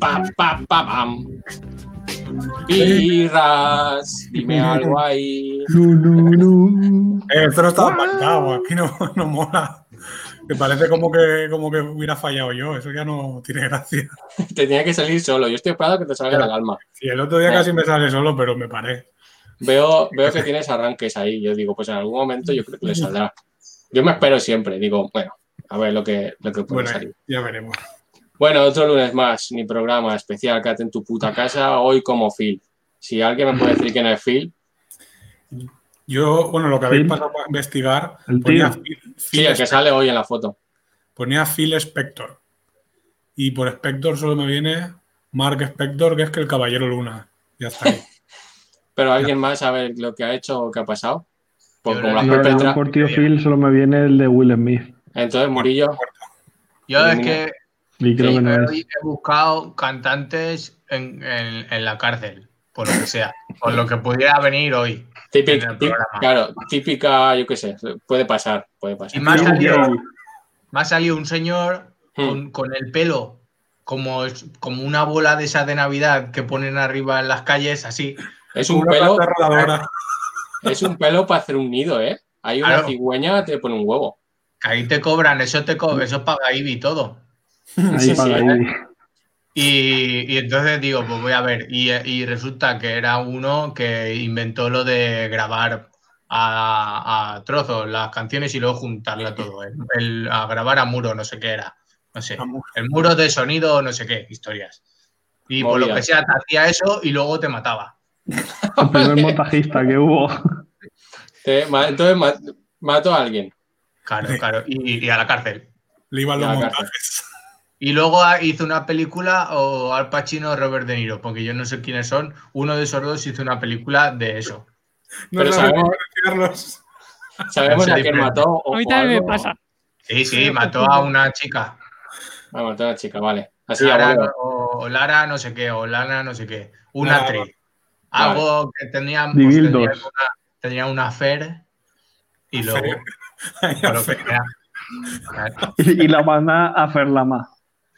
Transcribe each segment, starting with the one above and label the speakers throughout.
Speaker 1: pa, pa, pam. Pirras, dime algo ahí.
Speaker 2: Eh, esto no estaba pactado, aquí no, no mola. Me parece como que, como que hubiera fallado yo, eso ya no tiene gracia.
Speaker 1: Tenía que salir solo. Yo estoy esperando que te salga
Speaker 2: Claro.
Speaker 1: la calma.
Speaker 2: Sí, el otro día
Speaker 1: Eh.
Speaker 2: casi me sale solo, pero me paré.
Speaker 1: Veo, veo que tienes arranques ahí. Yo digo, pues en algún momento yo creo que le saldrá. Yo me espero siempre. Digo, bueno, a ver lo que, lo que puede
Speaker 2: Bueno,
Speaker 1: salir.
Speaker 2: ya veremos.
Speaker 1: Bueno, otro lunes más, mi programa especial que en tu puta casa, hoy como Phil. Si alguien me puede decir quién es Phil,
Speaker 2: Yo, bueno, lo que habéis
Speaker 3: Sí.
Speaker 2: pasado para investigar,
Speaker 3: El
Speaker 2: ponía
Speaker 3: tío.
Speaker 2: Phil, Phil
Speaker 1: sí, el que
Speaker 2: Spector.
Speaker 1: sale hoy en la foto.
Speaker 2: Ponía Phil Spector. Y por Spector solo me viene Mark Spector, que es que el Caballero Luna. Ya está ahí.
Speaker 1: Pero alguien más sabe lo que ha hecho o qué ha pasado. Pues
Speaker 4: Yo
Speaker 1: como
Speaker 4: no-
Speaker 1: las
Speaker 3: No, no,
Speaker 1: perpetra.
Speaker 3: por tío Phil solo me viene el de Will Smith.
Speaker 1: Entonces, Murillo,
Speaker 4: Yo es que
Speaker 3: Y creo
Speaker 1: Sí,
Speaker 3: que no
Speaker 4: Pero
Speaker 3: es.
Speaker 4: hoy he buscado cantantes en, en- en la cárcel, por lo que sea, por lo que pudiera venir hoy.
Speaker 1: típica,
Speaker 4: En el programa.
Speaker 1: claro, típica, yo qué sé, puede pasar, puede
Speaker 4: Y
Speaker 1: pasar.
Speaker 4: me ha
Speaker 3: Yo-
Speaker 4: salido,
Speaker 3: yo-
Speaker 4: me ha salido un señor
Speaker 1: Hmm.
Speaker 4: con, con el pelo como, es- como una bola de esas de Navidad que ponen arriba en las calles, así.
Speaker 1: Es
Speaker 2: Como
Speaker 1: un
Speaker 2: una
Speaker 1: pelo,
Speaker 2: planta rodadora.
Speaker 1: es un pelo para hacer un nido, ¿eh? Hay una
Speaker 4: Claro.
Speaker 1: cigüeña que te pone un huevo.
Speaker 4: que ahí te cobran, eso, te co- eso paga IBI y todo.
Speaker 3: Ahí
Speaker 1: Sí,
Speaker 3: para
Speaker 1: sí,
Speaker 3: ahí.
Speaker 4: Y, y entonces digo, pues voy a ver. Y, y resulta que era uno que inventó lo de grabar a, a trozos las canciones y luego juntarla todo. El, el- a grabar a muro, no sé qué era. No sé.
Speaker 2: Vamos.
Speaker 4: El muro de sonido, no sé qué, historias. Y por lo
Speaker 1: Movidas.
Speaker 4: que sea, te hacía eso y luego te mataba.
Speaker 3: El primer montajista que hubo.
Speaker 1: Te- ma- entonces ma- mato a alguien.
Speaker 4: Claro, claro. Y, y a la cárcel.
Speaker 2: Le iban los
Speaker 1: Ya,
Speaker 2: montajes.
Speaker 4: Y luego a- hizo una película o Al Pacino o Robert De Niro, porque yo no sé quiénes son. Uno de esos dos hizo una película de eso.
Speaker 2: No
Speaker 1: Pero
Speaker 2: sabemos
Speaker 1: sabemos-
Speaker 2: diferenciarlos.
Speaker 1: Sabemos
Speaker 4: Sí,
Speaker 1: a quién
Speaker 4: pero-
Speaker 1: mató. o-
Speaker 5: A mí
Speaker 1: o
Speaker 5: también
Speaker 1: algo, ¿no?
Speaker 5: me pasa.
Speaker 4: Sí, sí, mató a una chica.
Speaker 1: Ah, mató a la chica, vale. Así ya
Speaker 4: Lara,
Speaker 1: vuelvo.
Speaker 4: o, o Lara no sé qué, o Lana no sé qué. Una
Speaker 2: Lara.
Speaker 4: actriz. Algo que tenía, pues, tenía,
Speaker 3: Dibildos.
Speaker 4: una, tenía una fer y luego...
Speaker 2: Ahí
Speaker 4: por lo
Speaker 2: hace.
Speaker 4: que sea.
Speaker 3: Y, y la banda a Ferlama.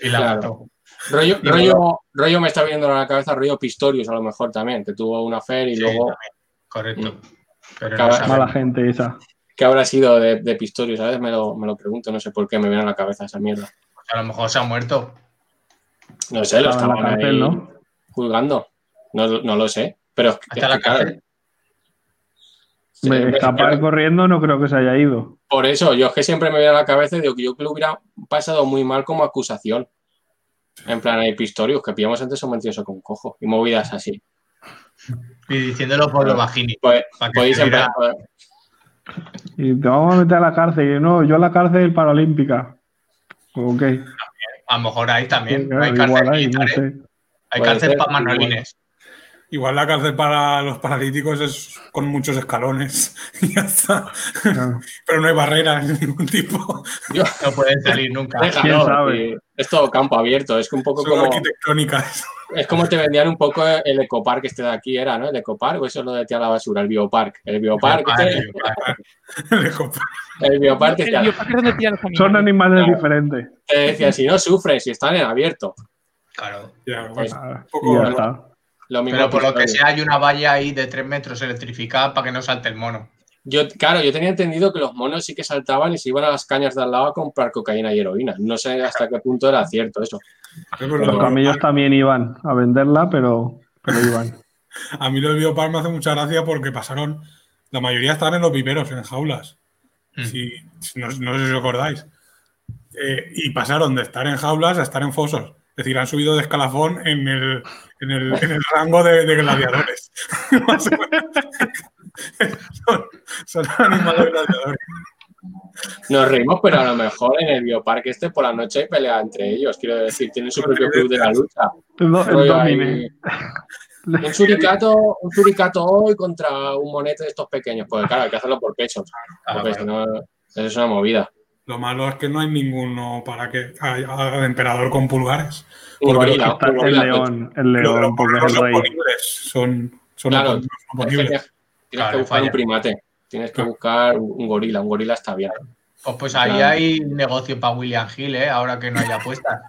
Speaker 4: y la
Speaker 1: Claro.
Speaker 4: mató.
Speaker 1: Rollo, rollo, rollo me está viendo a la cabeza, rollo Pistorius a lo mejor también, que tuvo una fer y
Speaker 4: Sí,
Speaker 1: luego
Speaker 4: también, Correcto. Pero
Speaker 1: Cada-
Speaker 4: no
Speaker 3: Mala
Speaker 4: sabemos.
Speaker 3: gente esa.
Speaker 1: que habrá sido de, de Pistorius, a veces me lo, me lo pregunto, no sé por qué me viene a la cabeza esa mierda.
Speaker 4: a lo mejor se ha muerto.
Speaker 1: No sé, lo
Speaker 3: Estaba en la
Speaker 1: estaban ahí
Speaker 3: cárcel, ¿no?
Speaker 1: juzgando. No, no lo sé, pero es que-
Speaker 4: Hasta la
Speaker 1: es que, claro,
Speaker 4: cárcel.
Speaker 1: sí,
Speaker 3: Me-
Speaker 1: pero-
Speaker 3: escapar corriendo no creo que se haya ido.
Speaker 1: Por eso, yo es que siempre me viene a la cabeza y digo que yo que lo hubiera pasado muy mal como acusación. En plan, hay pistorios que pillamos antes un mentiroso con cojo y movidas así.
Speaker 4: Y diciéndolo por lo bajini.
Speaker 1: Pues,
Speaker 4: para que
Speaker 1: podéis
Speaker 4: se viera.
Speaker 1: empezar. pues,
Speaker 3: Y te vamos a meter a la cárcel. Y no, yo a la cárcel paralímpica. ¿O qué?
Speaker 4: A lo mejor ahí también.
Speaker 3: Claro,
Speaker 4: hay cárcel,
Speaker 3: igual ahí, no
Speaker 4: militar, ¿eh?
Speaker 3: sé.
Speaker 4: hay
Speaker 1: Puede
Speaker 4: cárcel
Speaker 1: ser,
Speaker 4: para
Speaker 1: igual.
Speaker 4: manolines.
Speaker 2: Igual la cárcel para los paralíticos es con muchos escalones. Y ya está.
Speaker 3: Claro.
Speaker 2: Pero no hay barreras de ningún tipo.
Speaker 4: No pueden salir nunca.
Speaker 1: Déjalo,
Speaker 3: ¿Quién sabe?
Speaker 1: y es todo campo abierto. Es que un poco
Speaker 2: Son
Speaker 1: como,
Speaker 2: arquitectónicas.
Speaker 1: es como te vendían un poco el ecopar que este de aquí era, ¿no? El ecopar, o eso es lo de tía la basura, el biopark. El biopark, este-
Speaker 2: Le compro.
Speaker 1: el biopark que
Speaker 5: El
Speaker 1: te,
Speaker 5: bioparque es donde pillan los
Speaker 3: Son
Speaker 5: animales.
Speaker 3: animales
Speaker 1: Claro.
Speaker 3: diferentes.
Speaker 1: te decían, si no sufres, si están en abierto.
Speaker 4: Claro.
Speaker 2: Ya, bueno.
Speaker 1: Pues,
Speaker 3: Ah,
Speaker 2: poco-
Speaker 3: Y ya está.
Speaker 1: lo mismo
Speaker 4: Pero por lo que
Speaker 1: Pistorius.
Speaker 4: sea, hay una valla ahí de 3 metros electrificada para que no salte el mono.
Speaker 1: Yo, claro, yo tenía entendido que los monos sí que saltaban y se iban a las cañas de al lado a comprar cocaína y heroína. No sé hasta qué punto era cierto eso.
Speaker 2: Pero
Speaker 3: Los
Speaker 2: pues lo-
Speaker 3: camellos también iban a venderla, pero, pero iban.
Speaker 2: A mí lo de Biopar me hace mucha gracia porque pasaron. La mayoría estaban en los viveros, en jaulas.
Speaker 4: Mm.
Speaker 2: Si- si no, no sé si os acordáis. Eh, y pasaron de estar en jaulas a estar en fosos. Es decir, han subido de escalafón en el, en el, en el rango de, de gladiadores. Más o menos. son, son animales gladiadores.
Speaker 1: Nos reímos, pero a lo mejor en el bioparque este por la noche hay pelea entre ellos. Quiero decir, tienen su propio club de la lucha.
Speaker 3: No, el
Speaker 1: Rollo ahí,
Speaker 3: domine.
Speaker 1: un suricato, un suricato hoy contra un monete de estos pequeños. Porque claro, hay que hacerlo por pechos.
Speaker 4: Claro,
Speaker 1: porque
Speaker 4: claro.
Speaker 1: si no, eso es una movida.
Speaker 2: Lo malo es que no hay ninguno para que. haya- haya emperador con pulgares.
Speaker 1: Un
Speaker 2: Porque
Speaker 1: gorila,
Speaker 3: Está
Speaker 1: un
Speaker 3: el
Speaker 1: gorila.
Speaker 3: león, el
Speaker 2: Pero
Speaker 3: león,
Speaker 2: los
Speaker 3: porque
Speaker 2: pulgares
Speaker 3: es el
Speaker 2: son
Speaker 3: rey.
Speaker 2: ponibles. Son, son
Speaker 1: Claro. Pues
Speaker 2: opon-
Speaker 1: Es que
Speaker 2: oponibles.
Speaker 1: Tienes tienes que buscar
Speaker 4: Claro,
Speaker 1: un
Speaker 4: falla. Ah.
Speaker 1: primate. Tienes que buscar un un gorila. Un gorila está bien.
Speaker 4: Pues, pues ahí
Speaker 1: Claro.
Speaker 4: hay negocio para William Hill, ¿eh? ahora que no hay apuestas.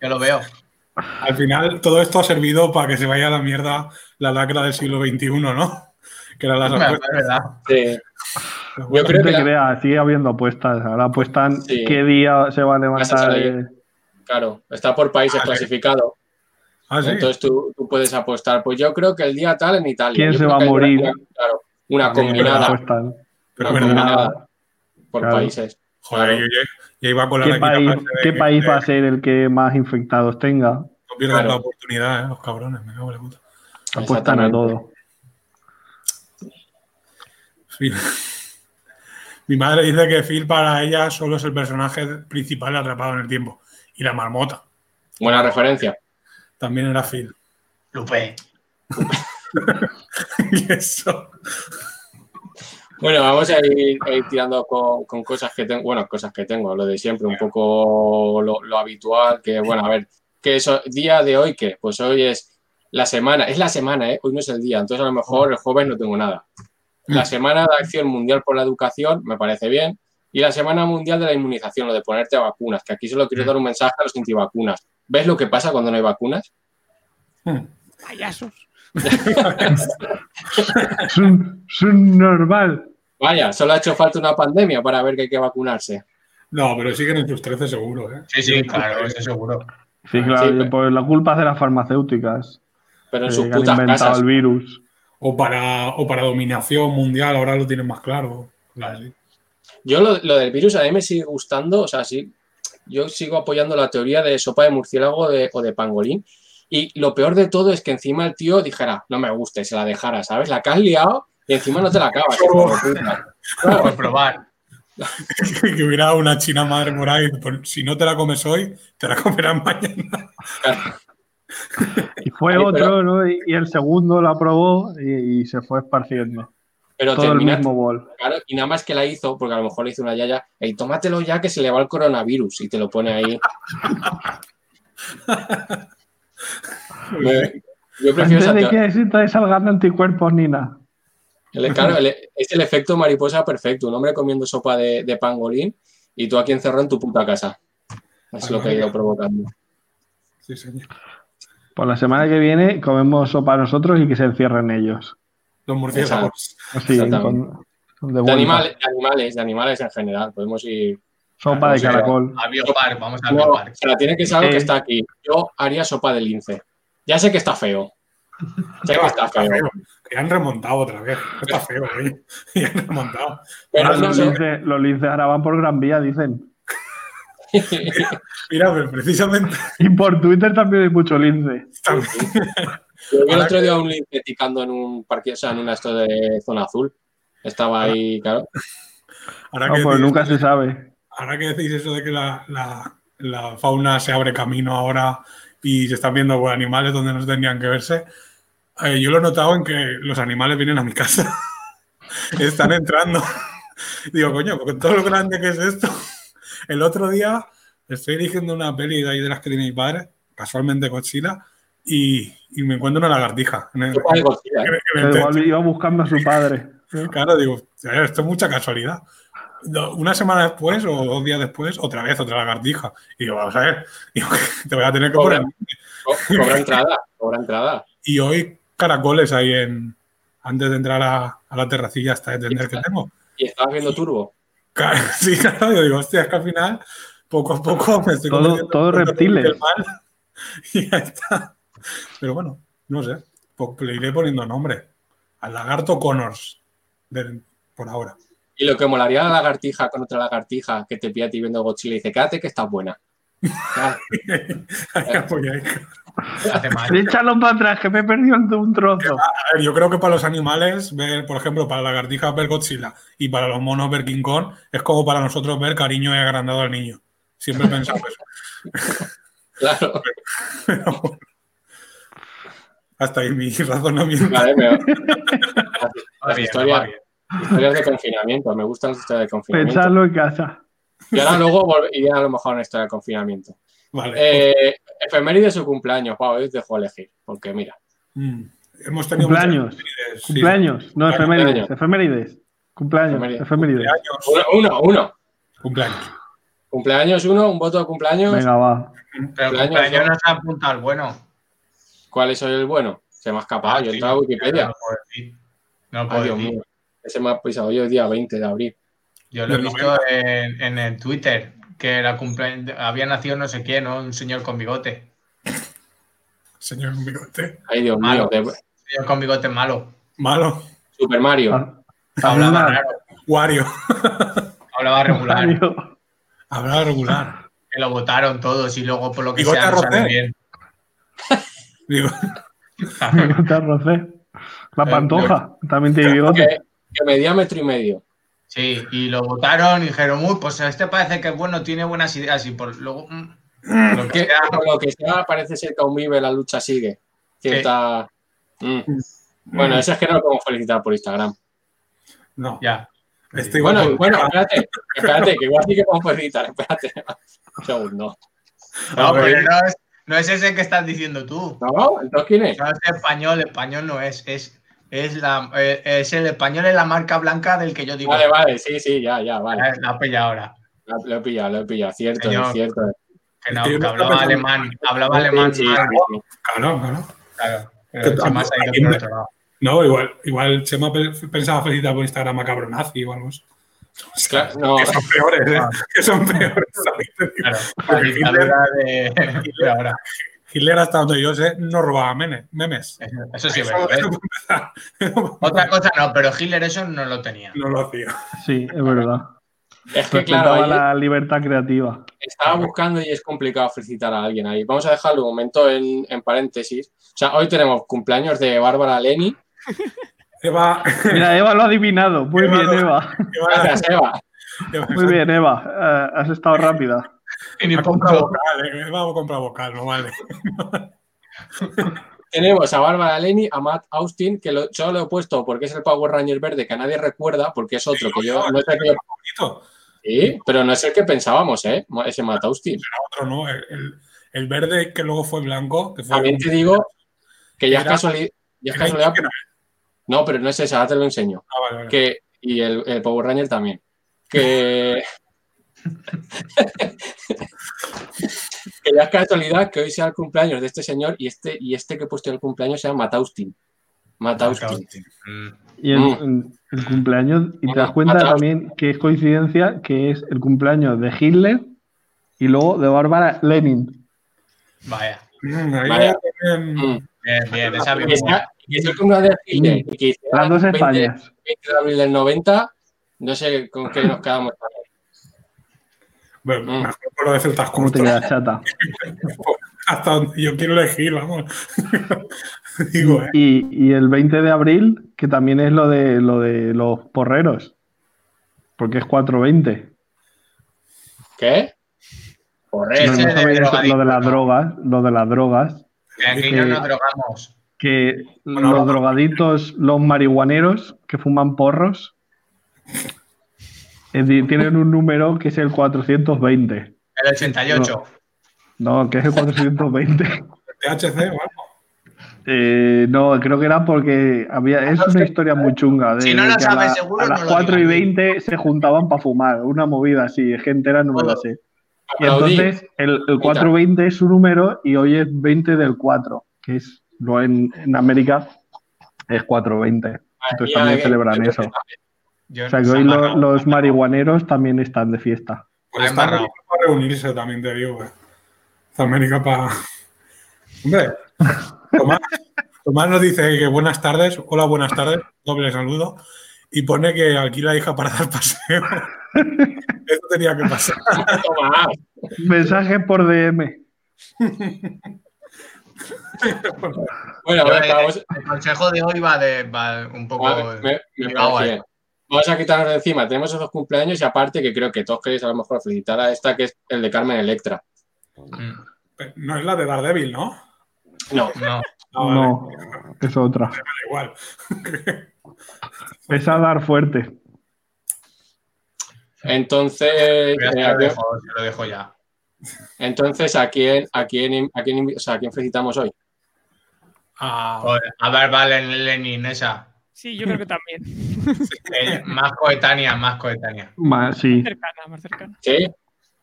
Speaker 4: Yo lo veo.
Speaker 2: Al final, todo esto ha servido para que se vaya a la mierda la lacra del siglo XXI, ¿no? Que era las
Speaker 4: Es
Speaker 2: apuestas.
Speaker 4: verdad.
Speaker 1: Sí. Yo
Speaker 3: No
Speaker 1: creo
Speaker 3: te
Speaker 1: que la-
Speaker 3: creas, sigue habiendo apuestas. Ahora apuestan
Speaker 1: Sí.
Speaker 3: qué día se va a
Speaker 1: Vas a
Speaker 3: levantar.
Speaker 1: salir.
Speaker 3: eh,
Speaker 1: claro, está por países
Speaker 2: Vale.
Speaker 1: clasificado.
Speaker 2: Ah, sí.
Speaker 1: Entonces tú, tú puedes apostar. Pues yo creo que el día tal en Italia.
Speaker 3: ¿Quién
Speaker 1: Yo
Speaker 3: se
Speaker 1: creo
Speaker 3: va a
Speaker 1: que hay una-
Speaker 3: morir? Ah,
Speaker 1: una- claro, una
Speaker 2: Sí,
Speaker 1: combinada.
Speaker 3: apuestan.
Speaker 2: Pero
Speaker 1: una
Speaker 2: verdad.
Speaker 1: combinada por
Speaker 3: Claro.
Speaker 1: países.
Speaker 2: Joder,
Speaker 1: Claro.
Speaker 2: yo, yo- yo iba con la
Speaker 3: ¿Qué
Speaker 2: laquita
Speaker 3: país,
Speaker 2: para hacer-
Speaker 3: qué país
Speaker 2: eh,
Speaker 3: va a ser el que más infectados tenga?
Speaker 2: No pierdan
Speaker 1: Claro.
Speaker 2: la oportunidad, eh, los cabrones, me cago en la puta.
Speaker 3: Apuestan a
Speaker 1: Exactamente.
Speaker 3: todo.
Speaker 2: Sí. Mi madre dice que Phil para ella solo es el personaje principal atrapado en el tiempo. Y la marmota
Speaker 1: Buena referencia.
Speaker 2: también era Phil.
Speaker 4: Lupe.
Speaker 2: Y eso.
Speaker 1: Bueno, vamos a ir, a ir tirando con, con cosas que tengo, bueno, cosas que tengo, lo de siempre, un poco lo, lo habitual, que bueno, a ver, que eso, día de hoy, que pues hoy es la semana, es la semana, ¿eh? hoy no es el día, entonces a lo mejor el jueves no tengo nada.
Speaker 3: Mm.
Speaker 1: La Semana de Acción Mundial por la Educación, me parece bien, y la Semana Mundial de la Inmunización, lo de ponerte a vacunas, que aquí solo
Speaker 3: Mm.
Speaker 1: quiero dar un mensaje a los antivacunas. ¿Ves lo que pasa cuando no hay vacunas?
Speaker 5: Payasos.
Speaker 3: Es un, es un normal.
Speaker 1: Vaya, solo ha hecho falta una pandemia para ver que hay que vacunarse.
Speaker 2: No, pero siguen en sus 13 seguro, ¿eh?
Speaker 4: Sí, sí, claro, eso seguro.
Speaker 3: Sí, claro,
Speaker 1: pero-
Speaker 3: por la culpa es de las farmacéuticas
Speaker 1: Pero en
Speaker 3: eh,
Speaker 1: sus
Speaker 3: que han
Speaker 1: putas
Speaker 3: inventado
Speaker 1: casas.
Speaker 3: el virus.
Speaker 2: O para, o para dominación mundial, ahora lo tienen más claro. Claro, sí.
Speaker 1: Yo lo, lo del virus a mí me sigue gustando, o sea, sí, yo sigo apoyando la teoría de sopa de murciélago de- o de pangolín. Y lo peor de todo es que encima el tío dijera, no me gusta y se la dejara, ¿sabes? La que has liado y encima no te la acabas. hijo de puta.
Speaker 4: Por pues probar.
Speaker 2: que hubiera una china madre por ahí. por- si no te la comes hoy, te la comerás mañana.
Speaker 3: Y fue
Speaker 1: Sí, pero-
Speaker 3: otro, ¿no? Y, y el segundo la probó y, y se fue esparciendo.
Speaker 1: Pero
Speaker 3: Todo el
Speaker 1: termina,
Speaker 3: mismo bol.
Speaker 1: claro, y nada más que la hizo, porque a lo mejor le hizo una yaya, y tómatelo ya que se le va el coronavirus y te lo pone ahí. Me- yo prefiero
Speaker 3: Antes
Speaker 1: esa
Speaker 3: de
Speaker 1: teoría.
Speaker 3: que se te salgan anticuerpos ni nada.
Speaker 1: El- e- claro, el- es el efecto mariposa perfecto. Un hombre comiendo sopa de, de pangolín y tú aquí encerrado en tu puta casa. Es lo que ha ido provocando.
Speaker 2: Sí, señor.
Speaker 3: Por la semana que viene comemos sopa nosotros y que se encierren ellos.
Speaker 2: Los murciélagos.
Speaker 3: Así,
Speaker 1: Exactamente.
Speaker 3: con- con- de
Speaker 1: De
Speaker 3: vuelta.
Speaker 1: animales, de animales, de animales en general. Podemos ir.
Speaker 3: Sopa de
Speaker 1: Sí.
Speaker 3: caracol.
Speaker 4: A Biopark, vamos a
Speaker 1: No, o
Speaker 4: Biopark.
Speaker 1: sea, tiene que ser algo que
Speaker 3: Eh.
Speaker 1: está aquí. Yo haría sopa de lince. Ya sé que está feo. Sé que está feo.
Speaker 2: Que han remontado otra vez. Está feo, ¿eh? Y han remontado.
Speaker 1: Pero
Speaker 3: Ahora
Speaker 1: no
Speaker 3: los,
Speaker 1: sé.
Speaker 3: linces, los linces ahora van por Gran Vía, dicen.
Speaker 2: Mira, pero precisamente
Speaker 3: Y por Twitter también hay mucho lince.
Speaker 2: también
Speaker 1: Yo vi el otro día un lince picando en un parque, o sea, en una esto de zona azul. Estaba ahí, claro.
Speaker 2: Ahora,
Speaker 3: No,
Speaker 2: que
Speaker 3: pues
Speaker 2: decís,
Speaker 3: nunca se sabe.
Speaker 2: ahora que decís eso de que la, la- la fauna se abre camino ahora y se están viendo por animales donde no tendrían que verse, eh, yo lo he notado en que los animales vienen a mi casa. están entrando. Digo, coño, pues, con todo lo grande que es esto. El otro día estoy eligiendo una peli de ahí de las que tiene mi padre, casualmente Godzilla, y, y me encuentro una lagartija. en el-
Speaker 1: Sopa de Godzilla, ¿eh?
Speaker 2: en el
Speaker 3: Pero
Speaker 2: techo.
Speaker 3: igual iba buscando a su padre.
Speaker 2: Claro, digo, "Joder, esto es mucha casualidad. No, Una semana después o dos días después, otra vez otra lagartija. Y digo, vamos a ver, digo, te voy a tener que
Speaker 1: Cobra.
Speaker 2: poner.
Speaker 1: Co- Cobra entrada, cobra entrada.
Speaker 2: Y hoy caracoles ahí en. Antes de entrar a, a la terracilla hasta de tender que tengo.
Speaker 1: Y estabas viendo Turbo.
Speaker 2: Claro, sí, claro, yo digo, hostia, es que al final, poco a poco me estoy
Speaker 3: Todo-
Speaker 2: convirtiendo
Speaker 3: todo
Speaker 2: en un
Speaker 3: reptiles.
Speaker 2: del mal. Y ya está. Pero bueno, no sé. po- Le iré poniendo nombre. Al lagarto Connors. de- por ahora.
Speaker 1: Y lo que molaría la lagartija con otra lagartija que te pilla a ti viendo Godzilla y dice, quédate que estás buena. Claro,
Speaker 2: Ahí apoyáis.
Speaker 4: Hace mal.
Speaker 3: Échalo para atrás, que me he perdido ante un trozo.
Speaker 2: A ver, yo creo que para los animales, ver, por ejemplo, para lagartijas ver Godzilla y para los monos ver King Kong, es como para nosotros ver cariño y agrandado al niño. Siempre pensamos eso.
Speaker 1: claro.
Speaker 2: Pero bueno. hasta ahí mi razonamiento.
Speaker 1: Vale, me-
Speaker 4: Va
Speaker 1: Las
Speaker 4: bien,
Speaker 1: historias-
Speaker 4: va bien.
Speaker 1: historias de confinamiento, me gustan las historias de confinamiento.
Speaker 3: Pensarlo en casa.
Speaker 1: Y ahora luego vol- iré a lo mejor a una historia de confinamiento.
Speaker 2: Vale.
Speaker 1: Eh, efeméride de su cumpleaños, Pau, hoy os dejo elegir, porque mira,
Speaker 2: Mm. Hemos tenido muchas
Speaker 3: Cumpleaños.
Speaker 2: efemérides, sí.
Speaker 3: Cumpleaños. No, efemérides.
Speaker 1: Cumpleaños.
Speaker 3: Efemérides. Cumpleaños.
Speaker 1: Efemérides.
Speaker 3: Efemérides.
Speaker 2: Cumpleaños.
Speaker 1: uno, uno, uno.
Speaker 2: Cumpleaños.
Speaker 1: Cumpleaños uno, un voto de cumpleaños.
Speaker 3: Venga, va.
Speaker 4: Pero el
Speaker 1: Cumpleaños,
Speaker 4: cumpleaños
Speaker 1: ¿no?
Speaker 4: no se apunta al bueno.
Speaker 1: ¿Cuál es el bueno? Se me ha escapado. yo
Speaker 4: sí,
Speaker 1: estaba en Wikipedia.
Speaker 4: No puedo decir. No
Speaker 1: Ah,
Speaker 4: puedo
Speaker 1: Dios
Speaker 4: decir.
Speaker 1: mío. Ese me ha pisado yo el día 20 de abril.
Speaker 4: Yo lo he
Speaker 2: Del
Speaker 4: visto en, en el Twitter, que era cumplea- había nacido no sé quién, ¿no? Un señor con bigote.
Speaker 2: Señor un bigote.
Speaker 1: Ay, Dios
Speaker 4: Malo.
Speaker 1: mío. de-
Speaker 4: Un señor con bigote malo.
Speaker 2: Malo.
Speaker 1: Super Mario.
Speaker 3: Ha-
Speaker 4: Hablaba
Speaker 3: Habla,
Speaker 4: raro,
Speaker 2: Wario.
Speaker 4: hablaba regular.
Speaker 3: Mario.
Speaker 2: Hablaba regular.
Speaker 4: Que lo votaron todos y luego por lo que
Speaker 2: Bigote
Speaker 4: sea no sabe
Speaker 2: arrocero.
Speaker 4: bien.
Speaker 2: Digo,
Speaker 3: Bigote Rosé. La
Speaker 4: Eh,
Speaker 3: pantoja. También tiene bigote.
Speaker 1: Que, que medía metro y medio.
Speaker 4: Sí, y lo votaron y dijeron, uy, pues este parece que es bueno, tiene buenas ideas y por luego... mm, lo
Speaker 1: Que,
Speaker 4: que sea,
Speaker 1: por lo que sea, parece ser que aún vive, la lucha sigue. Cierta. Mm. Bueno, eso es que no lo podemos felicitar por Instagram.
Speaker 2: no.
Speaker 4: ya.
Speaker 2: Este igual
Speaker 1: Bueno,
Speaker 2: por-
Speaker 1: bueno, espérate, espérate, que igual sí que podemos felicitar. Espérate. Un segundo.
Speaker 4: No,
Speaker 2: A ver.
Speaker 4: pero no es, no es ese que estás diciendo tú.
Speaker 1: ¿No? ¿Entonces quién es?
Speaker 4: No es español, español no es. Es, es, la, eh, es el español es la marca blanca del que yo digo.
Speaker 1: Vale, vale, sí, sí, ya, ya, vale.
Speaker 4: La has pillado ahora.
Speaker 1: Lo lo he pillado, lo he pillado. Cierto,
Speaker 4: Señor.
Speaker 1: es cierto.
Speaker 4: Que no,
Speaker 2: Sí,
Speaker 4: que
Speaker 2: no,
Speaker 4: hablaba
Speaker 2: no, no.
Speaker 4: alemán, hablaba alemán.
Speaker 1: Sí, sí,
Speaker 4: mal,
Speaker 1: sí.
Speaker 2: Claro, claro.
Speaker 4: claro,
Speaker 2: Que
Speaker 4: pero se me ha salido
Speaker 2: también-
Speaker 4: por otro lado.
Speaker 2: No, igual, igual Chema pe- pensaba felicitar por Instagram a cabronazi o algo así.
Speaker 1: Claro, no.
Speaker 2: Que son peores, ¿eh?
Speaker 4: Ah.
Speaker 2: Que son peores. ¿sabes?
Speaker 4: Claro, la
Speaker 2: Porque Hitler,
Speaker 4: dictadura de- de ahora.
Speaker 2: Hitler, hasta donde yo sé, no robaba mene- memes.
Speaker 4: Eso sí, es
Speaker 2: Eso-
Speaker 4: verdad, ¿eh? Otra cosa no, pero Hitler eso no lo tenía.
Speaker 2: no lo hacía.
Speaker 3: Sí, es verdad.
Speaker 1: Es que claro,
Speaker 3: Respetaba
Speaker 1: ahí
Speaker 3: la libertad creativa.
Speaker 1: estaba buscando y es complicado felicitar a alguien ahí. Vamos a dejarlo un momento en, en paréntesis. O sea, hoy tenemos cumpleaños de Bárbara Leni.
Speaker 2: Eva,
Speaker 3: Mira, Eva lo ha adivinado. Muy
Speaker 2: Eva
Speaker 3: bien,
Speaker 2: lo-
Speaker 3: Eva.
Speaker 2: Eva,
Speaker 1: Gracias, Eva.
Speaker 2: Eva,
Speaker 3: Muy bien, Eva. Eh, has estado rápida.
Speaker 4: Y ni
Speaker 2: ha
Speaker 4: punto.
Speaker 2: comprado vocal, eh. Eva ha comprado vocal, no vale.
Speaker 1: Tenemos a Bárbara Leni, a Matt Austin, que lo, yo lo he puesto porque es el Power Ranger verde que nadie recuerda, porque es otro que yo no sé qué-
Speaker 2: Poquito.
Speaker 1: Sí, pero no es el que pensábamos, ¿eh? Ese Matt Austin.
Speaker 2: Otro, ¿no? El, el- el verde que luego fue blanco, que fue
Speaker 1: También te digo que ya es
Speaker 2: Era-
Speaker 1: casualidad. Ya es
Speaker 2: era
Speaker 1: casualidad.
Speaker 2: indígena.
Speaker 1: No, pero no es esa, ahora te lo enseño.
Speaker 2: Ah, vale, vale.
Speaker 1: que y el, el Power Ranger también. Que, que ya es casualidad que hoy sea el cumpleaños de este señor y este, y este que he puesto en el cumpleaños sea Matt Austin. Matt Austin.
Speaker 4: Mm.
Speaker 3: Y el, el cumpleaños. Y te das cuenta
Speaker 1: Mata-
Speaker 3: también que es coincidencia que es el cumpleaños de Hitler y luego de Bárbara Lenin.
Speaker 4: Vaya.
Speaker 2: Mm, ahí
Speaker 1: Vaya.
Speaker 2: también-
Speaker 1: Mm.
Speaker 4: Bien, bien, esa
Speaker 1: Y que
Speaker 4: memoria.
Speaker 1: sea- y que sea el cumpleaños de Hitler y que sea
Speaker 3: Las dos
Speaker 1: 20
Speaker 3: Españas.
Speaker 1: 20 de abril del 90, no sé con qué nos quedamos.
Speaker 2: Bueno,
Speaker 1: Mm.
Speaker 2: mejor con lo de Celtas
Speaker 3: ¿Cómo te
Speaker 2: Cortos.
Speaker 3: quedas, chata?
Speaker 2: hasta donde yo quiero elegir, vamos. Digo, ¿eh?
Speaker 3: Y, y el 20 de abril, que también es lo de, lo de los porreros. Porque es 420.
Speaker 1: ¿Qué?
Speaker 4: Ese
Speaker 1: Correcto.
Speaker 3: No, no
Speaker 4: de
Speaker 3: sabéis
Speaker 4: drogadicto,
Speaker 3: lo de las
Speaker 4: ¿no?
Speaker 3: drogas, lo de las drogas,
Speaker 4: Que aquí no nos drogamos.
Speaker 3: que
Speaker 2: Bueno,
Speaker 3: los
Speaker 2: ahora-
Speaker 3: drogadictos, los marihuaneros que fuman porros, es decir, tienen un número que es el 420.
Speaker 4: El 88.
Speaker 3: No, que es el 420.
Speaker 2: THC o algo.
Speaker 3: Eh, no, creo que era porque había. Es una historia muy chunga. De,
Speaker 4: Ah, Si no lo
Speaker 3: que a
Speaker 4: sabes
Speaker 3: la-
Speaker 4: seguro,
Speaker 3: a las
Speaker 4: no lo
Speaker 3: 4 y
Speaker 4: digas.
Speaker 3: 20 se juntaban para fumar. Una movida así, gente era, no me la sé. Y
Speaker 1: Aplaudí.
Speaker 3: entonces el, el 420 es su número y hoy es 20 del 4, que es lo en, en América es 420.
Speaker 1: Madre
Speaker 3: Entonces
Speaker 1: mía,
Speaker 3: pues también
Speaker 1: que-
Speaker 3: celebran eso.
Speaker 4: Yo-
Speaker 3: O sea que
Speaker 4: se ha
Speaker 3: hoy lo-
Speaker 4: amarrado.
Speaker 3: los marihuaneros también están de fiesta.
Speaker 2: Pues
Speaker 4: Ha
Speaker 2: está
Speaker 4: embarrado.
Speaker 2: América para reunirse, también te digo. ¿eh? Está América para. Hombre, Tomás, Tomás nos dice que buenas tardes, hola, buenas tardes, doble saludo, y pone que alquila a hija para dar paseo. Eso tenía que pasar.
Speaker 1: Tomás.
Speaker 3: Mensaje por DM.
Speaker 1: Bueno,
Speaker 4: Yo,
Speaker 1: bueno,
Speaker 4: eh,
Speaker 1: vamos,
Speaker 4: El consejo de hoy va, de, va un poco.
Speaker 1: Ah, me- me
Speaker 4: Digo, ah,
Speaker 1: parece
Speaker 4: bueno.
Speaker 1: bien. Vamos a quitarnos de encima. Tenemos esos cumpleaños y aparte que creo que todos queréis a lo mejor felicitar a esta que es el de Carmen Electra.
Speaker 4: Mm,
Speaker 2: No es la de Daredevil, ¿no?
Speaker 1: No,
Speaker 4: No,
Speaker 2: Ah, vale,
Speaker 3: No, es otra.
Speaker 2: da igual.
Speaker 3: Es a dar fuerte.
Speaker 1: entonces,
Speaker 4: pero ya
Speaker 1: eh,
Speaker 4: se
Speaker 1: ¿a
Speaker 4: lo
Speaker 1: quién-
Speaker 4: dejo, se lo dejo ya.
Speaker 1: entonces ¿a quién, a quién, a quién, invi- o sea, ¿a quién felicitamos hoy?
Speaker 2: Ah,
Speaker 4: Joder, A ver, vale, Lenin, esa.
Speaker 5: Sí, yo creo que también.
Speaker 4: Eh, más coetánea, más coetánea.
Speaker 3: Más, sí.
Speaker 5: Cercana, más cercana.
Speaker 1: Sí,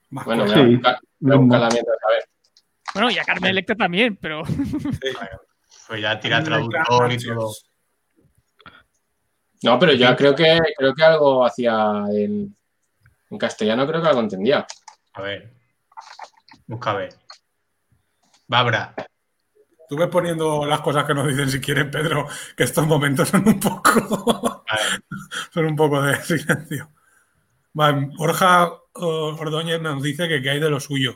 Speaker 2: Más
Speaker 1: Bueno,
Speaker 2: cosas.
Speaker 1: voy a
Speaker 3: Sí.
Speaker 1: buscar- voy a buscarla mientras, a ver.
Speaker 5: Bueno, y a Carmen Electra también, pero
Speaker 4: Pues ya tira traductor y todo.
Speaker 1: No, pero yo creo que creo que algo hacía en, en castellano, creo que algo entendía.
Speaker 4: A ver. Busca a ver. Babra.
Speaker 2: Tú ves poniendo las cosas que nos dicen si quieres, Pedro, que estos momentos son un poco,
Speaker 4: A ver.
Speaker 2: son un poco de silencio. Vale, Borja eh, Ordóñez nos dice que, que hay de lo suyo.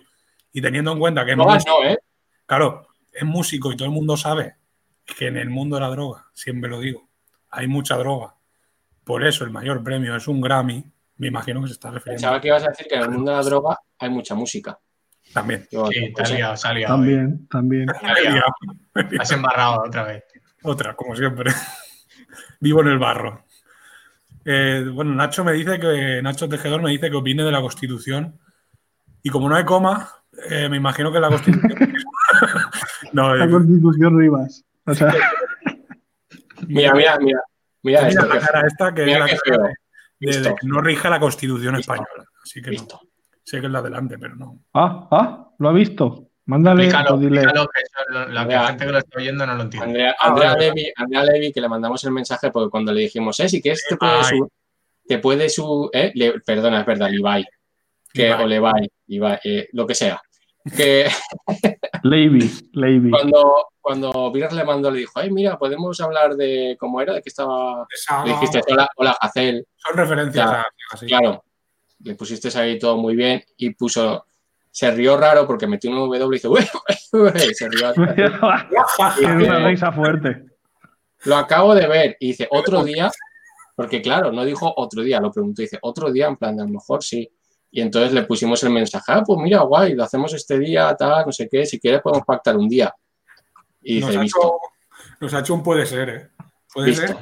Speaker 2: Y teniendo en cuenta que es
Speaker 1: Drogas
Speaker 2: músico-
Speaker 1: no, ¿eh?
Speaker 2: claro, es músico y todo el mundo sabe que en el mundo de la droga, siempre lo digo, hay mucha droga. Por eso el mayor premio es un Grammy. Me imagino que se está refiriendo
Speaker 1: Pensaba que ibas a decir que en el mundo de la droga hay mucha música.
Speaker 2: también.
Speaker 1: Yo-
Speaker 4: Sí, te has liado, se ha liado, eh.
Speaker 3: Pues También, también.
Speaker 4: Se ha liado.
Speaker 2: Media.
Speaker 4: Has embarrado otra vez.
Speaker 2: Otra, como siempre. Vivo en el barro. Eh, bueno, Nacho me dice que Nacho Tejedor me dice que opine de la Constitución. Y como no hay coma, eh, me imagino que la Constitución. no,
Speaker 3: La
Speaker 2: eh,
Speaker 3: constitución Rivas. O sea,
Speaker 1: Mira, mira, mira. Mira
Speaker 2: mira
Speaker 1: esto.
Speaker 2: la
Speaker 1: que-
Speaker 2: cara esta que es
Speaker 1: Mira
Speaker 2: la
Speaker 1: qué
Speaker 2: cara
Speaker 1: feo.
Speaker 2: de, de- de
Speaker 1: Listo.
Speaker 2: que no rige la Constitución
Speaker 1: Listo.
Speaker 2: española. Así que no.
Speaker 1: Listo.
Speaker 2: Sé que es la delante, pero no.
Speaker 3: ah, ah, lo ha visto. Mándale o
Speaker 4: Explícalo,
Speaker 3: dile.
Speaker 4: explícalo, que eso lo- la
Speaker 1: Mira.
Speaker 4: gente que lo está oyendo no lo entiende.
Speaker 1: Andrea,
Speaker 2: Ah,
Speaker 1: Andrea,
Speaker 2: vale,
Speaker 1: Levy, Andrea Levy, que le mandamos el mensaje porque cuando le dijimos, eh, si quieres te puede
Speaker 2: Ay.
Speaker 1: su. Te puede su. eh, le- perdona, es verdad, Levi. Que,
Speaker 2: Levi.
Speaker 1: O Levi, Levi, eh, lo que sea. Que
Speaker 3: Levy, Levy.
Speaker 1: cuando, cuando Viras le mandó, le dijo, eh, mira, podemos hablar de cómo era, de que estaba.
Speaker 2: Esa-
Speaker 1: Le dijiste, hola, hola, Hazel.
Speaker 2: son referencias
Speaker 1: Ya.
Speaker 2: a- así.
Speaker 1: Claro, le pusiste ahí todo muy bien y puso. Se rió raro porque metió un W y dice, "Ué, ué, ué", se rió.
Speaker 3: Tiene una risa fuerte.
Speaker 1: Lo acabo de ver y dice, otro día, porque claro, no dijo otro día, lo preguntó, dice, otro día, en plan, de a lo mejor sí. Y entonces le pusimos el mensaje, ah, pues mira, guay, lo hacemos este día, tal, no sé qué, si quieres podemos pactar un día. Y
Speaker 2: Nos
Speaker 1: dice,
Speaker 2: ha,
Speaker 1: visto,
Speaker 2: hecho, nos ha hecho un puede ser, ¿eh? Puede ser.
Speaker 1: visto.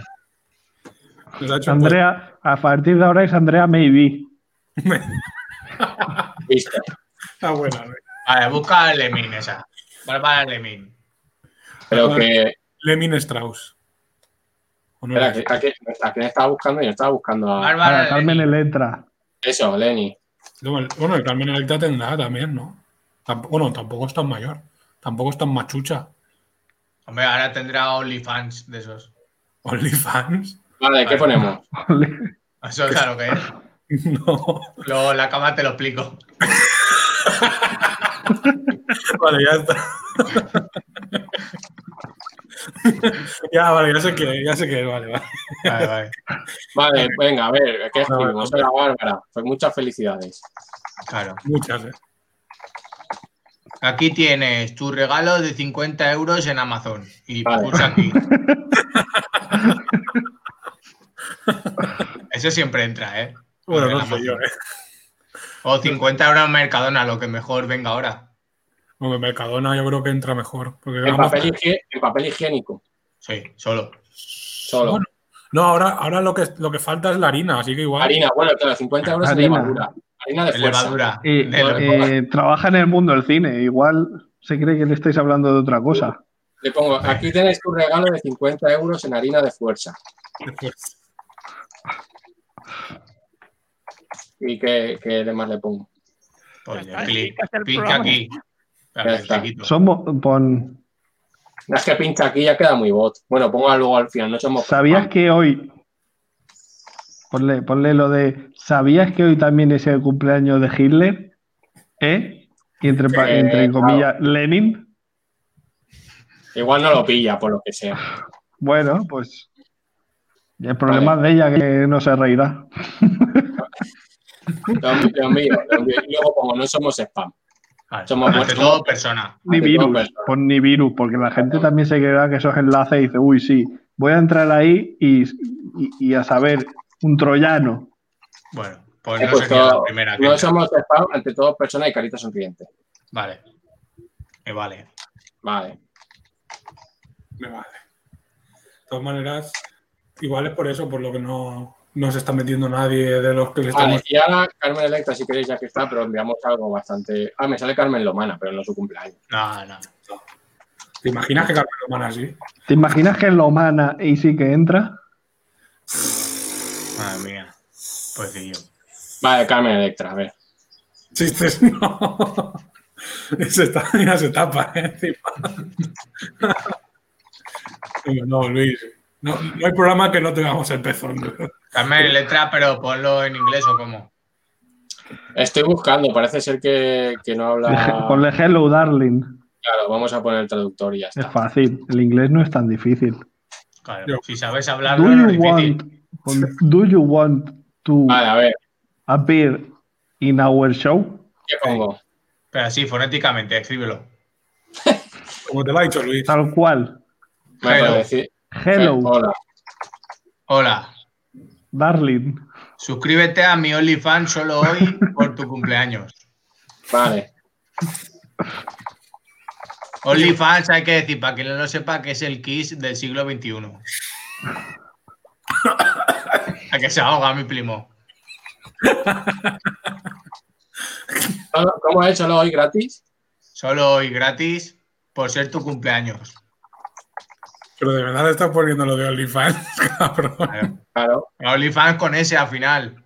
Speaker 2: Nos ha hecho un puede-
Speaker 3: Andrea, a partir de ahora es Andrea Maybe.
Speaker 1: Visto.
Speaker 2: Está buena, ¿eh?
Speaker 4: Vale, busca a Lemin esa. Bárbara Lemin.
Speaker 1: Pero que,
Speaker 2: Lemin Strauss. ¿O no
Speaker 1: espera,
Speaker 2: era?
Speaker 1: ¿a, quién- a quién estaba buscando? Yo estaba buscando a
Speaker 3: A
Speaker 4: Bárbara
Speaker 3: la Carmen
Speaker 4: Lemin.
Speaker 3: Electra.
Speaker 1: eso, Lenny.
Speaker 2: Bueno, bueno, el Carmen Electra tendrá también, ¿no? Tamp- bueno, tampoco es tan mayor. Tampoco es tan machucha.
Speaker 4: Hombre, ahora tendrá OnlyFans de esos.
Speaker 2: OnlyFans.
Speaker 1: Vale, ¿qué
Speaker 4: Vale.
Speaker 1: ponemos?
Speaker 4: Eso es lo que es.
Speaker 2: No.
Speaker 4: Luego en la cama te lo explico.
Speaker 2: Vale, ya está. ya, vale, ya sé que, ya sé que, vale, vale.
Speaker 4: Vale, vale.
Speaker 1: Vale, venga, a ver, ¿qué
Speaker 2: Bueno,
Speaker 1: escribimos?
Speaker 2: bueno.
Speaker 1: Hola, Bárbara. Pues muchas felicidades.
Speaker 4: Claro.
Speaker 2: Muchas, ¿eh?
Speaker 4: Aquí tienes tu regalo de 50 euros en Amazon. Y
Speaker 1: Vale.
Speaker 4: pulsa aquí. Eso siempre entra, ¿eh?
Speaker 2: Bueno,
Speaker 4: En
Speaker 2: no
Speaker 4: Amazon.
Speaker 2: sé yo, ¿eh?
Speaker 4: O 50 euros en Mercadona, lo que mejor venga ahora.
Speaker 2: Hombre, Mercadona yo creo que entra mejor. Porque
Speaker 1: En
Speaker 2: vamos-
Speaker 1: papel, higie- en papel higiénico,
Speaker 4: Sí, solo.
Speaker 1: solo.
Speaker 2: Bueno, no, ahora, ahora lo, que, lo que falta es la harina, así que igual.
Speaker 1: Harina, bueno, claro, 50 euros de
Speaker 3: Harina.
Speaker 1: levadura. Harina de
Speaker 4: En
Speaker 1: fuerza.
Speaker 4: Levadura.
Speaker 3: Eh,
Speaker 4: De lo-
Speaker 3: eh, trabaja en el mundo del cine. Igual se cree que le estáis hablando de otra cosa.
Speaker 1: Le pongo, aquí tenéis tu regalo de 50 euros en harina de fuerza.
Speaker 2: Después.
Speaker 1: ¿Y qué, qué más le pongo?
Speaker 4: Oye,
Speaker 5: Ya está,
Speaker 4: clic,
Speaker 5: ya está el
Speaker 4: clic
Speaker 5: programa.
Speaker 4: aquí. A ver,
Speaker 1: está.
Speaker 4: te quito.
Speaker 3: Somos. Pon,
Speaker 1: No es que pincha aquí ya queda muy bot. Bueno, pongo algo al final, no somos...
Speaker 3: ¿Sabías que hoy? Ponle, ponle lo de. ¿Sabías que hoy también es el cumpleaños de Hitler? ¿Eh? Y entre, pa-
Speaker 1: Eh,
Speaker 3: entre
Speaker 1: claro.
Speaker 3: comillas, Lenin.
Speaker 1: Igual no lo pilla, por lo que sea.
Speaker 3: Bueno, pues. El problema es de ella que no se reirá.
Speaker 1: Lo envi- lo envío, lo envío. Y luego pongo, no somos spam.
Speaker 4: Vale.
Speaker 1: Somos
Speaker 4: Ante
Speaker 1: buenos.
Speaker 4: todo, persona.
Speaker 3: Ni
Speaker 1: Ante todo,
Speaker 3: virus,
Speaker 1: persona.
Speaker 3: pon ni virus, porque la gente también se creerá que esos enlaces y dice, uy, sí, voy a entrar ahí y, y- y a saber, un troyano.
Speaker 4: Bueno, pues
Speaker 1: He
Speaker 4: no
Speaker 1: puesto-
Speaker 4: sería la primera. que
Speaker 1: No
Speaker 4: entra.
Speaker 1: somos spam, ante todo persona y carita sonriente.
Speaker 4: Vale. Eh, vale.
Speaker 1: Vale.
Speaker 2: Me vale. De todas maneras, igual es por eso, por lo que no, no se está metiendo nadie de los que le estamos.
Speaker 1: Vale, y ahora Carmen Electra, si queréis, ya que está, pero enviamos algo bastante... Ah, me sale Carmen Lomana, pero no su cumpleaños.
Speaker 4: No, no.
Speaker 2: ¿Te imaginas que Carmen Román así?
Speaker 3: ¿Te imaginas que es lo humana y sí que entra?
Speaker 4: Madre mía. Pues sí, yo.
Speaker 1: Vale, Carmen Electra, a ver.
Speaker 2: Chistes, no. Se está, mira, se tapa, ¿eh? encima. No, Luis. No, no hay programa que no tengamos el pezón.
Speaker 4: Carmen, letra, pero ponlo en inglés o cómo.
Speaker 1: Estoy buscando, parece ser que, que no habla.
Speaker 3: Ponle hello, darling.
Speaker 1: Claro, vamos a poner el traductor y ya
Speaker 3: Es
Speaker 1: está.
Speaker 3: fácil. El inglés no es tan difícil.
Speaker 4: Claro,
Speaker 2: Yo-
Speaker 4: si sabes
Speaker 3: Do
Speaker 4: hablarlo, no es
Speaker 3: you
Speaker 4: difícil.
Speaker 3: want, pon, do you want to
Speaker 1: Vale, a ver,
Speaker 3: appear in our show?
Speaker 1: ¿qué pongo?
Speaker 4: Pero así, fonéticamente, escríbelo.
Speaker 2: Como te lo ha dicho Luis.
Speaker 3: Tal cual.
Speaker 1: Me
Speaker 4: Hello.
Speaker 1: voy a decir- eh,
Speaker 3: Hello,
Speaker 1: Hola.
Speaker 4: Hola,
Speaker 3: darling.
Speaker 4: suscríbete a mi OnlyFans solo hoy por tu cumpleaños.
Speaker 1: Vale.
Speaker 4: OnlyFans hay que decir, para que no lo sepa, que es el Kiss del siglo XXI. A que se ahoga mi primo.
Speaker 1: ¿Cómo- ¿Cómo ha hecho lo hoy gratis?
Speaker 4: Solo hoy gratis por ser tu cumpleaños.
Speaker 2: Pero de verdad le estás poniendo lo de OnlyFans, cabrón.
Speaker 4: Claro.
Speaker 1: Claro,
Speaker 4: OnlyFans con ese al final.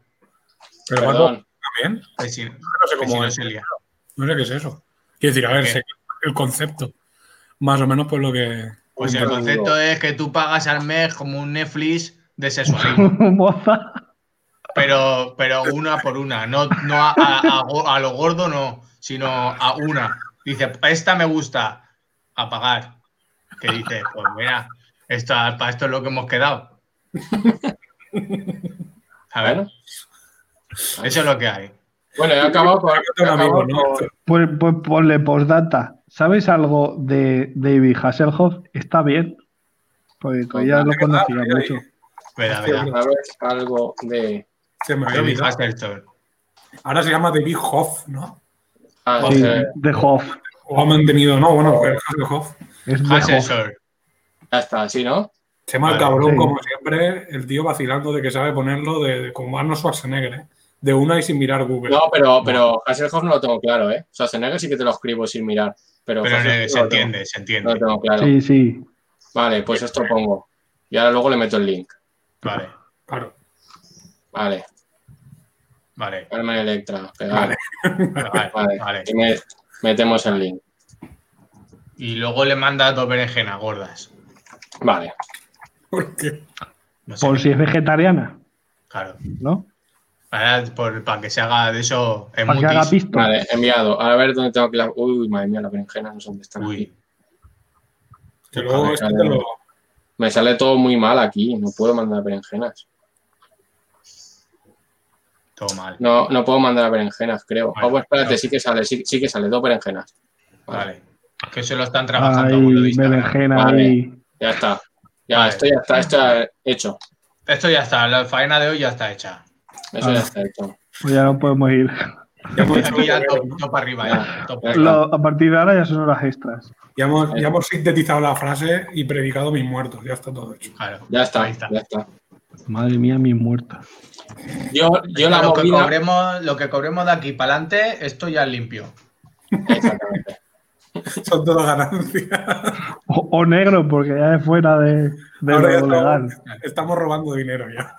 Speaker 2: Pero va todo
Speaker 1: perdón.
Speaker 2: bien.
Speaker 4: Que si-
Speaker 2: No sé
Speaker 4: que si
Speaker 2: cómo
Speaker 4: no
Speaker 2: es.
Speaker 4: se lía.
Speaker 2: No sé qué es eso. Quiero decir, a ver,
Speaker 4: ¿Qué?
Speaker 2: sé el concepto. Más o menos por lo que.
Speaker 4: Pues el
Speaker 1: Perdón,
Speaker 4: concepto
Speaker 1: digo.
Speaker 4: es que tú pagas al mes como un Netflix de sexualismo,
Speaker 3: Moza.
Speaker 4: pero, pero una por una, no, no a, a- a go- a lo gordo, no, sino a una. Dice, esta me gusta, a pagar. Que dice, pues mira, esta, para esto es lo que hemos quedado. A ver,
Speaker 1: Bueno,
Speaker 4: eso es lo que hay.
Speaker 1: bueno, he acabado con.
Speaker 2: Yo tengo
Speaker 1: he
Speaker 2: un amigo,
Speaker 1: acabado
Speaker 2: ¿no?
Speaker 1: con-
Speaker 3: Pues, pues ponle postdata. ¿Sabes algo de David Hasselhoff? Está bien. Porque
Speaker 1: Hombre,
Speaker 3: ya lo
Speaker 2: ¿qué tal?
Speaker 3: conocía
Speaker 2: Mira
Speaker 3: mucho.
Speaker 2: ahí.
Speaker 4: Verá, verá.
Speaker 1: A ver, algo de.
Speaker 2: Se me había
Speaker 4: David
Speaker 2: olvidado.
Speaker 4: Hasselhoff.
Speaker 2: Ahora se llama David Hoff, ¿no?
Speaker 1: Ah,
Speaker 2: Sí.
Speaker 3: Sí,
Speaker 1: eh,
Speaker 3: de Hoff.
Speaker 2: O ha mantenido, no, bueno, el David Hoff.
Speaker 3: Es de Hoff.
Speaker 4: Hasselhoff.
Speaker 1: ya está, ¿sí, no?
Speaker 2: Chema, el
Speaker 4: Vale,
Speaker 2: cabrón,
Speaker 3: sí.
Speaker 2: como siempre, el tío vacilando de que sabe ponerlo de, de- como Arnold Schwarzenegger, ¿eh? De una y sin mirar Google.
Speaker 4: Pues,
Speaker 1: No, pero, pero Hasselhoff no lo tengo claro, ¿eh? O sea, Schwarzenegger sí que te lo escribo sin mirar. Pero,
Speaker 4: Pero
Speaker 1: Hasselhoff
Speaker 4: eh, se
Speaker 1: no lo tengo-
Speaker 4: entiende,
Speaker 1: No
Speaker 4: se
Speaker 1: lo
Speaker 4: entiende.
Speaker 1: tengo claro.
Speaker 3: Sí, sí.
Speaker 1: Vale, pues esto pongo. Y ahora luego le meto el link.
Speaker 4: Vale,
Speaker 2: Claro.
Speaker 1: Vale,
Speaker 4: vale,
Speaker 1: Carmen Electra, pegar.
Speaker 2: Vale.
Speaker 4: vale,
Speaker 1: Vale,
Speaker 4: vale.
Speaker 1: Y me- metemos el link.
Speaker 4: Y luego le manda dos berenjenas gordas.
Speaker 1: Vale.
Speaker 2: Porque
Speaker 4: No sé,
Speaker 3: Por si es vegetariana,
Speaker 4: Claro.
Speaker 3: ¿no?
Speaker 4: Para, por- para que se haga de eso en
Speaker 3: Para que haga pisto.
Speaker 1: Vale, enviado. A ver dónde tengo que la. Uy, madre mía, las berenjenas no sé dónde están. aquí.
Speaker 4: Uy,
Speaker 2: que luego
Speaker 1: Vale,
Speaker 2: este
Speaker 1: vale.
Speaker 2: te lo.
Speaker 1: Me sale todo muy mal aquí. No puedo mandar berenjenas.
Speaker 4: todo mal.
Speaker 1: No, no puedo mandar berenjenas, creo.
Speaker 4: Bueno,
Speaker 1: Ah, pues espérate,
Speaker 4: no.
Speaker 1: sí que sale, sí, sí que sale. Dos berenjenas.
Speaker 4: Vale. Que eso lo están trabajando.
Speaker 3: Ahí,
Speaker 4: aún lo de Instagram.
Speaker 3: berenjena,
Speaker 1: Vale.
Speaker 3: ahí.
Speaker 1: Ya está. Ya,
Speaker 4: Vale.
Speaker 1: esto ya está, esto ya hecho.
Speaker 4: Esto ya está, la faena de hoy ya está hecha.
Speaker 1: Eso
Speaker 3: Ah.
Speaker 1: ya está hecho.
Speaker 3: Pues ya no podemos ir.
Speaker 2: Ya hemos, hecho
Speaker 4: Aquí ya
Speaker 2: lo que-
Speaker 4: top, top arriba, ya. top
Speaker 1: Ya.
Speaker 4: arriba.
Speaker 3: Lo- a partir de ahora ya son horas extras.
Speaker 2: ya hemos- ya hemos sintetizado la frase y predicado mis muertos. Ya está todo hecho.
Speaker 4: Claro.
Speaker 1: Ya está,
Speaker 4: Ahí está.
Speaker 1: ya está.
Speaker 3: Madre mía, mis muertos.
Speaker 1: Yo, yo la
Speaker 4: lo, que
Speaker 1: movida-
Speaker 4: cobremos, lo que cobremos de aquí para adelante, esto ya es limpio.
Speaker 1: Exactamente.
Speaker 2: Son todas ganancias.
Speaker 3: O, o negro, porque ya es fuera de, de
Speaker 2: Ahora ya
Speaker 3: lo legal.
Speaker 2: estamos, estamos robando dinero ya.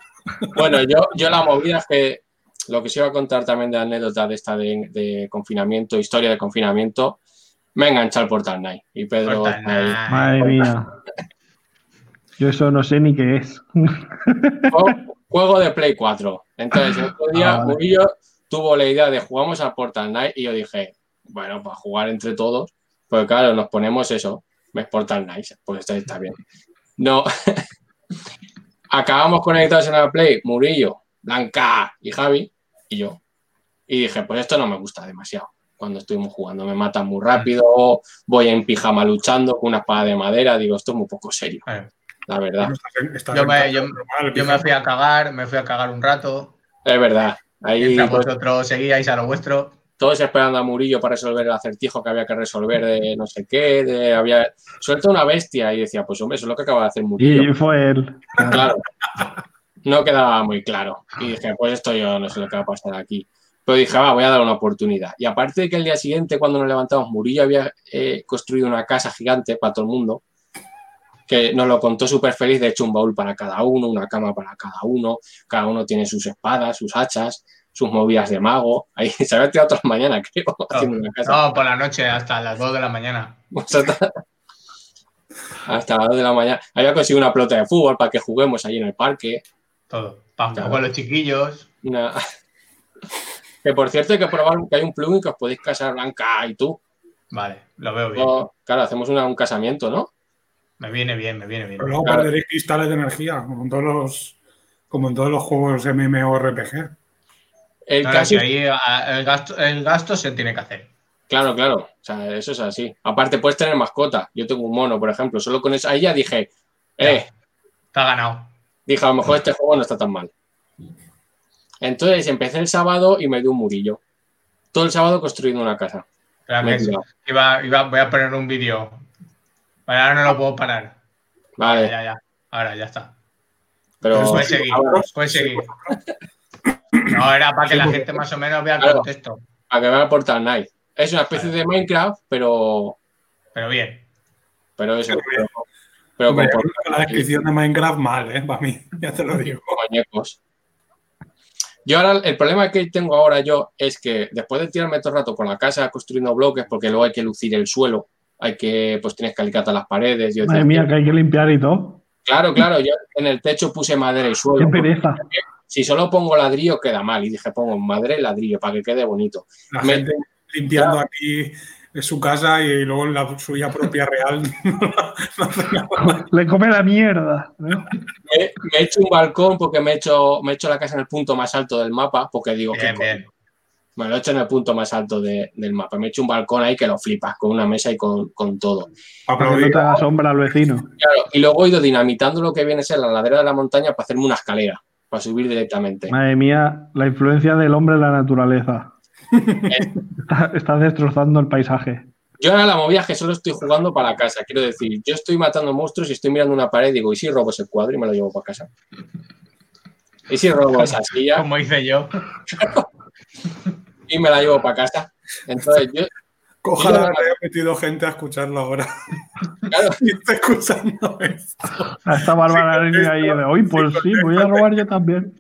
Speaker 1: Bueno, yo, yo la movida es que lo que os iba a contar también de anécdota de esta de, de confinamiento, historia de confinamiento, me he enganchado al Portal Night. Y Pedro
Speaker 4: Corta,
Speaker 1: está ahí.
Speaker 4: nah.
Speaker 3: Madre mía. Yo eso no sé ni qué es.
Speaker 1: Juego- Juego de Play 4. Entonces, el otro día
Speaker 3: Ah, vale.
Speaker 1: Murillo tuvo la idea de jugamos a Portal Night y yo dije, bueno, para jugar entre todos, pues claro, nos ponemos eso, es Portal Night, pues está, está bien. No. Acabamos conectados en la Play, Murillo, Blanca y Javi y yo. Y dije, pues esto no me gusta demasiado. Cuando estuvimos jugando, me matan muy rápido, voy en pijama luchando con una espada de madera, digo, esto es muy poco serio,
Speaker 4: Claro.
Speaker 1: la verdad.
Speaker 2: Estás- estás
Speaker 4: Yo
Speaker 2: en
Speaker 4: me,
Speaker 2: casa,
Speaker 4: yo-
Speaker 2: normal,
Speaker 4: yo me fui a cagar, me fui a cagar un rato.
Speaker 1: Es verdad. Ahí
Speaker 4: Mientras
Speaker 1: pues,
Speaker 4: vosotros seguíais a lo vuestro.
Speaker 1: todos esperando a Murillo para resolver el acertijo que había que resolver de no sé qué, de había suelta una bestia y decía, pues hombre, eso es lo que acaba de hacer Murillo.
Speaker 3: Y fue él.
Speaker 1: Claro. No quedaba muy claro. Y dije, pues esto yo no sé lo que va a pasar aquí. Pero dije, va, voy a dar una oportunidad. Y aparte de que el día siguiente, cuando nos levantamos, Murillo había eh, construido una casa gigante para todo el mundo, que nos lo contó súper feliz. De hecho, un baúl para cada uno, una cama para cada uno, cada uno tiene sus espadas, sus hachas. sus movidas de mago. Ahí se había tirado toda la mañana, creo, haciendo una casa.
Speaker 4: No, por la noche hasta las 2 de la mañana.
Speaker 1: O sea, hasta, hasta las 2 de la mañana. Había conseguido una pelota de fútbol para que juguemos allí en el parque.
Speaker 4: Todo. Para jugar
Speaker 1: Claro.
Speaker 4: con los chiquillos.
Speaker 1: Una- Que por cierto hay que probar que hay un plugin que os podéis casar Blanca y tú.
Speaker 4: Vale, lo veo bien.
Speaker 1: O- claro, hacemos una- un casamiento, ¿no?
Speaker 4: Me viene bien, me viene bien.
Speaker 2: Pero luego
Speaker 1: Claro.
Speaker 2: perderéis cristales de energía, como en todos los, como en todos los juegos MMORPG.
Speaker 1: El
Speaker 4: Claro,
Speaker 1: casi-
Speaker 4: que ahí, a- el, gasto, el gasto se tiene que hacer.
Speaker 1: Claro, claro. O sea, eso es así. Aparte, puedes tener mascota. Yo tengo un mono, por ejemplo. Solo con eso. Ahí ya dije, eh,
Speaker 4: Está ganado.
Speaker 1: dije, a lo mejor este juego no está tan mal. Entonces empecé el sábado y me dio un murillo. Todo el sábado construyendo una casa.
Speaker 4: Espera,
Speaker 1: Me he
Speaker 4: que
Speaker 1: tirado.
Speaker 4: iba- iba- voy a poner un vídeo. Vale, ahora no lo puedo parar. Ya,
Speaker 1: Vale,
Speaker 4: ya, ya. Ahora ya está.
Speaker 1: Eh. pero.
Speaker 2: Pero
Speaker 4: Puedes
Speaker 2: sí,
Speaker 4: seguir,
Speaker 1: ahora,
Speaker 4: puedes seguir. No, era para que la gente más o menos vea el
Speaker 1: Claro.
Speaker 4: contexto.
Speaker 1: a que me aportar Night. Es una especie de Minecraft, pero.
Speaker 4: Pero bien.
Speaker 1: Pero eso.
Speaker 2: Pero
Speaker 1: Pero, pero con
Speaker 2: Hombre, la descripción de Minecraft mal, ¿eh? Para mí, ya te lo digo.
Speaker 1: muñecos. Yo ahora, el problema que tengo ahora yo es que después de tirarme todo el rato con la casa construyendo bloques, porque luego hay que lucir el suelo, hay que, pues tienes que alicatar las paredes. Yo
Speaker 3: Madre
Speaker 1: decía,
Speaker 3: mía, que hay que limpiar y todo.
Speaker 1: Claro, claro, yo en el techo puse madera y
Speaker 3: Qué
Speaker 1: suelo.
Speaker 3: pereza.
Speaker 1: Si solo pongo ladrillo queda mal y dije pongo madera y ladrillo para que quede bonito.
Speaker 2: La
Speaker 1: Me-
Speaker 2: gente limpiando aquí su casa y luego en la suya propia real. no hace nada.
Speaker 3: Le come la mierda. ¿eh? ¿no?
Speaker 1: Me, me he hecho un balcón porque me he hecho, me he hecho la casa en el punto más alto del mapa, porque digo
Speaker 4: Bien,
Speaker 1: que
Speaker 4: bien.
Speaker 1: Me lo he hecho en el punto más alto de- del mapa. Me he hecho un balcón ahí que lo flipas, con una mesa y con, con todo.
Speaker 3: Para que no
Speaker 2: Aplaudir.
Speaker 3: te haga sombra al vecino.
Speaker 1: Claro, y luego he ido dinamitando lo que viene a ser la ladera de la montaña para hacerme una escalera, para subir directamente.
Speaker 3: Madre mía, la influencia del hombre en la naturaleza. Está, está destrozando el paisaje.
Speaker 1: Yo ahora la movida es que solo estoy jugando para la casa. Quiero decir, yo estoy matando monstruos y estoy mirando una pared y digo, ¿y si robo ese cuadro y me lo llevo para casa? ¿Y si robo esa silla
Speaker 4: Como hice yo.
Speaker 1: y me la llevo para casa? Entonces, yo,
Speaker 2: Ojalá le haya metido gente a escucharlo ahora.
Speaker 1: claro,
Speaker 2: Y está escuchando esto.
Speaker 3: Está Ah, Bárbara
Speaker 2: Sí,
Speaker 3: Arena ahí de hoy, pues sí, voy a robar yo también.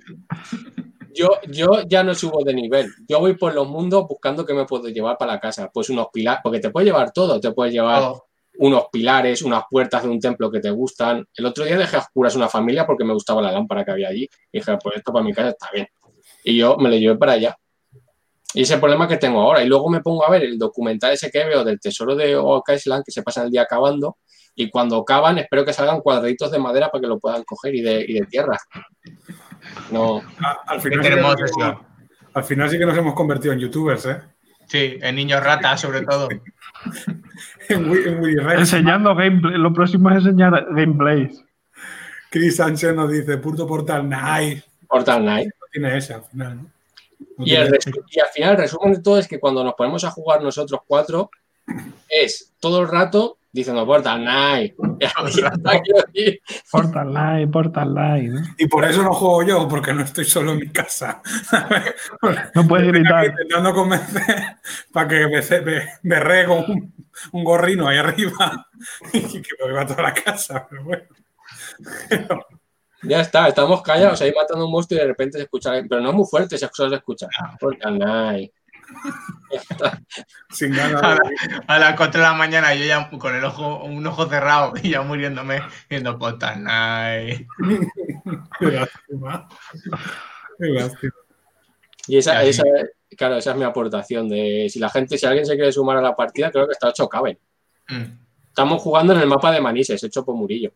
Speaker 1: Yo, yo ya no subo de nivel. Yo voy por los mundos buscando qué me puedo llevar para la casa. Pues unos pilares, porque te puedes llevar todo. Te puedes llevar
Speaker 4: Todo.
Speaker 1: unos pilares, unas puertas de un templo que te gustan. El otro día dejé a oscuras una familia porque me gustaba la lámpara que había allí. Y dije, pues esto para mi casa está bien. Y yo me lo llevé para allá. Y ese problema que tengo ahora. Y luego me pongo a ver el documental ese que veo del tesoro de Oak Island, que se pasa el día cavando. Y cuando cavan, espero que salgan cuadraditos de madera para que lo puedan coger y de, y de tierra. No.
Speaker 2: A- Al
Speaker 4: Qué
Speaker 2: final, sí que
Speaker 4: hermosa
Speaker 2: nos hemos-
Speaker 4: sesión.
Speaker 2: al final sí que nos hemos convertido en youtubers, ¿eh?
Speaker 4: Sí, el niño rata, sobre todo.
Speaker 2: En Wi- en Willy Rex.
Speaker 3: Enseñando gameplay. Lo próximo es enseñar gameplays.
Speaker 2: Chris Sánchez nos dice, Puerto Portal, nice.
Speaker 1: Portal Night.
Speaker 2: No tiene ese al final, ¿no? No
Speaker 1: Y,
Speaker 2: tiene
Speaker 1: el resu- y al final, el resumen de todo es que cuando nos ponemos a jugar nosotros cuatro, es todo el rato diciendo Portal Night. Quiero decir,
Speaker 3: Portal Live, Portal Live. ¿no?
Speaker 2: Y por eso no juego yo, porque no estoy solo en mi casa.
Speaker 3: No puedes
Speaker 2: Estoy
Speaker 3: gritar.
Speaker 2: intentando convencer para que me, ce- me, me ree con un, un gorrino ahí arriba y que me beba toda la casa. Pero bueno,
Speaker 1: Ya está, estamos callados ahí matando un monstruo y de repente se escucha. Pero no es muy fuerte, se solo se escucha.
Speaker 2: Ah.
Speaker 1: Portal Night.
Speaker 2: sin ganas de
Speaker 4: A las 4 de la mañana yo ya con el ojo, un ojo cerrado y ya muriéndome viendo potas. Ay.
Speaker 2: Qué lástima. Qué lástima.
Speaker 1: Y esa,
Speaker 4: Así.
Speaker 1: esa- claro, esa es mi aportación de si la gente, si alguien se quiere sumar a la partida, creo que está hecho caben.
Speaker 4: Mm.
Speaker 1: Estamos jugando en el mapa de Manises, hecho por Murillo.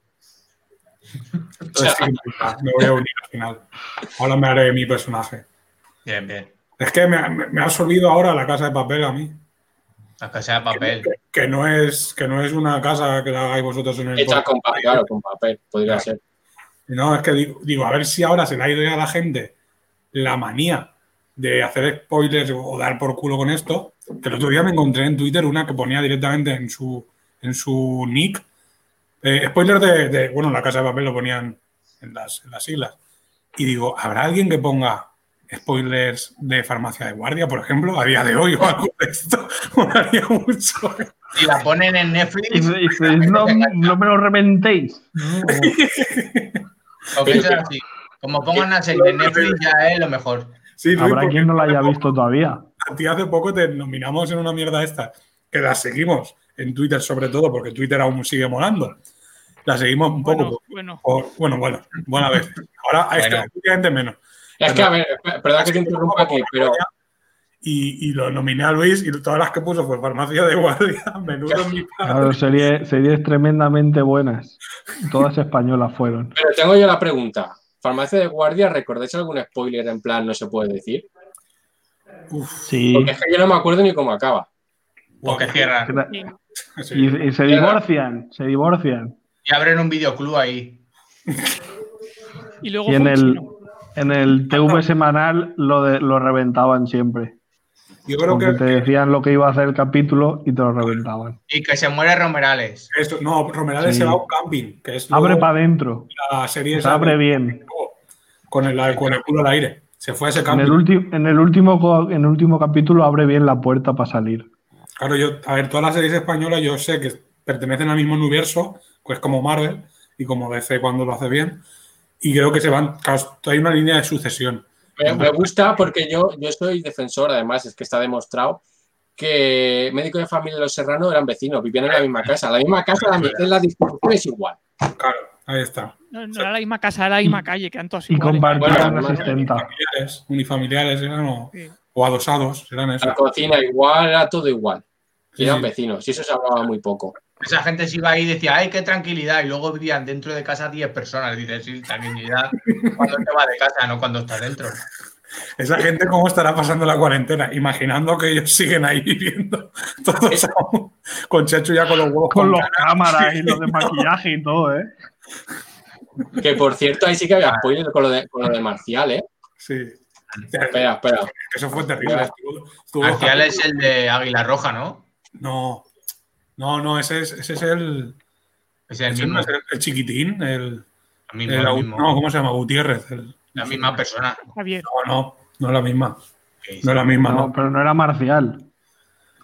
Speaker 2: Entonces, sí, me voy a unir al final. Ahora me haré mi personaje.
Speaker 4: Bien, bien.
Speaker 2: Es que me, me- me ha absorbido ahora la casa de papel a mí.
Speaker 4: La casa de papel.
Speaker 2: Que no es, que no es una casa que la hagáis vosotros en el
Speaker 1: Hecha
Speaker 2: podcast.
Speaker 1: con papel, claro, con papel, podría
Speaker 2: Claro.
Speaker 1: ser.
Speaker 2: No, es que digo, digo, a ver si ahora se le ha ido ya a la gente la manía de hacer spoilers o dar por culo con esto. Que el otro día me encontré en Twitter una que ponía directamente en su, en su nick. eh, spoilers de, de- Bueno, la casa de papel lo ponían en las, en las siglas. Y digo, ¿habrá alguien que ponga spoilers de farmacia de guardia, por ejemplo, a día de hoy o algo de esto? Molaría mucho.
Speaker 4: Si la ponen en
Speaker 3: Y
Speaker 4: Netflix,
Speaker 3: dices, no, no me lo reventéis. ¿no?
Speaker 4: o que sea así. Como pongan una serie en Netflix ya es lo mejor.
Speaker 2: Sí, Luis,
Speaker 3: Habrá
Speaker 2: porque
Speaker 3: quien no la haya
Speaker 2: hace
Speaker 3: visto todavía.
Speaker 2: A ti hace poco te nominamos en una mierda esta, que la seguimos en Twitter sobre todo, porque Twitter aún sigue molando. La seguimos un poco.
Speaker 5: Bueno, bueno.
Speaker 2: por- por- bueno, bueno, buena vez. Ahora, a este,
Speaker 4: Bueno.
Speaker 2: últimamente menos.
Speaker 1: Es que, a ver, perdón que te interrumpa aquí, pero
Speaker 2: Y, y lo nominé a Luis y todas las que puso fue farmacia de guardia, menudo mi padre.
Speaker 3: Claro, series, series tremendamente buenas. Todas españolas fueron.
Speaker 1: Pero tengo yo la pregunta. Farmacia de guardia, ¿recordáis algún spoiler en plan no se puede decir?
Speaker 2: Uf,
Speaker 3: Sí.
Speaker 1: Porque es que yo no me acuerdo ni cómo acaba.
Speaker 4: O que cierran.
Speaker 2: sí.
Speaker 3: Y, y se divorcian, se divorcian.
Speaker 4: Y abren un videoclub ahí.
Speaker 5: Y luego
Speaker 3: Y en
Speaker 5: fue un
Speaker 3: el,
Speaker 5: chino.
Speaker 3: en el TV semanal lo, de- lo reventaban siempre.
Speaker 2: Yo creo
Speaker 3: Porque
Speaker 2: que,
Speaker 3: te decían lo que iba a hacer el capítulo y te lo reventaban.
Speaker 4: Y que se muere Romerales.
Speaker 2: que esto- no, Romerales
Speaker 3: Sí.
Speaker 2: se va a un camping, que es
Speaker 3: Abre
Speaker 2: luego
Speaker 3: para adentro.
Speaker 2: la serie esa
Speaker 3: Abre
Speaker 2: de-
Speaker 3: bien.
Speaker 2: con el, con el culo al aire. Se fue a ese
Speaker 3: En el,
Speaker 2: camping.
Speaker 3: ulti- en, el último, co- en el último capítulo abre bien la puerta para salir.
Speaker 2: Claro, yo, a ver, todas las series españolas yo sé que pertenecen al mismo universo, pues como Marvel y como DC cuando lo hace bien, y creo que se van, claro, hay una línea de sucesión.
Speaker 1: Me, me gusta porque yo, yo soy defensor, además, es que está demostrado que médico de familia de los serranos eran vecinos, vivían en la misma casa. La misma casa, la, mi- la distribución es igual.
Speaker 2: Claro, ahí está.
Speaker 5: No, no era la misma casa, era la misma calle, que eran todos
Speaker 3: Y
Speaker 5: iguales.
Speaker 3: compartían
Speaker 1: Bueno,
Speaker 3: asistenta.
Speaker 2: Familiares, unifamiliares eran o,
Speaker 5: Sí.
Speaker 2: o adosados, eran eso.
Speaker 1: La cocina igual, era todo igual. Y
Speaker 2: Sí,
Speaker 1: eran
Speaker 2: sí.
Speaker 1: vecinos, y eso se hablaba muy poco.
Speaker 4: Esa gente se iba ahí y decía, ay, qué tranquilidad. Y luego vivían dentro de casa 10 personas. Dices, sí, tranquilidad. Cuando te va de casa, no cuando está dentro.
Speaker 2: Esa gente cómo estará pasando la cuarentena, imaginando que ellos siguen ahí viviendo todos aún, con Chechu ya con los huevos.
Speaker 3: Con
Speaker 2: con
Speaker 3: los
Speaker 2: cara.
Speaker 3: cámaras y los de maquillaje y todo, ¿eh?
Speaker 1: Que por cierto, ahí sí que había spoiler con lo de, con lo de Marcial, ¿eh?
Speaker 2: Sí.
Speaker 1: Espera, espera.
Speaker 2: Eso fue terrible. estuvo- estuvo-
Speaker 4: Marcial es el de Águila Roja, ¿no?
Speaker 2: No, no, no, ese es, ese es el,
Speaker 4: Es el
Speaker 2: ese
Speaker 4: mismo.
Speaker 2: no es el- el chiquitín, el,
Speaker 4: el mismo,
Speaker 2: el
Speaker 4: el
Speaker 2: au-
Speaker 4: mismo.
Speaker 2: no, ¿cómo se llama? Gutiérrez. el-
Speaker 4: La misma persona.
Speaker 5: Javier.
Speaker 2: no, no, no es la misma.
Speaker 4: Sí, sí.
Speaker 2: No es la misma, no.
Speaker 3: No, pero no era marcial.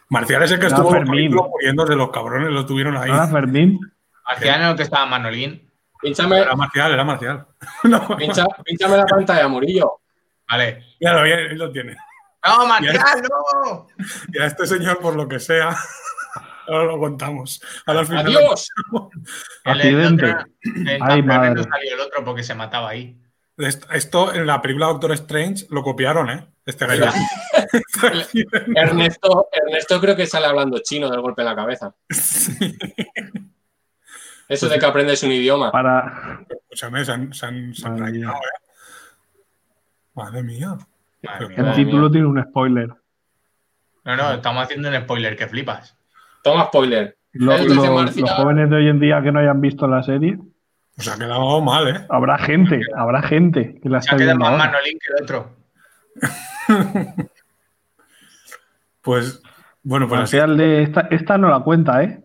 Speaker 2: Marcial es el que
Speaker 3: No,
Speaker 2: estuvo en los
Speaker 3: Fermín.
Speaker 2: capítulos muriéndose, los cabrones lo tuvieron
Speaker 3: ¿No
Speaker 2: ahí.
Speaker 3: era Fermín?
Speaker 4: Marcial en el que estaba Manolín.
Speaker 1: Pínchame,
Speaker 2: Era Marcial, era Marcial. No,
Speaker 1: pincha- pínchame la pantalla, Murillo.
Speaker 4: Vale.
Speaker 2: míralo, ahí- ahí lo tiene.
Speaker 4: ¡No, Marcial, no!
Speaker 2: Y a este señor, por lo que sea, ahora lo contamos. Ahora al final-
Speaker 1: ¡Adiós!
Speaker 4: El- el otro-
Speaker 3: Accidente.
Speaker 4: el
Speaker 3: Ay,
Speaker 4: campeón
Speaker 3: madre.
Speaker 4: no salió el otro porque se mataba ahí.
Speaker 2: Esto, esto en la película Doctor Strange lo copiaron, ¿eh? Este gallo.
Speaker 1: Ernesto, Ernesto creo que sale hablando chino del golpe en la cabeza.
Speaker 2: Sí.
Speaker 1: Eso de que aprendes un idioma.
Speaker 3: Para.
Speaker 2: Escúchame, se han, se han- se han
Speaker 3: Madre mía.
Speaker 2: rayado, ¿eh? Madre mía.
Speaker 4: Madre mía.
Speaker 3: El
Speaker 1: Madre
Speaker 3: título tiene un spoiler.
Speaker 4: No, no, estamos haciendo un spoiler que flipas.
Speaker 1: Toma spoiler.
Speaker 3: Lo-
Speaker 1: Entonces,
Speaker 3: lo-
Speaker 1: Marcial-
Speaker 3: los jóvenes de hoy en día que no hayan visto la serie,
Speaker 2: Pues ha quedado mal, ¿eh?
Speaker 3: habrá gente, habrá gente que la
Speaker 4: Se ha
Speaker 3: esté
Speaker 4: quedado
Speaker 3: viendo.
Speaker 4: más
Speaker 3: ahora.
Speaker 4: Manolín que el otro.
Speaker 2: Pues, bueno, pues así.
Speaker 3: Marcial de esta, esta no la cuenta, ¿eh?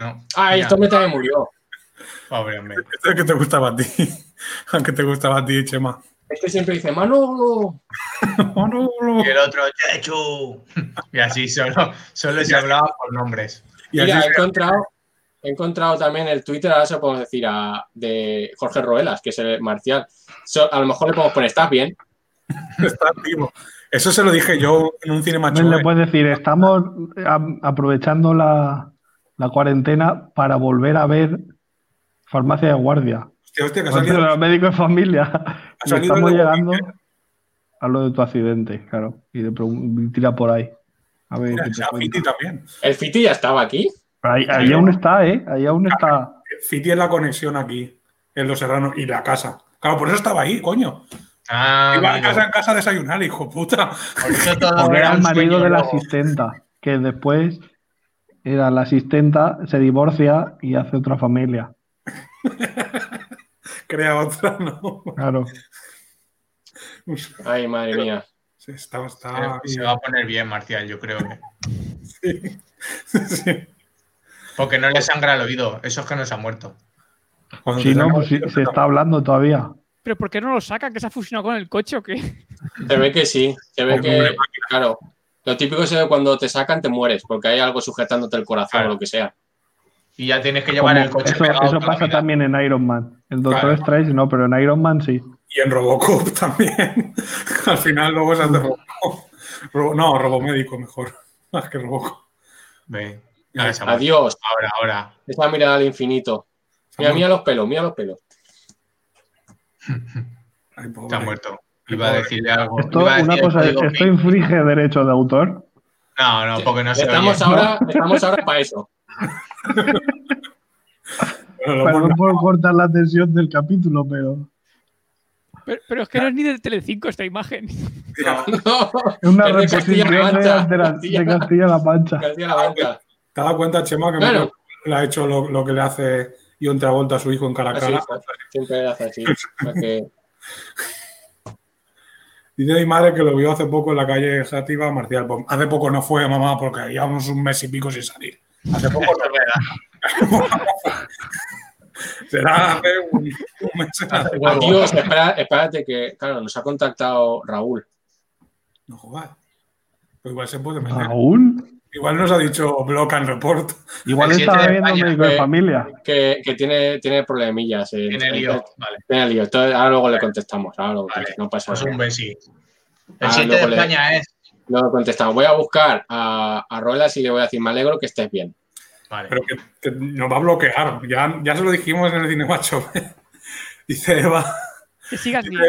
Speaker 4: No.
Speaker 1: Ah,
Speaker 4: Mira,
Speaker 1: esto me también murió.
Speaker 4: Pobre hombre.
Speaker 2: Este es el que te gustaba a ti. El que te gustaba a ti, Chema.
Speaker 1: Este siempre dice, Manolo.
Speaker 2: Oh, no, no.
Speaker 4: Y el otro, Chechu. Y así solo, solo se hablaba por nombres.
Speaker 2: Y
Speaker 1: Mira,
Speaker 2: así
Speaker 1: he encontrado, he encontrado también el Twitter, ahora se lo podemos decir, a, de Jorge Roelas, que es el marcial. So- a lo mejor le podemos poner, ¿estás bien?
Speaker 2: está activo. Eso se lo dije yo en un cine macho.
Speaker 3: Ven, le puedes decir, estamos eh, am- aprovechando la, la cuarentena para volver a ver farmacia de guardia.
Speaker 2: Hostia, hostia, que ha
Speaker 3: Hostia,
Speaker 2: salido.
Speaker 3: los médicos de familia. Y
Speaker 2: salido
Speaker 3: Estamos
Speaker 2: el de
Speaker 3: llegando a lo de tu accidente, claro. Y de pregun- y tira por ahí. A ver,
Speaker 2: Mira,
Speaker 3: qué te
Speaker 2: esa
Speaker 3: cuenta.
Speaker 2: eh, Fiti también.
Speaker 1: El Fiti ya estaba aquí.
Speaker 3: Pero ahí, ahí aún está, ¿eh? Ahí aún está.
Speaker 2: Fiti es la conexión aquí, en Los Serranos, y la casa. Claro, por eso estaba ahí, coño.
Speaker 4: Ah,
Speaker 2: Iba de
Speaker 4: amigo.
Speaker 2: casa en casa a desayunar, hijo puta.
Speaker 4: Por eso todo
Speaker 3: Porque
Speaker 4: era
Speaker 3: era el
Speaker 4: un
Speaker 3: marido
Speaker 4: sueño
Speaker 3: de la
Speaker 4: loco.
Speaker 3: asistenta, que después era la asistenta, se divorcia y hace otra familia.
Speaker 2: Crea otra, ¿no?
Speaker 3: Claro.
Speaker 1: Ay, madre mía.
Speaker 2: Sí, está, está.
Speaker 3: Ah,
Speaker 4: Pero Se va a poner bien, Marcial, yo creo. ¿eh? que.
Speaker 2: Sí.
Speaker 4: Porque no le sangra el oído. Eso es que no se ha muerto.
Speaker 2: Cuando
Speaker 3: Si
Speaker 2: te
Speaker 3: no,
Speaker 2: saca-
Speaker 3: pues si- se está hablando todavía.
Speaker 5: ¿Pero por qué no lo sacan? ¿Que se ha fusionado con el coche o qué?
Speaker 1: Se ve que sí. Se ve que, claro. Lo típico es que cuando te sacan te mueres, porque hay algo sujetándote el corazón
Speaker 4: Claro.
Speaker 1: o lo que sea.
Speaker 4: Y ya tienes que llevar
Speaker 3: Como
Speaker 4: el coche
Speaker 3: eso
Speaker 4: pegado
Speaker 3: eso
Speaker 4: toda la
Speaker 3: pasa
Speaker 4: vida.
Speaker 3: también en Iron Man. El Doctor
Speaker 2: Claro.
Speaker 3: Strange no, pero en Iron Man sí.
Speaker 2: Y en Robocop también. Al final luego se hace Robocop. Robo- no, Robomédico mejor. Más que Robocop.
Speaker 4: Ve. Ahora, Samuel.
Speaker 1: Adiós.
Speaker 4: Ahora, ahora.
Speaker 1: Esa mirada al infinito. Mira, mira los pelos, mira los pelos.
Speaker 2: Ay, pobre.
Speaker 4: Está muerto. Iba a decirle algo.
Speaker 3: Esto,
Speaker 4: Iba a decir
Speaker 3: una
Speaker 4: el
Speaker 3: cosa,
Speaker 4: código
Speaker 3: esto
Speaker 4: King.
Speaker 3: infringe derechos de autor.
Speaker 4: No, no, porque no se
Speaker 1: estamos,
Speaker 4: oye.
Speaker 1: ahora, estamos ahora para eso.
Speaker 2: Pero lo
Speaker 3: Perdón
Speaker 2: bueno-
Speaker 3: por cortar la tensión del capítulo, pero
Speaker 5: Pero, pero es que no es ni de Telecinco esta imagen.
Speaker 1: No,
Speaker 3: es una
Speaker 1: Es de
Speaker 3: reposición de,
Speaker 1: Castilla-La Mancha.
Speaker 3: de la- de Castilla-La Mancha.
Speaker 1: García la banca.
Speaker 2: ¿Te has dado cuenta, Chema, que
Speaker 1: Claro.
Speaker 2: Michael le ha hecho lo, lo que le hace John Travolta a su hijo en cara a
Speaker 1: Así,
Speaker 2: cara?
Speaker 1: siempre era así. Porque-
Speaker 2: Dice mi madre que lo vio hace poco en la calle Jativa Marcial. Pues hace poco no fue, mamá, porque llevamos un mes y pico sin salir. Hace poco no. Será hace un, un mes. hace-
Speaker 1: Adiós, espera- espérate que, claro, nos ha contactado Raúl.
Speaker 2: No jodas. Pero igual se puede
Speaker 3: Ah,
Speaker 2: meter.
Speaker 3: ¿Aún?
Speaker 2: Igual nos ha dicho block and report.
Speaker 3: Igual
Speaker 4: El
Speaker 3: estaba
Speaker 4: siete de
Speaker 3: viendo
Speaker 4: España,
Speaker 3: médico de
Speaker 1: eh,
Speaker 3: familia.
Speaker 1: Que, que tiene, tiene problemillas. eh.
Speaker 4: Tiene lío. Vale.
Speaker 1: Tiene lío. Entonces, ahora luego le contestamos. Ahora luego
Speaker 4: Vale.
Speaker 1: no pasa
Speaker 4: Pues
Speaker 1: nada.
Speaker 4: un besi.
Speaker 1: Ah,
Speaker 4: El 7
Speaker 1: luego
Speaker 4: de
Speaker 1: le-
Speaker 4: España es.
Speaker 1: Luego contestamos. Voy a buscar a, a Roelas y le voy a decir, me alegro que estés bien.
Speaker 4: Vale.
Speaker 2: Pero que, que nos va a bloquear. Ya, ya se lo dijimos en el Cinemacho. Dice Eva.
Speaker 5: Que sigas bien.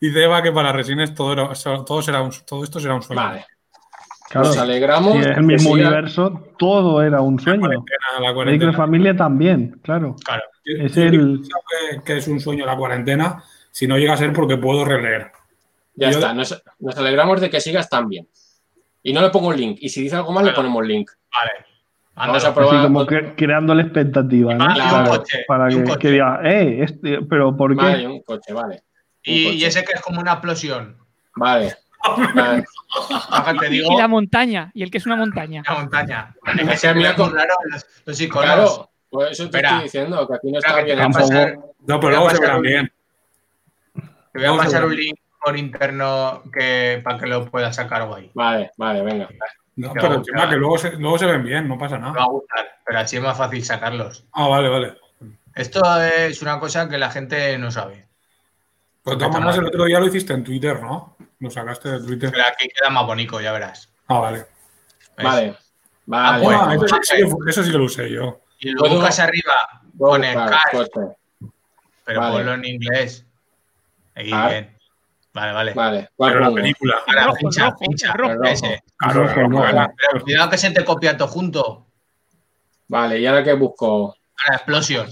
Speaker 2: Dice Eva que para Resines todo, era- todo, será un- todo esto será un sueño.
Speaker 1: Vale.
Speaker 3: Pues Claro,
Speaker 1: Nos
Speaker 3: si
Speaker 1: alegramos.
Speaker 3: es el
Speaker 1: que
Speaker 3: mismo
Speaker 1: siga-
Speaker 3: universo, todo era un sueño.
Speaker 2: Cuarentena, la
Speaker 3: Médico de
Speaker 2: cuarentena.
Speaker 3: familia también, claro.
Speaker 4: Claro.
Speaker 2: Yo-
Speaker 3: Es
Speaker 2: yo
Speaker 3: el-
Speaker 2: creo que- que es un sueño la cuarentena, si no llega a ser porque puedo releer.
Speaker 1: Ya
Speaker 2: Yo-
Speaker 1: está. Nos, nos alegramos de que sigas tan bien. Y no le pongo un link. Y si dice algo más, le
Speaker 4: Claro.
Speaker 1: ponemos link.
Speaker 4: Vale.
Speaker 1: Vamos
Speaker 4: Ándalo.
Speaker 1: a probar.
Speaker 3: Así como que- creando la expectativa, ¿no?
Speaker 4: Ah,
Speaker 1: y un
Speaker 3: Para-
Speaker 4: coche,
Speaker 3: para
Speaker 4: y un
Speaker 3: que,
Speaker 4: coche.
Speaker 3: que diga, eh, este- pero ¿por qué?
Speaker 1: Vale, un coche, vale.
Speaker 4: Y,
Speaker 1: Un
Speaker 4: y
Speaker 1: coche.
Speaker 4: ese que es como una explosión.
Speaker 1: Vale. Vale.
Speaker 4: Baja, te
Speaker 5: Y,
Speaker 4: digo,
Speaker 5: y la
Speaker 4: la...
Speaker 5: montaña. Y el que es una montaña.
Speaker 4: montaña. Es
Speaker 1: sea,
Speaker 4: que se
Speaker 1: mira
Speaker 4: mira
Speaker 1: con-
Speaker 4: con raro los, los iconos.
Speaker 1: Claro. Pues eso te
Speaker 4: Espera.
Speaker 1: estoy diciendo, que aquí no
Speaker 4: Espera,
Speaker 1: está
Speaker 4: que
Speaker 1: bien.
Speaker 4: te voy a
Speaker 3: Tampoco.
Speaker 4: pasar,
Speaker 2: No, pero
Speaker 4: Voy a
Speaker 2: luego se
Speaker 4: pasar
Speaker 2: verán
Speaker 4: un-
Speaker 2: bien.
Speaker 4: te voy a
Speaker 2: Vamos a
Speaker 4: pasar
Speaker 2: ver.
Speaker 4: un link por interno que, para que lo puedas sacar guay.
Speaker 1: Vale, vale, venga.
Speaker 2: No,
Speaker 4: Ya,
Speaker 2: pero
Speaker 4: ya.
Speaker 2: Chema, que luego se, luego se ven bien, no pasa
Speaker 4: Te va
Speaker 2: nada.
Speaker 4: a gustar, pero así es más fácil sacarlos.
Speaker 2: Ah, vale, vale.
Speaker 4: Esto es una cosa que la gente no sabe.
Speaker 2: Pues de todas maneras, el otro día lo hiciste en Twitter, ¿no? Lo sacaste de Twitter.
Speaker 4: Pero aquí queda más bonito, ya verás.
Speaker 2: Ah, vale.
Speaker 4: ¿Ves?
Speaker 1: Vale. Vale.
Speaker 4: Ah, bueno.
Speaker 2: Ah, eso, sí, sí que fue- eso sí que lo usé yo.
Speaker 4: Y lo
Speaker 1: Puedo-
Speaker 4: buscas arriba,
Speaker 1: Voy a
Speaker 4: pones
Speaker 1: buscar
Speaker 4: car,
Speaker 1: coche.
Speaker 4: pero
Speaker 1: Vale.
Speaker 4: ponlo en inglés. Ahí
Speaker 1: Car.
Speaker 4: bien. Vale, vale.
Speaker 1: Vale. ¿Cuál
Speaker 2: Pero la
Speaker 1: pongo?
Speaker 2: película.
Speaker 4: Ahora,
Speaker 5: Rojo,
Speaker 4: pincha,
Speaker 5: rojo,
Speaker 4: pincha.
Speaker 5: rojo.
Speaker 4: Ese.
Speaker 2: Claro,
Speaker 3: Rojo,
Speaker 2: claro,
Speaker 3: rojo.
Speaker 2: claro.
Speaker 4: Pero cuidado que se te copia todo junto.
Speaker 1: Vale, ¿y ahora qué busco?
Speaker 4: Ahora, explosión.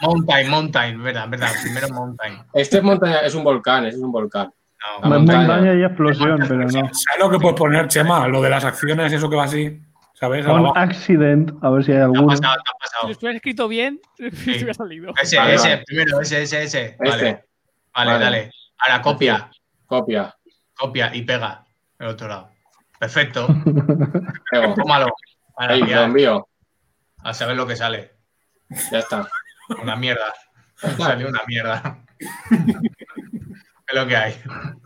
Speaker 4: Mountain, mountain, verdad, verdad. Primero mountain.
Speaker 1: Este es montaña, es un volcán, este es un volcán.
Speaker 4: No.
Speaker 1: la
Speaker 3: Más
Speaker 1: montaña.
Speaker 3: montaña y explosión, pero no.
Speaker 2: ¿Sabes lo que puedes poner, Chema? Lo de las acciones, eso que va así. ¿Sabes?
Speaker 3: Un
Speaker 2: Abajo.
Speaker 3: accident, a ver si hay
Speaker 4: Te ha
Speaker 3: alguno.
Speaker 4: pasado, te ha
Speaker 5: Si
Speaker 4: pasado.
Speaker 5: lo hubiera escrito bien, se hubiera salido.
Speaker 4: Ese,
Speaker 1: Vale,
Speaker 4: ese,
Speaker 1: vale.
Speaker 4: primero, ese, ese, ese. Vale,
Speaker 1: Este,
Speaker 4: vale,
Speaker 1: Vale.
Speaker 4: dale. Ahora copia,
Speaker 1: copia.
Speaker 4: copia y pega. El otro lado. Perfecto.
Speaker 1: Pego.
Speaker 4: Tómalo. Para
Speaker 1: Ahí, lo
Speaker 4: enviar,
Speaker 1: envío.
Speaker 4: a saber lo que sale.
Speaker 1: Ya está.
Speaker 4: Una mierda. Salió una mierda. es lo que hay.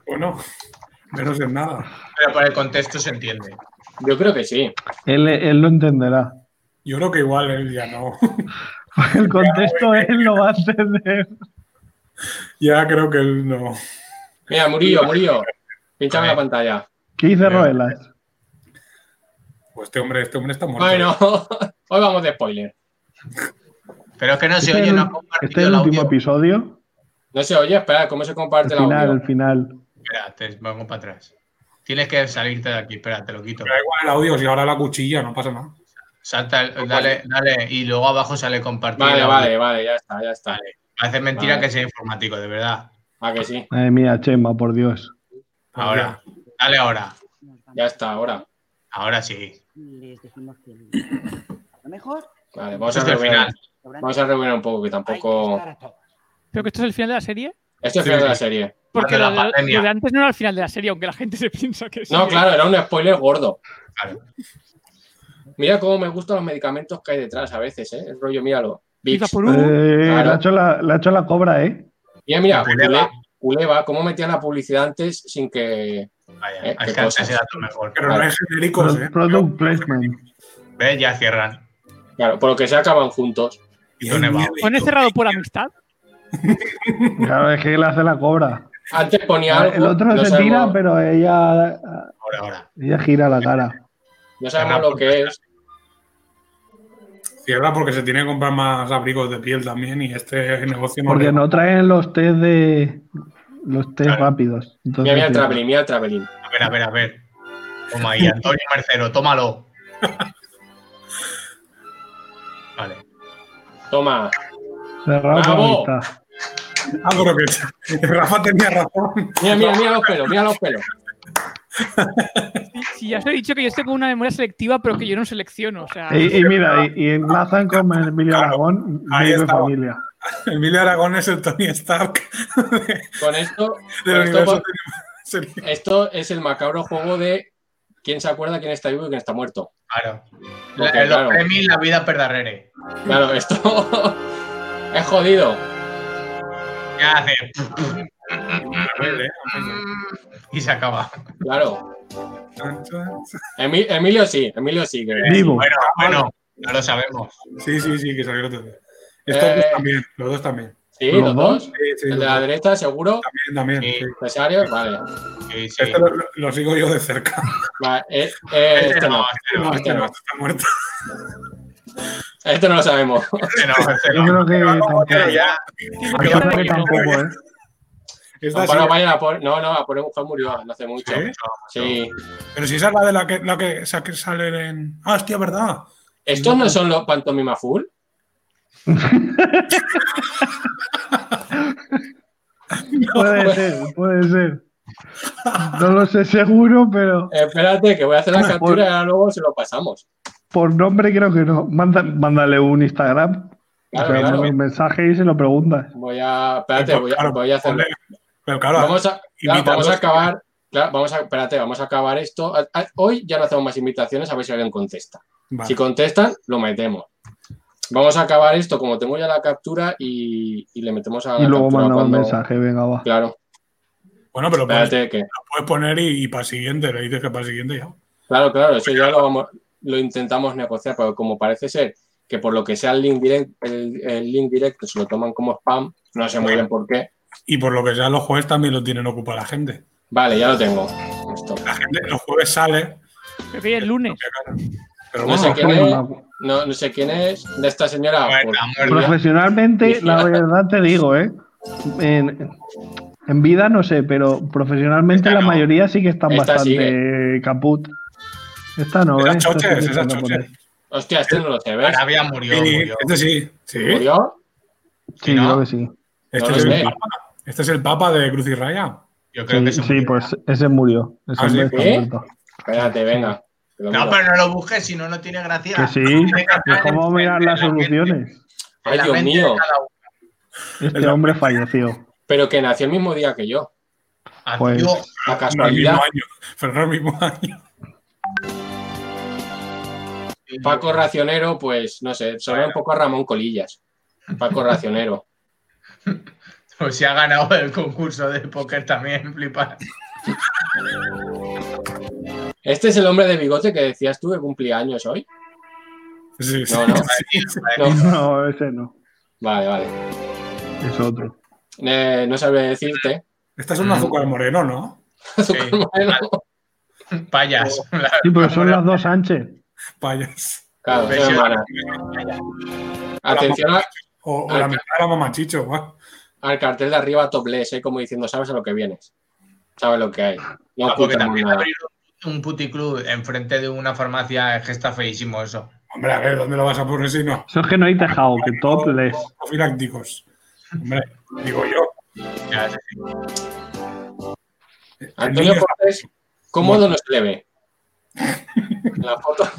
Speaker 2: Bueno, menos en nada.
Speaker 4: Pero por el contexto se entiende.
Speaker 1: Yo creo que sí.
Speaker 3: Él, él lo entenderá.
Speaker 2: Yo creo que igual él ya no.
Speaker 3: El contexto él lo va a entender.
Speaker 2: ya creo que él no.
Speaker 1: Mira, Murillo, Murillo. Pinchame la pantalla.
Speaker 3: ¿Qué dice
Speaker 4: Pero-
Speaker 3: Roelas?
Speaker 2: Pues este hombre, este hombre está muerto.
Speaker 1: Bueno, hoy vamos de spoiler.
Speaker 4: Pero es que no se
Speaker 3: Este es
Speaker 4: oye,
Speaker 3: el,
Speaker 4: no ha
Speaker 3: este
Speaker 4: compartido
Speaker 3: es el
Speaker 4: el
Speaker 3: último
Speaker 4: audio.
Speaker 3: episodio.
Speaker 1: No se oye, espera, ¿cómo se
Speaker 3: El
Speaker 1: comparte la
Speaker 3: final, el
Speaker 1: audio?
Speaker 3: final.
Speaker 4: Espera, te vengo para atrás. Tienes que salirte de aquí, espera, te lo quito.
Speaker 2: Pero da igual el audio, si ahora la cuchilla, no pasa nada.
Speaker 4: Salta, el- dale, dale, y luego abajo sale compartir. el
Speaker 1: Vale,
Speaker 4: audio.
Speaker 1: vale, vale, ya está, ya está.
Speaker 4: Parece mentira
Speaker 1: Vale.
Speaker 4: que sea informático, de verdad.
Speaker 1: Ah, que sí,
Speaker 3: Madre mía, Chema, por Dios. Pues
Speaker 4: Ahora, dale ahora.
Speaker 1: ya está, ahora.
Speaker 4: Ahora sí.
Speaker 6: les dijimos que lo mejor
Speaker 1: Vale, vamos a
Speaker 4: Este es el
Speaker 1: revelar.
Speaker 4: final.
Speaker 1: Vamos a reunir un poco, que
Speaker 6: tampoco
Speaker 1: tampoco.
Speaker 5: Creo que esto es el final de la serie.
Speaker 1: Esto es el
Speaker 2: Sí,
Speaker 1: final de la
Speaker 2: sí.
Speaker 1: serie.
Speaker 5: Porque
Speaker 4: de la
Speaker 5: lo de,
Speaker 4: pandemia.
Speaker 5: lo de antes no era el final de la serie, aunque la gente se piensa que sí.
Speaker 1: No, claro, era un spoiler gordo.
Speaker 4: Claro.
Speaker 1: Mira cómo me gustan los medicamentos que hay detrás a veces, ¿eh? El rollo, míralo.
Speaker 5: Iba
Speaker 1: Vicks.
Speaker 5: por un.
Speaker 3: Eh,
Speaker 1: claro.
Speaker 3: le, ha hecho la, le ha hecho la cobra, ¿eh?
Speaker 1: Mira, mira,
Speaker 4: Culeva.
Speaker 1: Culeva. Culeva, cómo metían la publicidad antes sin que.
Speaker 4: Vaya,
Speaker 1: Eh,
Speaker 4: es
Speaker 1: qué
Speaker 4: que antes
Speaker 1: cosas.
Speaker 4: era todo mejor.
Speaker 2: Pero no hay genéricos,
Speaker 3: Pro-
Speaker 2: ¿eh?
Speaker 3: Product placement.
Speaker 4: ¿Ves? Ya cierran.
Speaker 1: Claro, por lo que se acaban juntos.
Speaker 2: Y hay
Speaker 4: Doneva.
Speaker 2: nieve y
Speaker 5: ¿Pone
Speaker 2: todo.
Speaker 5: cerrado por amistad?
Speaker 3: Claro, es que él hace la cobra.
Speaker 1: Antes ponía algo.
Speaker 3: Ah, El otro
Speaker 1: no
Speaker 3: se tira,
Speaker 1: sabemos-
Speaker 3: pero ella,
Speaker 4: Ahora, ahora.
Speaker 3: ella gira la cara.
Speaker 1: No sabemos lo que es.
Speaker 2: Cierra porque se tiene que comprar más abrigos de piel también y este negocio no
Speaker 3: Porque
Speaker 2: le-
Speaker 3: no traen los test de. Los test
Speaker 4: Claro.
Speaker 3: rápidos.
Speaker 1: Mira,
Speaker 3: Entonces,
Speaker 1: mira el
Speaker 3: sí.
Speaker 1: Travelin, mira el Travelin.
Speaker 4: A ver, a ver, a ver. Toma ahí, Antonio Mercero, tómalo. Vale.
Speaker 1: Toma.
Speaker 3: Cerrado con
Speaker 1: ¡Bravo!
Speaker 3: amistad.
Speaker 2: Ah, pero que Rafa tenía razón.
Speaker 1: Mira, mira, mira los pelos, mira los pelos.
Speaker 5: Si, si ya os he dicho que yo tengo una memoria selectiva, pero que yo no selecciono. O sea,
Speaker 3: Y, y mira, y, y enlazan con Emilio
Speaker 2: Claro,
Speaker 3: Aragón,
Speaker 2: ahí
Speaker 3: vive
Speaker 2: estaba.
Speaker 3: familia.
Speaker 2: Emilio Aragón es el Tony Stark
Speaker 1: Con esto,
Speaker 2: del
Speaker 1: Pero esto
Speaker 2: universo. de-
Speaker 1: esto es el macabro juego de quién se acuerda quién está vivo y quién está muerto.
Speaker 4: Claro. La-
Speaker 1: Porque,
Speaker 4: los
Speaker 1: claro.
Speaker 4: premios, la vida perdarrere.
Speaker 1: Claro, esto es jodido.
Speaker 4: ¿Qué hace?
Speaker 2: Terrible, ¿eh?
Speaker 4: Y se acaba.
Speaker 1: Claro. Emi- Emilio sí, Emilio sí. que-
Speaker 3: Vivo.
Speaker 4: Bueno, bueno, no lo sabemos.
Speaker 2: Sí, sí, sí, que salió el otro día. Estos
Speaker 1: Eh.
Speaker 2: dos también, los dos también.
Speaker 1: Sí,
Speaker 3: ¿Los
Speaker 1: los
Speaker 3: dos?
Speaker 1: dos.
Speaker 2: Sí, sí,
Speaker 1: El
Speaker 2: los
Speaker 1: de la
Speaker 2: dos
Speaker 1: derecha, seguro.
Speaker 2: también, también.
Speaker 4: Sí.
Speaker 2: sí.
Speaker 1: Empresario, vale.
Speaker 4: Sí, sí.
Speaker 2: Este lo, lo- lo sigo yo de cerca.
Speaker 1: Va, eh, eh,
Speaker 4: Este
Speaker 1: este, no.
Speaker 4: no, este
Speaker 2: No,
Speaker 4: no,
Speaker 2: este no, este está muerto.
Speaker 1: este no lo sabemos.
Speaker 4: este no, este
Speaker 3: Yo
Speaker 4: no.
Speaker 3: creo que tampoco,
Speaker 4: Pero ya,
Speaker 5: tiene
Speaker 3: yo
Speaker 5: pinta de
Speaker 3: creo que
Speaker 5: que no.
Speaker 3: tampoco, ¿eh?
Speaker 2: Esta Este sí.
Speaker 1: Tampoco vayan a por... No, no, a por mujer murió no hace mucho.
Speaker 2: ¿Sí?
Speaker 1: Sí.
Speaker 2: ¿Eh? Pero si esa es la de la que, la que sa- que sale en. Ah, hostia, verdad.
Speaker 1: ¿Estos no son los pantomima full?
Speaker 3: Puede ser, puede ser. No lo sé seguro, pero
Speaker 1: Espérate, que voy a hacer la captura y ahora luego se lo pasamos.
Speaker 3: por nombre creo que no. Manda- mándale un Instagram,
Speaker 1: Claro,
Speaker 3: o sea,
Speaker 1: claro.
Speaker 3: mándale un mensaje y se lo preguntas.
Speaker 1: Voy a. Espérate, voy a,
Speaker 2: Claro,
Speaker 1: voy a hacer.
Speaker 2: ponle- Pero claro,
Speaker 1: Vamos a, claro,
Speaker 2: invitados.
Speaker 1: vamos a acabar. claro, vamos a, espérate, vamos a acabar esto. A- a- Hoy ya no hacemos más invitaciones, a ver si alguien contesta.
Speaker 2: vale.
Speaker 1: Si contestan, lo metemos. Vamos a acabar esto, como tengo ya la captura, y, y le metemos a la
Speaker 3: Y luego
Speaker 1: captura
Speaker 3: manda un
Speaker 1: cuando-
Speaker 3: mensaje, venga, va.
Speaker 1: Claro,
Speaker 2: bueno, pero puedes,
Speaker 1: espérate que.
Speaker 2: lo puedes poner y, y para el siguiente, le dices que para el siguiente ya.
Speaker 1: Claro, claro, eso ya lo vamos, lo intentamos negociar, pero como parece ser que por lo que sea el link directo, el, el link directo se lo toman como spam, no sé muy bien por qué.
Speaker 2: Y por lo que sea, los jueves también lo tienen ocupado la gente.
Speaker 1: Vale, ya lo tengo. Esto.
Speaker 2: La gente los jueves sale.
Speaker 5: Creo que ya es lunes.
Speaker 2: Pero
Speaker 1: No
Speaker 2: bueno,
Speaker 1: sé quién
Speaker 3: Bueno,
Speaker 1: es,
Speaker 3: la-
Speaker 1: no, no sé quién es, de esta señora.
Speaker 4: Muerta,
Speaker 1: por-
Speaker 4: muerta.
Speaker 3: Profesionalmente, la verdad te digo, ¿eh? En, en vida no sé, pero profesionalmente
Speaker 4: Esta
Speaker 3: la
Speaker 4: no.
Speaker 3: mayoría sí que están
Speaker 1: Esta
Speaker 3: bastante caput. Esta no,
Speaker 2: Esas
Speaker 3: ¿eh? Esta sí que
Speaker 2: choches, esas
Speaker 3: está por
Speaker 2: choches.
Speaker 3: ahí.
Speaker 1: Hostia, este no lo sé, ¿ves?
Speaker 4: Arabia murió,
Speaker 2: sí,
Speaker 4: murió.
Speaker 2: este sí. Sí.
Speaker 1: ¿Murió?
Speaker 3: Sí,
Speaker 4: ¿No?
Speaker 3: creo que sí.
Speaker 2: Este,
Speaker 1: No
Speaker 2: es
Speaker 1: lo
Speaker 2: el
Speaker 1: sé.
Speaker 2: papa. este es el papa de Cruz y Raya.
Speaker 4: Yo creo
Speaker 3: Sí,
Speaker 4: que se
Speaker 3: sí,
Speaker 4: murió.
Speaker 3: pues ese murió. Ese
Speaker 2: Ah, ¿sí?
Speaker 3: hombre está
Speaker 1: ¿Eh?
Speaker 3: muerto.
Speaker 1: Espérate, venga. que lo
Speaker 4: No,
Speaker 1: miro.
Speaker 4: pero no lo busques, si no, no tiene gracia.
Speaker 3: Que sí.
Speaker 4: Tiene que
Speaker 3: ¿Y
Speaker 4: estar
Speaker 3: ¿Cómo
Speaker 4: en-
Speaker 3: mirar
Speaker 4: en
Speaker 3: las
Speaker 4: la mente-
Speaker 3: soluciones?
Speaker 4: en
Speaker 1: Ay,
Speaker 4: la
Speaker 1: Dios
Speaker 4: mente de
Speaker 1: mío.
Speaker 4: cada uno.
Speaker 3: Este hombre falleció.
Speaker 1: Pero que nació el mismo día que yo.
Speaker 4: Ah,
Speaker 3: Pues-
Speaker 4: tío,
Speaker 1: La
Speaker 2: No el mismo
Speaker 1: casualidad.
Speaker 2: año. Pero no el mismo año.
Speaker 1: Paco Racionero, pues no sé, suena un poco a Ramón Colillas. Paco Racionero.
Speaker 4: Pues si ha ganado el concurso de póker también, flipas.
Speaker 1: ¿Este es el hombre de bigote que decías tú que cumplía años hoy?
Speaker 2: Sí, sí.
Speaker 1: No, no. No.
Speaker 3: No, ese no.
Speaker 1: Vale, vale.
Speaker 3: Es otro.
Speaker 1: Eh, no sabía decirte.
Speaker 2: Estas son azúcar moreno, ¿no?
Speaker 1: Azúcar moreno.
Speaker 4: Payas. La-
Speaker 3: Sí, pero son
Speaker 4: la-
Speaker 3: las dos Sánchez.
Speaker 2: Payas.
Speaker 1: Claro, son hermanas. Atención a-
Speaker 2: O, o la mitad de la mamachicho, va.
Speaker 1: al cartel de arriba topless, ¿eh? como diciendo, sabes a lo que vienes. Sabes lo que hay. No
Speaker 4: Ah, porque
Speaker 1: ocultamos
Speaker 4: también
Speaker 1: nada.
Speaker 4: abrir un puticlub enfrente de una farmacia es que está feísimo eso.
Speaker 2: Hombre, a ver, ¿dónde lo vas a poner si no?
Speaker 3: Eso es que no hay tejado, que topless.
Speaker 2: Ah, Profilácticos. Hombre, digo yo.
Speaker 4: Ya, sí.
Speaker 1: Antonio Cortés, cómodo no se le ve. La foto,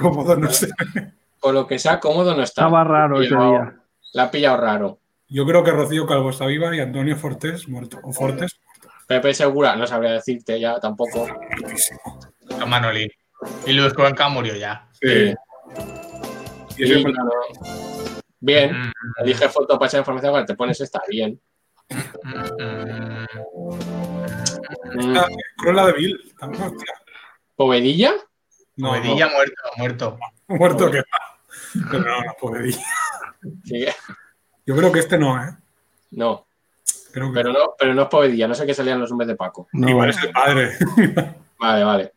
Speaker 2: Cómodo, no sé.
Speaker 1: por lo que sea, cómodo no está.
Speaker 3: Estaba raro ese
Speaker 1: Llegado.
Speaker 3: día.
Speaker 1: La ha pillado raro.
Speaker 2: Yo creo que Rocío Calvo está viva y Antonio Fortes muerto. O Fortes,
Speaker 1: Pepe Segura, no sabría decirte ya tampoco.
Speaker 2: muertísimo.
Speaker 4: Con Manolín. Y Luis Cuenca murió ya.
Speaker 1: Sí.
Speaker 2: Y ese fue-
Speaker 1: Bien,
Speaker 4: Mm,
Speaker 1: dije foto para esa información, cuando te pones esta, bien.
Speaker 4: mm, mm.
Speaker 1: Mm.
Speaker 2: Ah, Cruella de Vil. también, hostia.
Speaker 1: ¿Povedilla?
Speaker 2: No,
Speaker 4: Povedilla muerto, muerto.
Speaker 2: no, muerto que va. Pero no, no, povedilla.
Speaker 1: Sí.
Speaker 2: Yo creo que este no, ¿eh?
Speaker 1: No,
Speaker 2: Creo que
Speaker 1: pero no, pero no es povedilla, no sé qué salían los hombres de Paco.
Speaker 3: No,
Speaker 2: Igual es el padre.
Speaker 1: Vale, vale.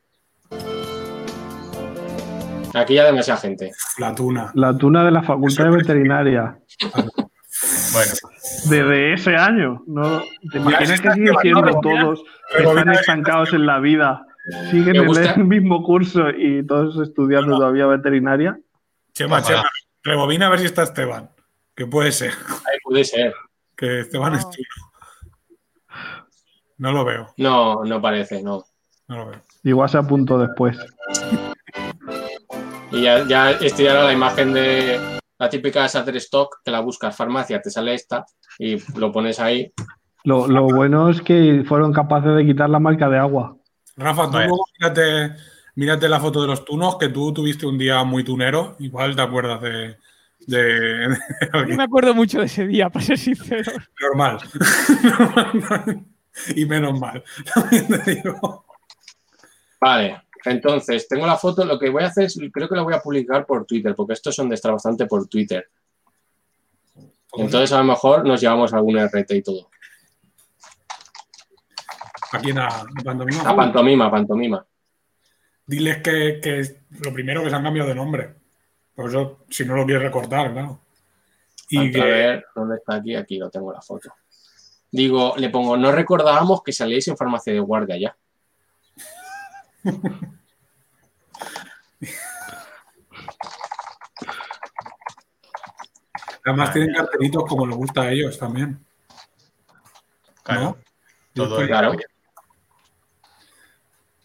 Speaker 1: Aquí ya demasiada gente.
Speaker 2: La tuna.
Speaker 3: La tuna de la Facultad de Veterinaria.
Speaker 4: Bueno,
Speaker 3: Desde ese año. ¿no? ¿Te imaginas
Speaker 2: se
Speaker 3: que
Speaker 2: está
Speaker 3: siguen siendo
Speaker 2: llevando,
Speaker 3: todos que
Speaker 2: Rebobina
Speaker 3: están
Speaker 2: de-
Speaker 3: estancados en la vida? Siguen
Speaker 1: Me
Speaker 3: en
Speaker 1: gusta.
Speaker 3: el mismo curso y todos estudiando todavía veterinaria.
Speaker 2: Chema,
Speaker 4: Ojalá.
Speaker 2: Chema, rebobina a ver si está Esteban. Que puede ser,
Speaker 1: Ahí puede ser.
Speaker 2: que Esteban
Speaker 5: No.
Speaker 2: es tuyo. No lo veo,
Speaker 1: No, no parece, no.
Speaker 2: no lo veo.
Speaker 3: Igual se apuntó después.
Speaker 1: Y ya, ya este ya era la imagen de la típica Shutter Stock, que la buscas farmacia, te sale esta y lo pones ahí.
Speaker 3: Lo, lo
Speaker 1: Ah.
Speaker 3: bueno es que fueron capaces de quitar la marca de agua.
Speaker 2: Rafa, tú
Speaker 4: Vaya.
Speaker 2: luego mírate, mírate la foto de los tunos, que tú tuviste un día muy tunero. Igual te acuerdas de. de, de
Speaker 5: No
Speaker 2: alguien
Speaker 5: me acuerdo mucho de ese día, para ser sincero.
Speaker 2: normal. y menos mal. También te digo.
Speaker 1: Vale, entonces tengo la foto. Lo que voy a hacer es, creo que la voy a publicar por Twitter, porque estos son de estar bastante por Twitter. Entonces a lo mejor nos llevamos alguna RT y todo.
Speaker 2: Aquí en la la pantomima.
Speaker 1: A pantomima, pantomima.
Speaker 2: Diles que, que es lo primero que se han cambiado de nombre. Por eso, si no lo quieres recortar, claro. Y
Speaker 1: A
Speaker 2: que,
Speaker 1: ver, ¿dónde está aquí? Aquí lo tengo la foto. Digo, le pongo, no recordábamos que salíais en farmacia de guardia ya.
Speaker 2: además tienen cartelitos como les gusta a ellos también. ¿no?
Speaker 4: claro.
Speaker 2: Yo
Speaker 4: Todo
Speaker 2: estoy-
Speaker 4: ello.
Speaker 1: Claro,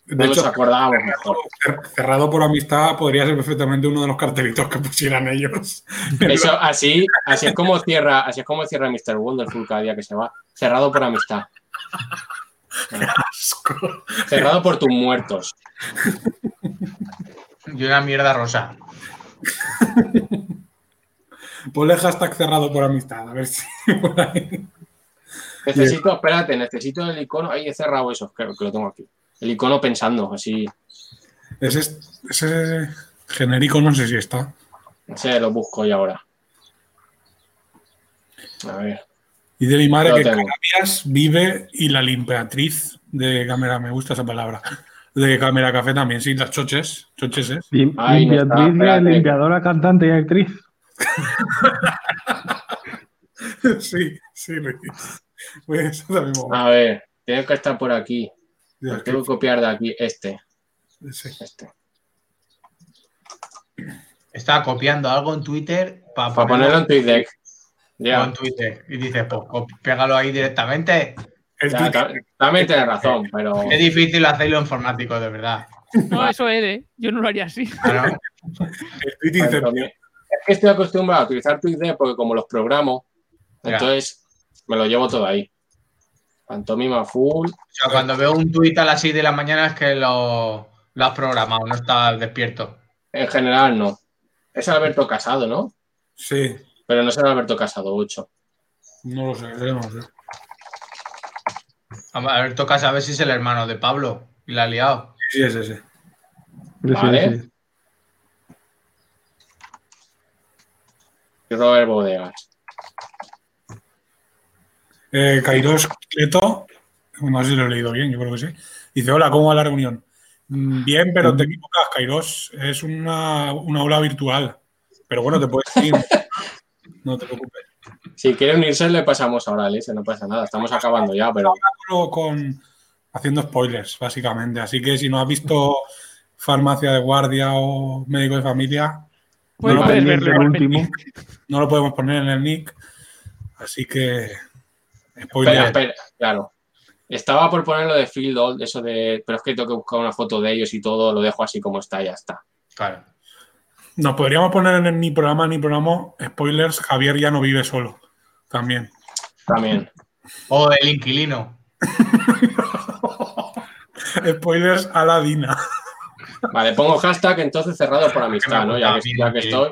Speaker 2: de
Speaker 1: no
Speaker 2: hecho,
Speaker 1: nos acordábamos mejor.
Speaker 2: cer- cerrado por amistad podría ser perfectamente uno de los cartelitos que pusieran ellos.
Speaker 1: Eso, así, así es como cierra, así es como cierra Mr. Wonderful cada día que se va. Cerrado por amistad.
Speaker 2: Asco.
Speaker 1: Cerrado por tus muertos.
Speaker 4: Y una mierda rosa.
Speaker 2: Ponle hashtag Pues cerrado por amistad, a ver si por ahí.
Speaker 1: Necesito, espérate, necesito el icono. Ahí he cerrado eso, creo que lo tengo aquí. El icono pensando, así.
Speaker 2: Ese, es- ese genérico no sé si está.
Speaker 1: Ese lo busco yo ahora. A ver.
Speaker 2: Y de mi madre
Speaker 1: Lo
Speaker 2: que
Speaker 1: tengo.
Speaker 2: Canarias vive y la limpiatriz de cámara, me gusta esa palabra, de cámara café también, sí, las choches, choches, ¿eh?
Speaker 3: Lim-
Speaker 1: Ahí no está,
Speaker 3: limpiatriz,
Speaker 1: espérate.
Speaker 3: limpiadora, cantante y actriz.
Speaker 2: Sí, sí, Luis. Pues eso también me
Speaker 1: A ver. Tiene que estar por aquí. Lo
Speaker 2: gusta.
Speaker 1: tengo que copiar de aquí. Este.
Speaker 2: Sí.
Speaker 1: Este.
Speaker 4: Está copiando algo en Twitter para
Speaker 1: Para ponerlo en TweetDeck. Ya.
Speaker 4: en Twitter. Y dices, pues cop- pégalo ahí directamente.
Speaker 2: El
Speaker 1: ya,
Speaker 2: Twitter,
Speaker 1: ta- también tienes razón, pero.
Speaker 4: Es difícil hacerlo informático, de verdad.
Speaker 5: No, eso es, ¿eh? Yo no lo haría así.
Speaker 4: Claro.
Speaker 2: el Twitter dice,
Speaker 1: Es que estoy acostumbrado a utilizar TweetDeck porque como los programo,
Speaker 4: Ya.
Speaker 1: entonces me lo llevo todo ahí. Pantomima full.
Speaker 4: O sea, cuando veo un tuit a las 6 de la mañana es que lo, lo has programado, no estás despierto.
Speaker 1: En general, no. Es Alberto Casado, ¿no?
Speaker 2: sí,
Speaker 1: Pero no será Alberto Casado 8.
Speaker 2: no lo sé, yo no lo sé.
Speaker 4: A ver, toca saber si es el hermano de Pablo y la ha liado.
Speaker 2: Sí, es ese.
Speaker 3: Sí, sí,
Speaker 1: Vale.
Speaker 3: sí.
Speaker 1: Y Robert Bodegas.
Speaker 2: Eh, Kairos Cleto, no sé si lo he leído bien, yo creo que sí. Dice, hola, ¿cómo va la reunión? "Mm, Bien, pero te equivocas, Kairos. Es una, una aula virtual. Pero bueno, te puedes ir. No te preocupes.
Speaker 1: Si quiere unirse, le pasamos ahora, Alex, no pasa nada. Estamos acabando ya, pero.
Speaker 2: solo con haciendo spoilers, básicamente. Así que si no has visto farmacia de guardia o médico de familia,
Speaker 5: Puedes,
Speaker 2: No,
Speaker 5: puedes
Speaker 3: pendiente
Speaker 5: verlo
Speaker 3: al
Speaker 5: igualmente.
Speaker 3: último.
Speaker 2: no lo podemos poner en el nick. Así que
Speaker 1: Espera,
Speaker 2: spoiler.
Speaker 1: espera, claro. Estaba por poner lo de Field Old, eso de. Pero es que tengo que buscar una foto de ellos y todo, lo dejo así como está, ya está.
Speaker 4: Claro.
Speaker 2: Nos podríamos poner en el ni programa ni programa spoilers. Javier ya no vive solo. También.
Speaker 1: También.
Speaker 4: O el inquilino.
Speaker 2: Spoilers a la Dina.
Speaker 1: Vale, pongo hashtag entonces cerrado por amistad, ¿no? Ya que, ya que estoy.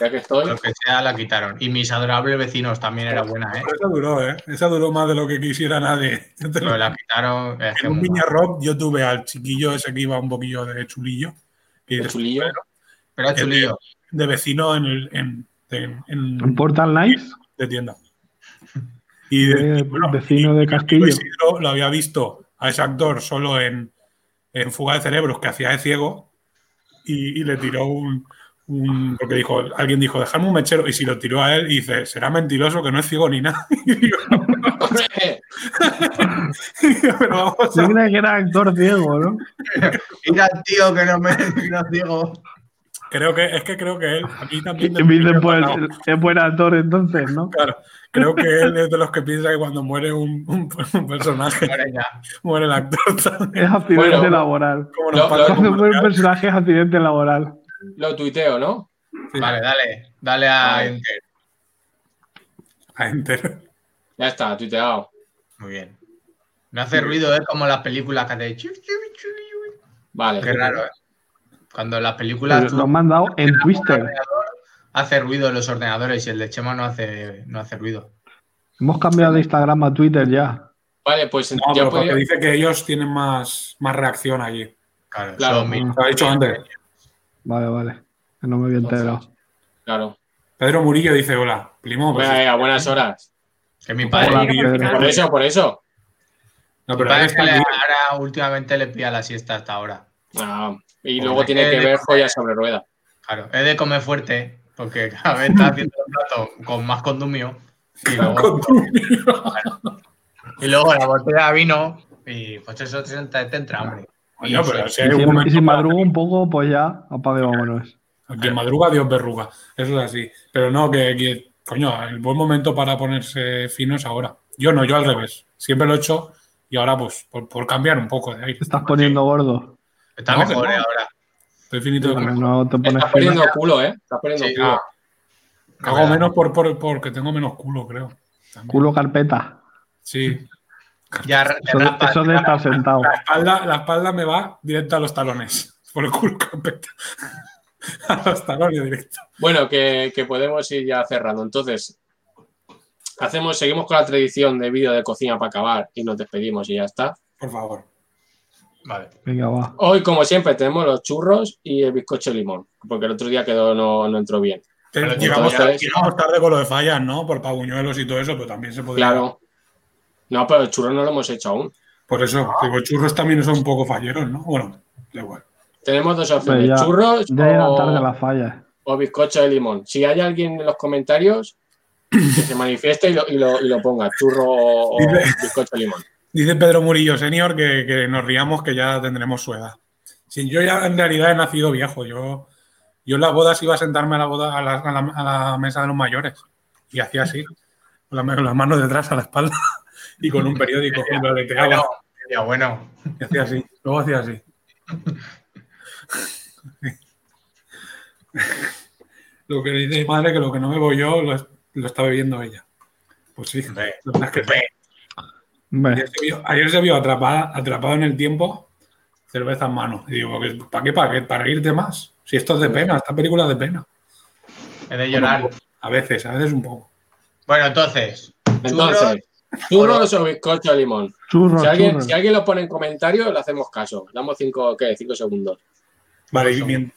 Speaker 1: Ya que estoy.
Speaker 4: Lo que sea, la quitaron. Y mis adorables vecinos también era buena, ¿eh?
Speaker 2: Esa duró, ¿eh? Esa duró más de lo que quisiera nadie. Yo te lo-
Speaker 4: Pero la quitaron. Es que
Speaker 2: En un
Speaker 4: muy
Speaker 2: Viña
Speaker 4: mal.
Speaker 2: Rock yo tuve al chiquillo ese que iba un poquillo de chulillo. que
Speaker 1: El
Speaker 2: dices,
Speaker 1: chulillo.
Speaker 4: Pero es chulillo.
Speaker 2: de vecino en, el- en- en, en-
Speaker 3: ¿En Portal Knights?
Speaker 2: de tienda. Y de-
Speaker 3: Eh,
Speaker 2: y, bueno,
Speaker 3: vecino
Speaker 2: y-
Speaker 3: de
Speaker 2: y
Speaker 3: Castillo.
Speaker 1: pues,
Speaker 2: Isidro Pues lo había visto a ese actor solo en, en Fuga de Cerebros, que hacía de ciego, y, y le tiró un, un- Porque dijo, alguien dijo, dejadme un mechero, y si lo tiró a él, y dice, será mentiroso que no es ciego ni nada. Y digo, pero vamos
Speaker 3: Yo
Speaker 2: a-
Speaker 3: creía que era actor ciego, ¿no?
Speaker 4: Mira, tío, que no me que no digo.
Speaker 2: Creo que, es que creo que él, a mí
Speaker 3: Y
Speaker 2: también...
Speaker 3: me dicen, pues,
Speaker 2: Claro,
Speaker 3: es buen actor entonces, ¿no?
Speaker 2: claro. creo que él es de los que piensa que cuando muere un, un- un personaje,
Speaker 4: Ahora ya.
Speaker 2: muere el actor también.
Speaker 3: Es accidente
Speaker 1: Bueno.
Speaker 3: laboral.
Speaker 2: Como nos
Speaker 1: Lo-
Speaker 2: pasa
Speaker 1: lo-
Speaker 2: con
Speaker 3: Cuando muere un
Speaker 2: Marcial.
Speaker 3: personaje es accidente laboral.
Speaker 1: Lo tuiteo, ¿no?
Speaker 2: Sí.
Speaker 4: Vale, dale. Dale a
Speaker 1: Vale.
Speaker 4: Enter.
Speaker 2: Ah, entero.
Speaker 1: Ya está, tuiteado.
Speaker 4: Muy bien. No hace ruido, es como las películas que hace. chu, chu, chu, chu. Qué
Speaker 1: Vale.
Speaker 4: raro, ¿eh? Cuando las películas.
Speaker 3: Pero Lo han mandado en Twitter.
Speaker 4: hace ruido en los ordenadores y el de Chema no hace, no hace ruido.
Speaker 3: Hemos cambiado de Instagram a Twitter ya.
Speaker 1: Vale, pues
Speaker 2: No,
Speaker 1: ya
Speaker 2: pero porque
Speaker 1: podría-
Speaker 2: dice que ellos tienen más, más reacción allí.
Speaker 4: Claro,
Speaker 1: Claro.
Speaker 4: son mil-
Speaker 2: Lo ha dicho antes.
Speaker 3: Vale, vale. Que No me había enterado.
Speaker 1: Claro.
Speaker 2: Pedro Murillo dice, hola, primo. pues,
Speaker 1: Venga, a buenas horas.
Speaker 4: que mi
Speaker 3: Hola,
Speaker 4: padre,
Speaker 3: Pedro.
Speaker 1: Por eso, por eso.
Speaker 2: no,
Speaker 4: mi
Speaker 2: pero
Speaker 4: padre
Speaker 2: él
Speaker 4: es que
Speaker 2: está
Speaker 4: le-
Speaker 2: aquí.
Speaker 4: ahora últimamente le pilla la siesta hasta ahora.
Speaker 1: Ah, y
Speaker 4: Hombre,
Speaker 1: luego tiene
Speaker 4: eh,
Speaker 1: que ver joyas sobre rueda.
Speaker 4: Claro, he de comer fuerte porque cada vez está haciendo el plato con más condumio y luego, y luego la botella de vino y pues eso te, entra- te entra hambre. Y
Speaker 2: Coño, pero si
Speaker 4: sí,
Speaker 3: Y
Speaker 2: hay un
Speaker 3: si, y
Speaker 2: momento
Speaker 3: si madrugo un poco, pues ya, apague, vámonos.
Speaker 2: para- que madruga, Dios verruga. Eso es así. Pero no, que, que, coño, el buen momento para ponerse fino es ahora. Yo no, yo al revés. Siempre lo he hecho y ahora pues por, por cambiar un poco de aire.
Speaker 3: Te estás poniendo gordo.
Speaker 4: está
Speaker 2: No, que
Speaker 4: mejor
Speaker 2: no.
Speaker 4: eh, ahora.
Speaker 2: Estoy finito de comer.
Speaker 3: No te pones
Speaker 1: Estás
Speaker 3: fino.
Speaker 1: perdiendo culo, ¿eh? Estás perdiendo
Speaker 4: Sí,
Speaker 1: culo.
Speaker 2: Hago menos por, por- porque tengo menos culo, creo. También.
Speaker 3: Culo carpeta.
Speaker 2: Sí.
Speaker 4: Ya ra- te
Speaker 3: Eso, de-
Speaker 4: raspas,
Speaker 3: eso de estar sentado.
Speaker 2: La espalda, la espalda me va directa a los talones. Por el culo carpeta. A los talones directo.
Speaker 1: Bueno, que, que podemos ir ya cerrando. Entonces, hacemos, seguimos con la tradición de vídeo de cocina para acabar y nos despedimos y ya está.
Speaker 2: Por favor.
Speaker 4: Vale.
Speaker 3: Venga, va.
Speaker 1: Hoy, como siempre, tenemos los churros y el bizcocho de limón, porque el otro día quedó, no, no entró bien.
Speaker 2: Pero
Speaker 4: Pero
Speaker 2: llegamos,
Speaker 1: entonces-
Speaker 2: tarde, llegamos tarde con lo de fallas, ¿no? Por paguñuelos y todo eso, pero también se podría.
Speaker 1: Claro. No, pero el churro no lo hemos hecho aún.
Speaker 2: Por Pues eso, los churros también son un poco falleros, ¿no? Bueno, da igual.
Speaker 1: Tenemos dos opciones,
Speaker 3: ya-
Speaker 1: churros
Speaker 3: Ya era
Speaker 1: o,
Speaker 3: tarde las fallas.
Speaker 1: o bizcocho de limón. Si hay alguien en los comentarios, que se manifieste y lo, y lo- y lo ponga, churro o
Speaker 2: Dime.
Speaker 1: bizcocho de limón.
Speaker 2: Dice Pedro Murillo, senior, que, que nos riamos que ya tendremos su edad. Sí, yo ya en realidad he nacido viejo. Yo, yo en las bodas iba a sentarme a la, boda, a la, a la- a la mesa de los mayores y hacía así, con, la- con las manos detrás a la espalda y con un periódico y
Speaker 4: Ya
Speaker 2: dobleteaba.
Speaker 4: bueno, ya bueno.
Speaker 2: Y hacía así, luego hacía así. lo que dice mi madre que lo que no bebo yo lo, es- lo está bebiendo ella. Pues sí,
Speaker 4: Hombre,
Speaker 2: la verdad es que sí.
Speaker 3: Hombre,
Speaker 2: Ayer se vio, ayer se vio atrapada- atrapado en el tiempo, cerveza en mano. Y digo, ¿para qué? ¿Para qué? ¿Para irte más? Si esto es de pena, esta película es de pena.
Speaker 4: He de llorar.
Speaker 2: A veces, a veces un poco.
Speaker 4: Bueno, entonces,
Speaker 1: Entonces, churros o bizcocho de limón.
Speaker 3: churros,
Speaker 1: Si alguien,
Speaker 3: churros.
Speaker 1: si alguien lo pone en comentario, le hacemos caso. Damos cinco, ¿qué? cinco segundos.
Speaker 2: Vale, y bien.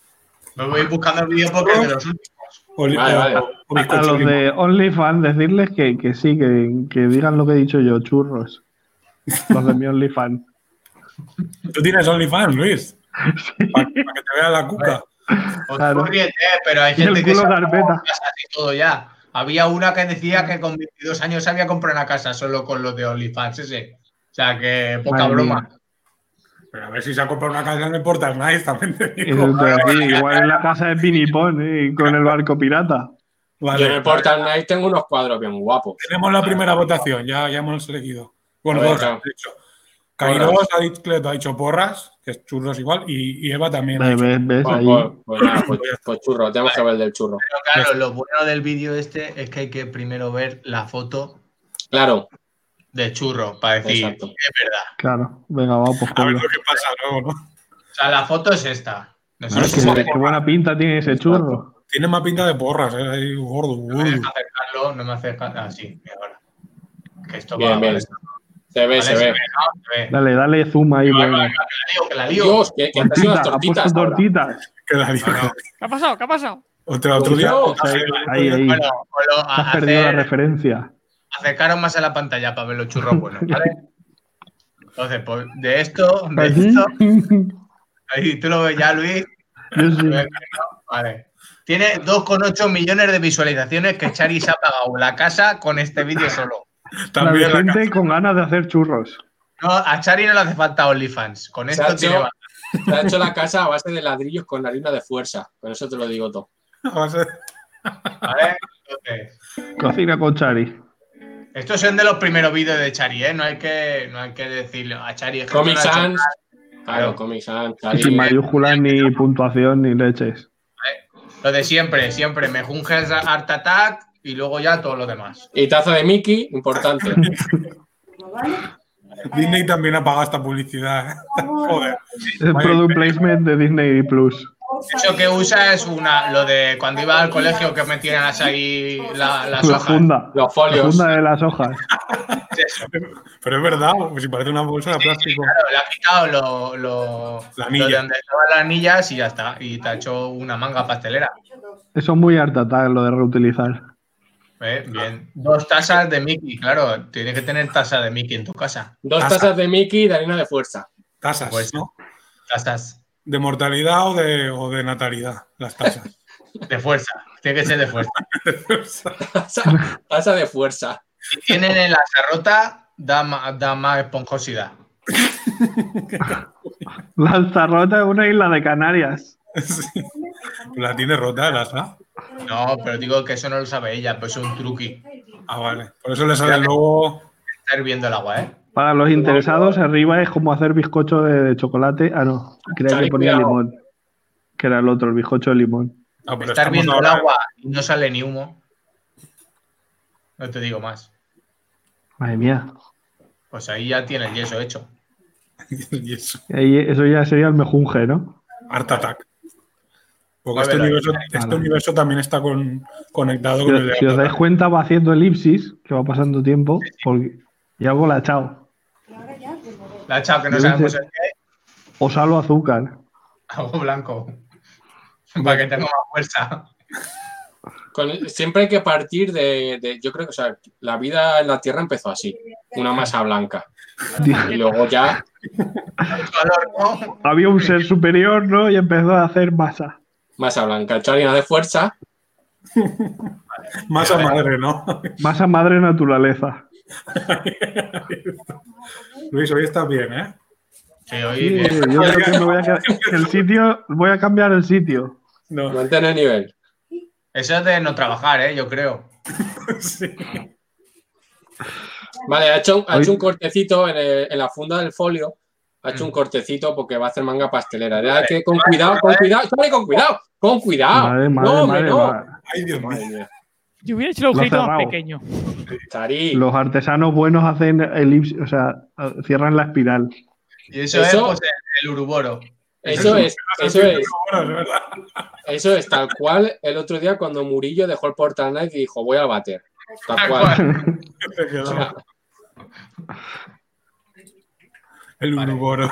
Speaker 4: me voy buscando el vídeo porque de los últimos.
Speaker 2: o-
Speaker 1: Vale,
Speaker 2: o-
Speaker 1: vale.
Speaker 2: o
Speaker 3: A
Speaker 2: bizcocho
Speaker 3: los
Speaker 2: limón.
Speaker 3: de OnlyFans, decirles que, que sí, que, que digan lo que he dicho yo, churros. Los de mi OnlyFans.
Speaker 2: Tú tienes OnlyFans, Luis. Para, para que te vea la cuca.
Speaker 4: Os
Speaker 3: Claro.
Speaker 4: ríete, pero hay
Speaker 3: Y el
Speaker 4: gente que
Speaker 3: culo
Speaker 4: se ha
Speaker 3: carpeta.
Speaker 4: comprado casas y todo ya. Había una que decía que con 22 años se había comprado una casa solo con los de OnlyFans ese. O sea que poca
Speaker 3: Madre
Speaker 4: broma.
Speaker 3: mía.
Speaker 2: Pero a ver si se ha comprado una casa en el Portal Nice, también te
Speaker 3: Y
Speaker 2: digo.
Speaker 3: eso te decía, igual en la casa de Pinipón, ¿eh? con el barco pirata.
Speaker 1: Yo en
Speaker 2: Vale,
Speaker 1: el Portal Night tengo unos cuadros bien guapos.
Speaker 2: tenemos la primera votación, ya, ya hemos elegido. Bueno,
Speaker 1: Venga.
Speaker 2: dos, de hecho. Cairós ha dicho, ha dicho porras, que es churros igual, y, y Eva también. ha
Speaker 3: Ves,
Speaker 2: dicho-
Speaker 3: ves, ves
Speaker 1: Pues,
Speaker 3: ahí.
Speaker 1: pues- pues nada, pues- pues churro, tenemos que ver del churro.
Speaker 4: Pero claro, lo bueno del vídeo este es que hay que primero ver la foto
Speaker 1: Claro,
Speaker 4: de churro para decir
Speaker 1: Exacto.
Speaker 4: es verdad.
Speaker 3: Claro, venga, vamos pues
Speaker 2: A ver
Speaker 3: ponlo.
Speaker 2: lo que pasa luego, ¿no?
Speaker 4: O sea, la foto es esta. No sé
Speaker 3: Ah,
Speaker 4: si
Speaker 3: qué-
Speaker 4: se
Speaker 3: qué, buena pinta tiene ese churro.
Speaker 2: Tiene más pinta de porras, ¿eh? Ahí, gordo,
Speaker 4: no me
Speaker 2: gordo.
Speaker 4: deja acercarlo, no me acerca. Ah, sí, mira ahora. Que esto va,
Speaker 1: bien, bien.
Speaker 4: vale,
Speaker 1: Se ve,
Speaker 4: vale,
Speaker 1: se ve.
Speaker 4: ¿no? Se ve.
Speaker 3: Dale, dale zoom ahí.
Speaker 4: Vale,
Speaker 3: bueno.
Speaker 4: vale, que la lío, que la lío.
Speaker 1: Dios, que, que hacen unas
Speaker 3: Tortita, ha puesto
Speaker 1: tortitas. ahora.
Speaker 3: tortitas.
Speaker 2: Que la digo.
Speaker 5: ¿Qué ha pasado? ¿Qué ha pasado?
Speaker 2: Otro, otro
Speaker 1: Pues
Speaker 2: día.
Speaker 1: no,
Speaker 2: otro día-
Speaker 3: Ahí, ahí.
Speaker 4: Bueno, Polo,
Speaker 3: Te
Speaker 4: a-
Speaker 3: Has perdido la
Speaker 4: hacer-
Speaker 3: referencia.
Speaker 4: acercaros más a la pantalla para ver los churros buenos, ¿vale? Entonces, pues de esto, de
Speaker 3: Aquí.
Speaker 4: esto, ahí tú lo ves ya, Luis.
Speaker 3: Yo sí.
Speaker 4: Vale. Tiene 2,8 millones de visualizaciones que Chari se ha pagado la casa con este vídeo solo.
Speaker 3: La
Speaker 2: También la
Speaker 3: gente con ganas de hacer churros.
Speaker 4: No, a Chari no le hace falta OnlyFans. Con esto
Speaker 1: Chacho.
Speaker 4: tiene bastante.
Speaker 1: Te ha hecho la casa a base de ladrillos con harina de fuerza. Con eso te lo digo todo.
Speaker 2: caja va a ser-
Speaker 4: ¿vale? Entonces,
Speaker 3: Cocina con Chari.
Speaker 4: estos son de los primeros vídeos de Chari, ¿eh? No hay que, no hay que decirlo. A Chari es que
Speaker 1: Comic
Speaker 4: no la ha hecho
Speaker 1: Sans. Claro,
Speaker 4: Claro.
Speaker 1: Comic Sans.
Speaker 3: Y sin
Speaker 1: Charlie.
Speaker 3: mayúsculas, ni puntuación, ni leches.
Speaker 4: Lo de siempre, siempre. Me junges a Art Attack y luego ya todo lo demás.
Speaker 1: Y taza de Mickey, importante.
Speaker 2: Disney también ha pagado esta publicidad. Joder.
Speaker 3: El
Speaker 2: Vaya,
Speaker 3: product placement de Disney Plus.
Speaker 4: Eso que usa es una, lo de cuando iba al colegio que metían ahí la- las
Speaker 3: La
Speaker 4: hojas.
Speaker 3: funda.
Speaker 1: Los
Speaker 3: La
Speaker 1: folios.
Speaker 3: funda de las hojas.
Speaker 2: Pero es verdad, pues si parece una bolsa de plástico.
Speaker 4: Claro, le ha quitado lo, lo,
Speaker 2: La
Speaker 4: lo de
Speaker 2: anilla.
Speaker 4: donde estaban las anillas y ya está. Y te ha hecho una manga pastelera.
Speaker 3: Eso es muy hartatá lo de reutilizar.
Speaker 2: Ah.
Speaker 4: Eh, Bien. Dos tazas de Mickey, claro. Tienes que tener taza de Mickey en tu casa.
Speaker 1: Dos
Speaker 2: Taza.
Speaker 1: tazas de Mickey y de harina de fuerza.
Speaker 2: Tasas,
Speaker 4: Pues-
Speaker 2: ¿no?
Speaker 4: Tazas
Speaker 2: De mortalidad o de, o de natalidad, las tasas.
Speaker 4: de fuerza. Tiene que ser de fuerza.
Speaker 1: Taza, taza de fuerza.
Speaker 4: Si tienen en la sarrota, da, ma- da más esponjosidad.
Speaker 3: Lanzarote es una isla de Canarias.
Speaker 2: Sí. La tiene rota, la asa.
Speaker 4: No, pero digo que eso no lo sabe ella, pues es un truqui.
Speaker 2: Ah, vale. Por eso le sale luego.
Speaker 4: Está hirviendo el agua, ¿eh?
Speaker 3: Para los interesados, arriba es como hacer bizcocho de, de chocolate. Ah, no. Creía que
Speaker 1: Chari,
Speaker 3: ponía
Speaker 1: cuidado.
Speaker 3: limón. Que era el otro, el bizcocho de limón.
Speaker 2: Ah, pero
Speaker 4: Está
Speaker 2: estamos
Speaker 4: hirviendo el
Speaker 2: ahora-
Speaker 4: agua y no sale ni humo. No te digo más.
Speaker 3: Madre mía.
Speaker 4: Pues ahí ya tiene el yeso hecho.
Speaker 2: y eso.
Speaker 3: Ahí- eso ya sería el mejunje, ¿no?
Speaker 2: Art Attack. Porque
Speaker 4: Vale,
Speaker 2: este,
Speaker 4: vale.
Speaker 2: universo, este universo también está con- conectado
Speaker 3: Si
Speaker 2: con
Speaker 3: os,
Speaker 2: el de
Speaker 3: si os
Speaker 2: Art
Speaker 3: dais
Speaker 2: Attack.
Speaker 3: cuenta, va haciendo elipsis, que va pasando tiempo. Porque... Y hago la chao.
Speaker 4: La ha echado que no
Speaker 3: Yo
Speaker 4: sabemos
Speaker 3: hice-
Speaker 4: el qué.
Speaker 3: O salo azúcar.
Speaker 4: Algo blanco. Para que tenga más fuerza.
Speaker 1: Con- siempre hay que partir de, de- Yo creo que o sea, la vida en la Tierra empezó así. Una masa blanca. Y luego ya.
Speaker 4: Calor, ¿no?
Speaker 3: Había un ser superior, ¿no? Y empezó a hacer masa.
Speaker 1: Masa blanca. Hecho harina de fuerza.
Speaker 2: Más a madre, ¿no?
Speaker 3: Masa madre naturaleza.
Speaker 2: Luis, hoy estás bien, ¿eh?
Speaker 4: Sí, hoy
Speaker 3: Sí,
Speaker 4: bien.
Speaker 3: yo creo que me voy a quedar- el sitio, voy a cambiar el sitio.
Speaker 2: No,
Speaker 1: Mantén el nivel.
Speaker 4: Eso es de no trabajar, ¿eh? Yo creo.
Speaker 2: sí.
Speaker 1: Vale, ha hecho, ha
Speaker 3: Hoy- Mm.
Speaker 1: hecho un cortecito en, el- en la funda del folio. Ha hecho un cortecito porque va a hacer manga pastelera. Ya hay que con cuidado, con cuidado, Charlie, con cuidado, con cuidado.
Speaker 4: Ah,
Speaker 3: Madre, madre,
Speaker 1: no, hombre,
Speaker 3: madre,
Speaker 1: no.
Speaker 3: madre.
Speaker 2: Ay, Dios mío.
Speaker 1: Madre mía.
Speaker 5: Yo hubiera hecho el
Speaker 3: Lo
Speaker 5: objeto más
Speaker 3: cerrado.
Speaker 5: pequeño.
Speaker 1: Chari,
Speaker 3: Los artesanos buenos hacen elipsis, o sea, cierran la espiral.
Speaker 4: Y eso, es
Speaker 1: Eso-
Speaker 4: pues, el, el uruboro.
Speaker 1: eso es, eso es,
Speaker 2: Ahora, es verdad.
Speaker 1: eso es tal cual el otro día cuando Murillo dejó el Portal Night y dijo voy al bater. Tal
Speaker 4: Tal
Speaker 1: cual.
Speaker 4: cual.
Speaker 2: Se quedó. El Uruboro.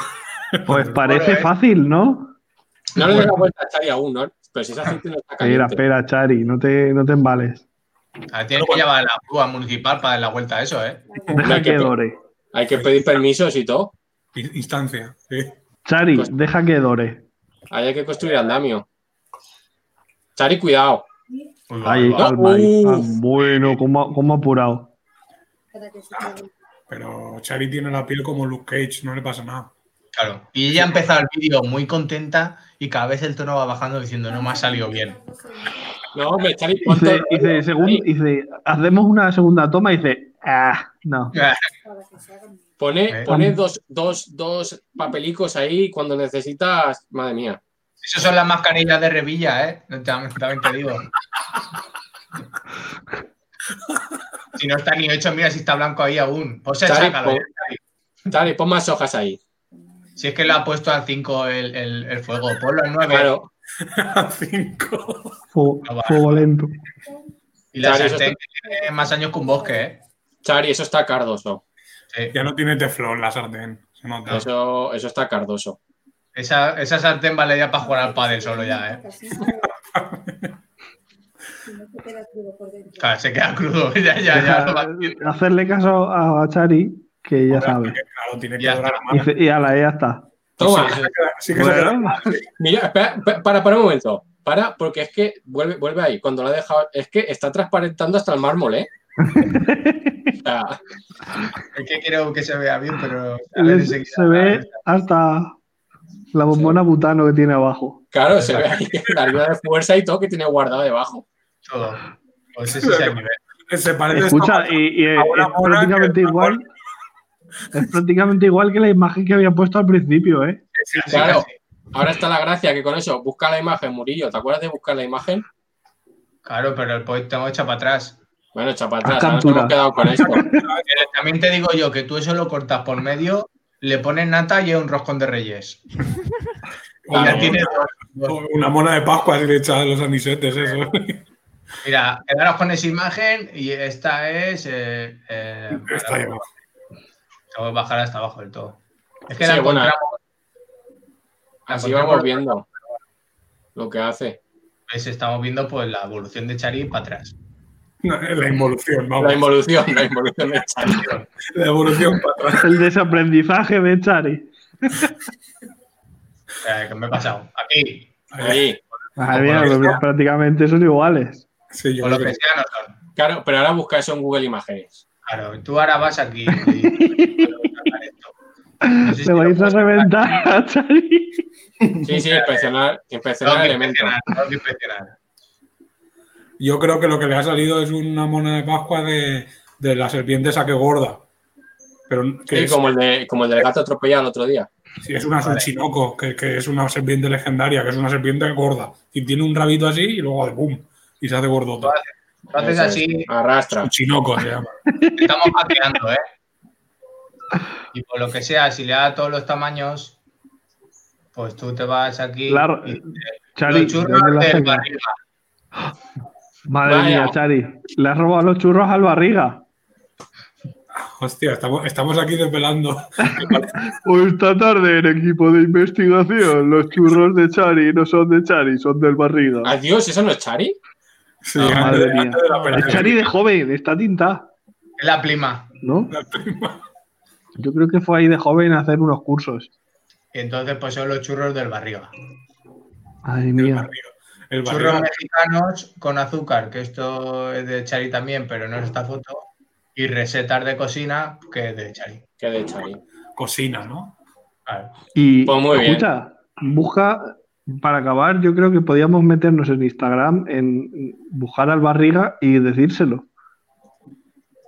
Speaker 3: Pues
Speaker 4: Bueno,
Speaker 3: parece
Speaker 4: ¿eh?
Speaker 3: fácil, ¿no?
Speaker 1: No le doy la vuelta a Chari aún, ¿no? Pero si esa gente no está
Speaker 3: Espera,
Speaker 1: caliente.
Speaker 3: espera, Chari, no te, no te embales.
Speaker 4: Ah, Tienes que llevar la grúa municipal para dar la vuelta a eso, ¿eh?
Speaker 3: Deja que dore.
Speaker 1: Hay que pedir permisos y todo.
Speaker 2: In- Instancia. sí.
Speaker 3: Chari,
Speaker 1: Pues-
Speaker 3: deja que dore.
Speaker 1: Ahí hay que construir andamio. Chari, cuidado.
Speaker 4: Uy, va,
Speaker 3: Ahí,
Speaker 4: va.
Speaker 3: calma ahí.
Speaker 1: Uf.
Speaker 3: Ah, bueno, cómo, cómo apurado.
Speaker 4: Ah,
Speaker 2: Pero Chari tiene la piel como Luke Cage, no le pasa nada.
Speaker 4: Claro. Y ella ha empezado el vídeo muy contenta y cada vez el tono va bajando diciendo no me ha salido bien.
Speaker 1: No, me Chari, ponte.
Speaker 3: Dice, dice, segun- dice, hacemos una segunda toma y dice, ah, no.
Speaker 1: Pone,
Speaker 4: Eh.
Speaker 1: pone dos, dos, dos papelicos ahí cuando necesitas. Madre mía.
Speaker 4: Esas son las mascarillas de Revilla, ¿eh? También, también te digo. Si no está ni hecho, mira si está blanco ahí aún. O sea,
Speaker 1: Chari,
Speaker 4: sácalo. ¿eh?
Speaker 1: pon-
Speaker 2: eh,
Speaker 1: Chari, pon más hojas ahí.
Speaker 4: Si es que le ha puesto al 5 el, el- el fuego, ponlo al 9.
Speaker 1: Claro.
Speaker 2: Cinco.
Speaker 3: Fuego,
Speaker 4: Ah, va.
Speaker 3: fuego lento.
Speaker 4: Y la
Speaker 1: Claro, eso
Speaker 4: sartén que tiene más años que un bosque, ¿eh?
Speaker 1: Chari, eso está cardoso.
Speaker 4: Sí.
Speaker 2: Ya no tiene teflón la sartén. Se nota.
Speaker 1: Eso, eso está cardoso.
Speaker 4: ¿eh? Esa, esa sartén vale ya para jugar al pádel solo ya, ¿eh?
Speaker 7: queda crudo por dentro.
Speaker 4: Claro, se queda crudo. ya, ya, ya. lo va-
Speaker 3: Deja- hacerle caso a Chari, que ya sabe.
Speaker 2: Claro, tiene que
Speaker 4: Ya
Speaker 2: durar
Speaker 3: Y,
Speaker 2: más.
Speaker 3: ce- y ala, ya está.
Speaker 1: Toma,
Speaker 2: Sí que se queda- sí que se queda-
Speaker 3: Bueno,
Speaker 1: mira, espera, pa- para, para un momento. Para, porque es que vuelve, vuelve ahí. Cuando lo ha dejado, es que está transparentando hasta el mármol, ¿eh? O sea,
Speaker 4: Es que quiero que se vea bien, pero. a ver
Speaker 3: le-
Speaker 4: enseguida.
Speaker 3: se ve hasta la bombona butano que tiene abajo.
Speaker 1: claro, se ve ahí la ayuda de fuerza y todo que tiene guardado debajo.
Speaker 4: Todo. Pues No sé si se nivel.
Speaker 2: Se parece
Speaker 3: Escucha,
Speaker 2: esto-
Speaker 3: y, y es,
Speaker 2: una
Speaker 3: es
Speaker 2: bola
Speaker 3: prácticamente
Speaker 2: que-
Speaker 3: igual. Es prácticamente igual que la imagen que había puesto al principio, ¿eh?
Speaker 4: Casi,
Speaker 1: Claro.
Speaker 4: casi.
Speaker 1: Ahora está la gracia que con eso, busca la imagen, Murillo. ¿Te acuerdas de buscar la imagen?
Speaker 4: Claro, pero el poeta hemos echa para atrás.
Speaker 1: Bueno, echa para atrás,
Speaker 3: Ah,
Speaker 1: ahora nos
Speaker 3: captura.
Speaker 1: hemos quedado con esto.
Speaker 4: Pero también te digo yo que tú eso lo cortas por medio, le pones nata y es un roscón de reyes. Y ya
Speaker 1: Claro.
Speaker 4: tienes dos.
Speaker 2: Una mona de Pascua si le echas los anisetes, eso.
Speaker 4: Mira, quedaros con esa imagen y esta es. eh, eh,
Speaker 2: Está
Speaker 4: para-
Speaker 2: bien.
Speaker 4: Tengo que bajar hasta abajo del todo. Es que
Speaker 1: Sí,
Speaker 4: la
Speaker 1: bueno.
Speaker 4: encontramos. la
Speaker 1: Así
Speaker 4: encontramos-
Speaker 1: vamos viendo lo que hace.
Speaker 4: ¿ves? Estamos viendo pues la evolución de Chari para atrás.
Speaker 2: La involución,
Speaker 1: La
Speaker 2: vamos.
Speaker 1: involución, la involución de Chari.
Speaker 2: La evolución para atrás.
Speaker 3: El desaprendizaje de Chari.
Speaker 4: O sea, ¿Qué me he pasado? Aquí,
Speaker 1: Ahí.
Speaker 3: Madre mía,
Speaker 4: Bueno,
Speaker 3: pues prácticamente son iguales.
Speaker 2: Sí, yo
Speaker 4: con pues, lo
Speaker 2: creo
Speaker 4: que
Speaker 2: que-
Speaker 4: sea, no son.
Speaker 1: Claro, pero ahora busca eso en Google Imágenes.
Speaker 4: Claro, tú ahora vas aquí. y- No sé si
Speaker 3: Le vais
Speaker 4: lo
Speaker 3: a
Speaker 4: puedes-
Speaker 3: reventar a Chari.
Speaker 1: Sí, sí, inspeccionar, inspeccionar
Speaker 4: Tengo que
Speaker 1: elementos.
Speaker 4: inspeccionar, tengo que inspeccionar.
Speaker 2: Yo creo que lo que le ha salido es una mona de Pascua de, de la serpiente esa que gorda. Pero que
Speaker 1: Sí,
Speaker 2: es,
Speaker 1: como el, de, como el del gato atropellado el otro día.
Speaker 2: sí, es una Suchinoco, que, que es una serpiente legendaria, que es una serpiente gorda. Y tiene un rabito así y luego de boom. Y se hace gordota.
Speaker 4: Lo
Speaker 1: Eso
Speaker 4: haces
Speaker 1: es.
Speaker 4: así,
Speaker 1: Arrastra.
Speaker 2: Suchinoco se llama.
Speaker 4: te estamos hackeando, ¿eh? Y por lo que sea, si le das todos los tamaños, pues tú te vas aquí.
Speaker 3: Claro,
Speaker 4: y-
Speaker 3: Chari, ¿de dónde
Speaker 4: los churros
Speaker 3: la
Speaker 4: del
Speaker 3: sacas?
Speaker 4: barriga.
Speaker 3: Madre
Speaker 1: Vaya.
Speaker 3: mía, Chari. Le has robado los churros al barriga.
Speaker 2: Hostia, estamos, estamos aquí desvelando.
Speaker 3: Ah, Hoy Pues esta tarde en equipo de investigación, los churros de Chari no son de Chari, son del barriga.
Speaker 1: Adiós, ¿eso no es Chari?
Speaker 2: Sí,
Speaker 4: Ah,
Speaker 2: antes
Speaker 3: madre
Speaker 2: de-
Speaker 3: mía.
Speaker 2: antes de la
Speaker 3: Es
Speaker 2: operación.
Speaker 3: Chari de joven, está tinta,
Speaker 4: Es la prima.
Speaker 3: ¿no? Yo creo que fue ahí de joven a hacer unos cursos.
Speaker 4: Y entonces, pues son los churros del barriga.
Speaker 3: Madre
Speaker 2: El
Speaker 3: mía.
Speaker 2: barrio. El barrio.
Speaker 4: Churros mexicanos con azúcar, que esto es de Chari también, pero no es esta foto. Y recetas de cocina, que es de Chari.
Speaker 1: ¿Qué de Chari?
Speaker 2: Cocina, ¿no?
Speaker 4: Claro.
Speaker 3: Y
Speaker 1: Pues muy bien.
Speaker 3: escucha, busca, para acabar, yo creo que podíamos meternos en Instagram, en buscar al barriga y decírselo.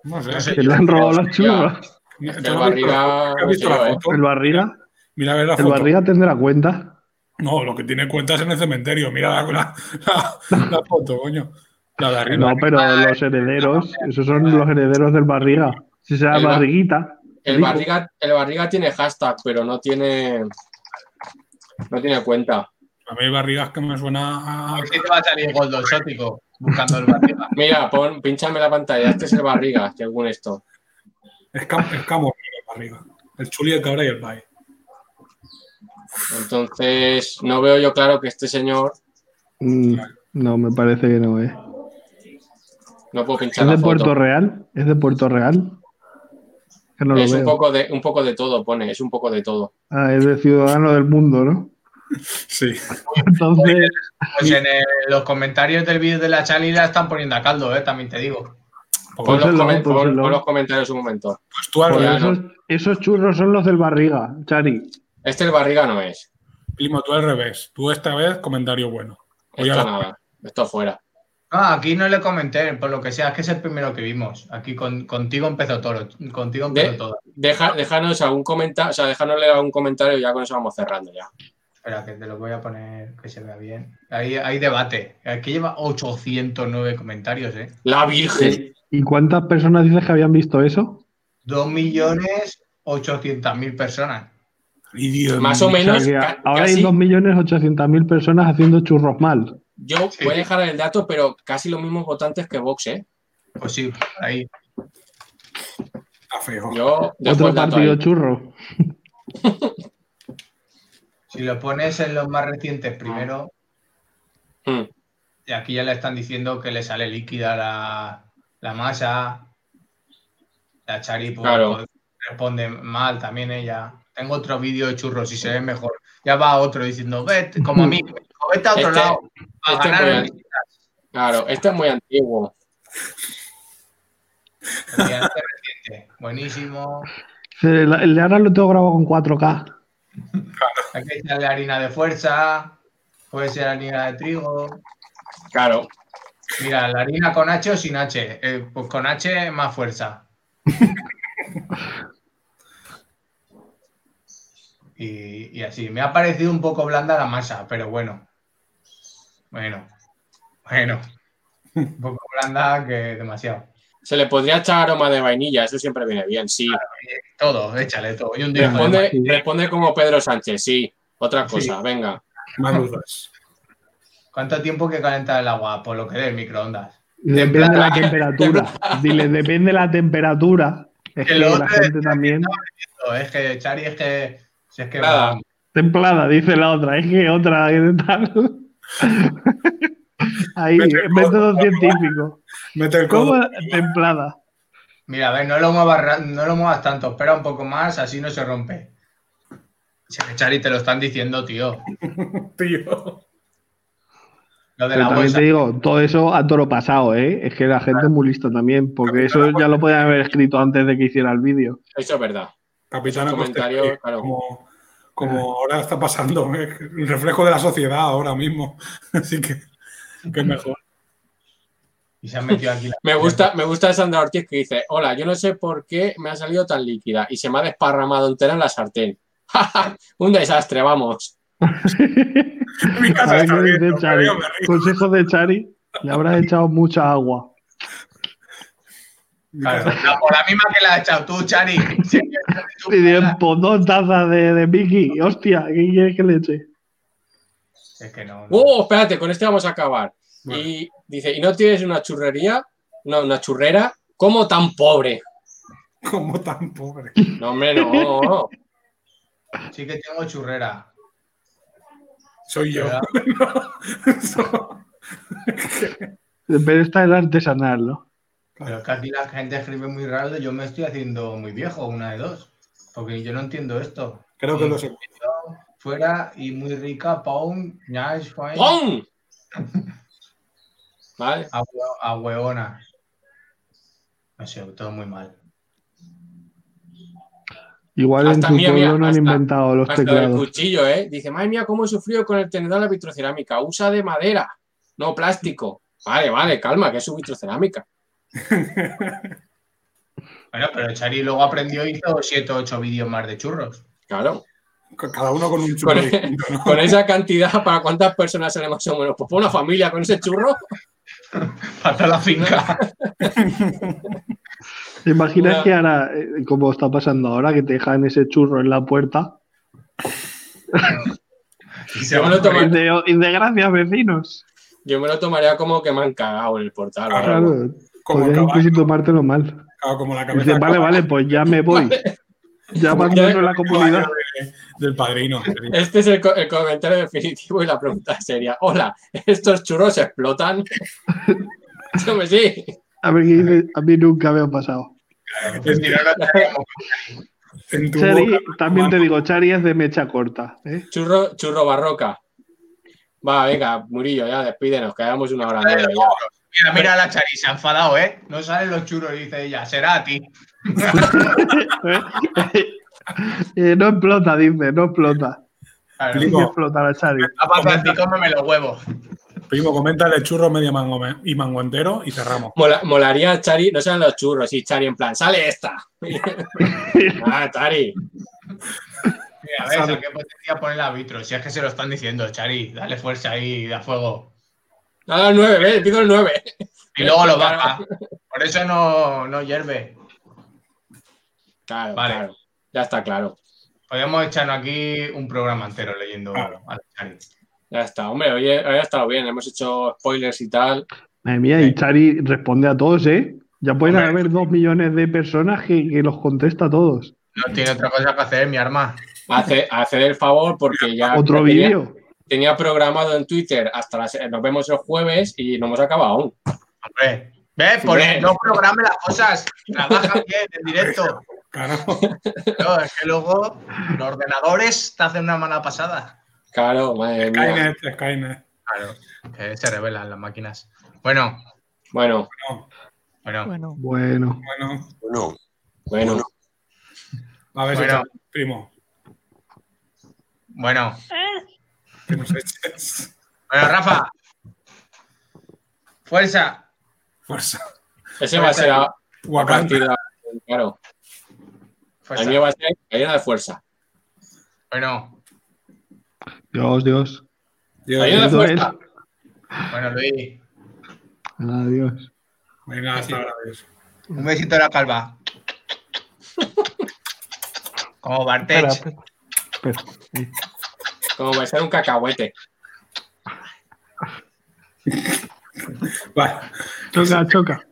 Speaker 2: No sé.
Speaker 4: No sé.
Speaker 3: Que le han robado los churros.
Speaker 1: Es que
Speaker 2: ¿Tú
Speaker 1: el
Speaker 2: has visto-
Speaker 1: barriga.
Speaker 2: has visto la
Speaker 1: tío, eh.
Speaker 2: foto?
Speaker 3: El barriga,
Speaker 2: Mira a ver la
Speaker 3: el
Speaker 2: foto.
Speaker 3: barriga tendrá cuenta.
Speaker 2: No, lo que tiene cuentas en el cementerio. Mira la, la- la- la foto, coño. La de arriba.
Speaker 3: No, pero los herederos, esos son los herederos del barriga. Si sea
Speaker 1: El bar-
Speaker 3: barriguita.
Speaker 1: El
Speaker 3: digo.
Speaker 1: barriga, el barriga tiene hashtag, pero no tiene. No tiene cuenta.
Speaker 2: A mí hay barrigas que me suena a...
Speaker 4: Aquí te va a salir gordo exótico buscando el barriga.
Speaker 1: Mira, pon, pinchame la pantalla. Este es el barriga, según esto.
Speaker 2: Es, cam, es camorra, el barriga. El chuli, el cabra y el pai.
Speaker 1: Entonces, no veo yo claro que este señor.
Speaker 3: Mm, No, me parece que no, ¿eh?
Speaker 1: No puedo pinchar
Speaker 3: ¿Es
Speaker 1: la
Speaker 3: de
Speaker 1: foto.
Speaker 3: Puerto Real? ¿Es de Puerto Real? Que no lo
Speaker 1: es un
Speaker 3: veo.
Speaker 1: poco, de, un poco de todo, pone. Es un poco de todo.
Speaker 3: Ah, es de Ciudadano del Mundo, ¿no?
Speaker 2: Sí.
Speaker 3: Entonces,
Speaker 4: Pues en el- los comentarios del vídeo de la Chari la están poniendo a caldo, eh, también te digo.
Speaker 1: Pon los,
Speaker 3: Pónselo,
Speaker 1: comen- pon-
Speaker 3: pónselo.
Speaker 1: pon los comentarios un momento.
Speaker 2: Pues tú al
Speaker 3: por
Speaker 1: Real,
Speaker 2: revés,
Speaker 1: no.
Speaker 3: esos, esos churros son los del barriga, Chari.
Speaker 1: Este el barriga no es.
Speaker 2: primo, tú al revés. Tú esta vez, comentario bueno. Voy a
Speaker 1: Esto
Speaker 2: la-
Speaker 1: nada. Esto fuera.
Speaker 4: No, aquí no le comenté, por lo que sea, es que es el primero que vimos. Aquí con- contigo empezó todo. Contigo empezó
Speaker 1: ¿De?
Speaker 4: todo.
Speaker 1: Deja, déjanos algún comentario, o sea, déjanos leer algún comentario y ya con eso vamos cerrando ya.
Speaker 4: Espera, que te lo voy a poner que se vea bien. Ahí hay debate. Aquí lleva 809 comentarios, ¿eh?
Speaker 1: La Virgen.
Speaker 3: ¿Y cuántas personas dices que habían visto eso?
Speaker 4: 2.800.000 personas.
Speaker 2: Ay, Dios
Speaker 1: Más o
Speaker 2: mío.
Speaker 3: O sea,
Speaker 1: menos.
Speaker 3: que
Speaker 1: ca-
Speaker 3: ahora hay
Speaker 1: casi-
Speaker 3: 2.800.000 personas haciendo churros mal.
Speaker 1: Yo
Speaker 4: Sí.
Speaker 1: voy a dejar el dato, pero casi los mismos votantes que Vox, ¿eh?
Speaker 4: Pues sí, ahí.
Speaker 2: Está feo.
Speaker 1: Yo dejo
Speaker 3: Otro
Speaker 1: el dato
Speaker 3: partido
Speaker 1: ahí.
Speaker 3: churro.
Speaker 1: Ah.
Speaker 4: Si lo pones en los más recientes primero,
Speaker 1: Mm.
Speaker 4: Y aquí ya le están diciendo que le sale líquida la, la masa. La Chari pues,
Speaker 1: Claro.
Speaker 4: pues, responde mal también ella. Tengo otro vídeo de churros y se ve mejor. Ya va otro diciendo, vete, como a mí, vete a otro
Speaker 1: Este-
Speaker 4: lado. A
Speaker 1: este
Speaker 4: ganar
Speaker 1: voy a-
Speaker 4: visitas".
Speaker 1: Claro, este es muy antiguo.
Speaker 4: Mira, este reciente. Buenísimo.
Speaker 3: Se- la- el de ahora lo tengo grabado con 4K.
Speaker 4: Hay que echarle harina de fuerza. Puede ser harina de trigo.
Speaker 1: Claro,
Speaker 4: Mira, la harina con H o sin H. Eh, pues con H más fuerza. y, y así. Me ha parecido un poco blanda la masa, pero bueno. Bueno. Bueno. Un poco blanda que demasiado.
Speaker 1: se le podría echar aroma de vainilla, eso siempre viene bien, sí.
Speaker 4: Todo, échale todo. Y un día
Speaker 1: Responde, responde como Pedro Sánchez, sí. Otra
Speaker 4: Sí.
Speaker 1: cosa, venga.
Speaker 2: Más dudas.
Speaker 4: ¿Cuánto tiempo hay que calentar el agua? Por lo que dé el microondas.
Speaker 3: Depende de la
Speaker 1: plata.
Speaker 3: temperatura. Dile, depende de la temperatura. Es
Speaker 4: Que
Speaker 3: que
Speaker 4: lo
Speaker 3: la
Speaker 4: otro
Speaker 3: gente también.
Speaker 4: No, es que, Chari, es que. si es que
Speaker 1: Nada.
Speaker 3: Templada, dice la otra. Es que otra, ¿qué tal? Ahí,
Speaker 2: Mete el
Speaker 3: método
Speaker 2: codo.
Speaker 3: científico.
Speaker 2: Mete el codo.
Speaker 3: ¿Cómo templada?
Speaker 4: Mira, a ver, no lo muevas, ra- no lo muevas tanto, espera un poco más, así no se rompe. Si es que, Chari, te lo están diciendo, tío.
Speaker 2: Tío.
Speaker 4: Lo de
Speaker 3: Pero
Speaker 4: la
Speaker 3: también
Speaker 4: bolsa.
Speaker 3: te digo, todo eso a toro pasado, ¿eh? Es que la gente es muy lista también,
Speaker 2: También
Speaker 3: porque
Speaker 2: te
Speaker 3: eso
Speaker 2: la
Speaker 3: ya lo podían haber escrito antes de que hiciera el vídeo.
Speaker 1: Eso es verdad.
Speaker 2: Capitán
Speaker 1: Esos comentarios,
Speaker 2: Acosta,
Speaker 1: claro.
Speaker 2: pues como, como ahora está pasando, es un reflejo de la sociedad ahora mismo. Así que, que mejor.
Speaker 4: Y se han metido aquí. la-
Speaker 1: Me gusta, me gusta Sandra Ortiz que dice, hola, yo no sé por qué me ha salido tan líquida y se me ha desparramado entera en la sartén. Un desastre, vamos.
Speaker 2: Mi
Speaker 3: A
Speaker 2: casa
Speaker 3: ver
Speaker 2: está
Speaker 3: qué dice
Speaker 2: bien,
Speaker 3: Chari.
Speaker 2: yo me río.
Speaker 3: Consejos de Chari, le habrás echado mucha agua.
Speaker 2: Mi
Speaker 4: Claro,
Speaker 2: casa-
Speaker 4: la- por la misma que la has echado tú, Chari. Si es que- tú-
Speaker 3: Piden por pues, dos tazas de, de Mickey. Hostia, ¿qué quieres que le eche?
Speaker 4: Si es que no. no.
Speaker 1: Oh, espérate, con este vamos a acabar.
Speaker 2: Bueno.
Speaker 1: Y dice, ¿y no tienes una churrería? No, una churrera. ¿Cómo tan pobre?
Speaker 2: Como tan pobre.
Speaker 1: No, hombre, no.
Speaker 4: Sí que tengo churrera.
Speaker 2: Soy yo.
Speaker 4: ¿verdad?
Speaker 3: Pero esta era artesanal, ¿no?
Speaker 4: Pero es que aquí la gente escribe muy raro. Yo me estoy haciendo muy viejo, una de dos. Porque yo no entiendo esto.
Speaker 2: Creo que lo sé.
Speaker 4: Fuera y muy rica, Paun, Nash, Juan,
Speaker 1: ¡Pum! ¿Vale?
Speaker 4: a hue- a hueona. No sé, todo muy mal.
Speaker 3: Igual
Speaker 1: Hasta
Speaker 3: en tu
Speaker 1: mía,
Speaker 3: pueblo
Speaker 1: mía,
Speaker 3: no han
Speaker 1: hasta-
Speaker 3: inventado los
Speaker 1: Hasta del
Speaker 3: teclados.
Speaker 1: cuchillo, ¿eh? Dice, madre mía, cómo he sufrido con el tenedor de la vitrocerámica. Usa de madera, no plástico. Vale, vale, calma, que es su vitrocerámica.
Speaker 4: Bueno, pero Chari luego aprendió y hizo 7 o 8 vídeos más de churros.
Speaker 1: Claro.
Speaker 2: Cada uno con un
Speaker 1: Con,
Speaker 2: churro distinto, ¿no?
Speaker 1: con esa cantidad, ¿para cuántas personas sale más o menos? Pues para una familia con ese churro.
Speaker 4: Hasta la finca.
Speaker 3: ¿Te imaginas
Speaker 1: Una-
Speaker 3: que ahora, eh, como está pasando ahora, que te dejan ese churro en la puerta?
Speaker 4: Y se
Speaker 1: Yo me, lo
Speaker 4: van
Speaker 3: Y
Speaker 1: toma-
Speaker 3: de, y de gracias, vecinos.
Speaker 1: yo me lo tomaría como que me han cagado en el portal. o algo.
Speaker 3: Claro,
Speaker 2: Como,
Speaker 3: podrías
Speaker 2: el caballo,
Speaker 3: incluso tomártelo mal.
Speaker 2: claro, como la cabeza
Speaker 3: Dice, vale,
Speaker 2: de
Speaker 3: vale, pues ya me voy. Ya
Speaker 1: Como
Speaker 3: van
Speaker 1: ya-
Speaker 3: dentro de la comunidad.
Speaker 2: caballo de- del padrino. sería.
Speaker 1: Este es el, co- el comentario definitivo y la pregunta sería: Hola, ¿estos churros explotan? Dígame sí.
Speaker 3: A ver qué dice, a mí nunca me ha pasado.
Speaker 4: Pues si no, no estaríamos-
Speaker 2: En tu
Speaker 3: Chari,
Speaker 2: boca,
Speaker 3: también te
Speaker 2: mano.
Speaker 3: digo, Chari es de mecha corta. ¿eh?
Speaker 1: Churro, churro barroca. Va, venga, Murillo, ya despídenos, quedamos una hora. nueve ya.
Speaker 4: Mira, mira la Chari, se ha enfadado, ¿eh? No salen los churros, dice ella. Será a ti.
Speaker 3: Eh, no explota, dice, no explota.
Speaker 4: Claro.
Speaker 3: Hay
Speaker 2: Primo.
Speaker 3: que explotar a Chari.
Speaker 4: Aparte, a ti cómeme los huevos.
Speaker 2: Primo, coméntale churro media mango me- y mango entero y cerramos.
Speaker 1: Mola- molaría Chari, no sean los churros, y Chari en plan, sale esta. ah, Chari.
Speaker 4: Mira, ves, ¿a qué potencia pone el árbitro? Si es que se lo están diciendo, Chari, dale fuerza ahí, da fuego.
Speaker 1: No, no, el 9, ve, pido el 9.
Speaker 4: Y luego lo baja. Por eso no, no hierve.
Speaker 1: Claro,
Speaker 4: Vale.
Speaker 1: claro. Ya está claro.
Speaker 4: Podríamos echarnos aquí un programa entero leyendo
Speaker 2: Claro.
Speaker 4: a la Chari.
Speaker 1: Ya está. Hombre, hoy he, hoy ha estado bien. Hemos hecho spoilers y tal.
Speaker 3: Madre mía, y Chari responde a todos, ¿eh? Ya pueden
Speaker 4: Hombre.
Speaker 3: haber dos millones de personas que, que los contesta a todos.
Speaker 4: No tiene otra cosa que hacer, mi arma.
Speaker 1: Hace, hacer el favor porque ya.
Speaker 3: Otro
Speaker 1: ya tenía-
Speaker 3: vídeo.
Speaker 1: tenía programado en Twitter hasta las, nos vemos el jueves y no hemos acabado aún.
Speaker 4: Hombre. ¿Ves? Por
Speaker 1: Hombre.
Speaker 4: no programe las cosas. Trabaja bien en directo.
Speaker 2: Claro.
Speaker 4: No, es que luego los ordenadores te hacen una mala pasada.
Speaker 1: Claro, madre mía.
Speaker 2: Skynet, Skynet.
Speaker 4: Claro. que se revelan las máquinas. Bueno,
Speaker 1: Bueno,
Speaker 4: bueno.
Speaker 5: Bueno,
Speaker 3: Bueno,
Speaker 2: Bueno,
Speaker 7: Bueno,
Speaker 1: bueno.
Speaker 2: a ver si
Speaker 4: Bueno.
Speaker 2: echa- primo.
Speaker 4: Bueno.
Speaker 2: Que nos eches.
Speaker 4: Bueno, Rafa. Fuerza.
Speaker 2: Fuerza.
Speaker 1: Ese va a ser a a
Speaker 2: Wakanda.
Speaker 1: partir de. Claro, el
Speaker 4: Fuerza.
Speaker 1: mío va a ser cadena de fuerza.
Speaker 4: Bueno,
Speaker 3: Dios, Dios.
Speaker 2: Dios.
Speaker 1: Ayuda.
Speaker 3: Esto es-
Speaker 1: fuerza.
Speaker 4: bueno, Luis.
Speaker 3: Adiós.
Speaker 2: Venga, hasta ahora. adiós.
Speaker 4: Un besito a la calva. Como
Speaker 3: Espera,
Speaker 4: Bartech.
Speaker 3: espera, espera.
Speaker 1: Como va a ser un cacahuete.
Speaker 2: Vale.
Speaker 3: Choca, choca.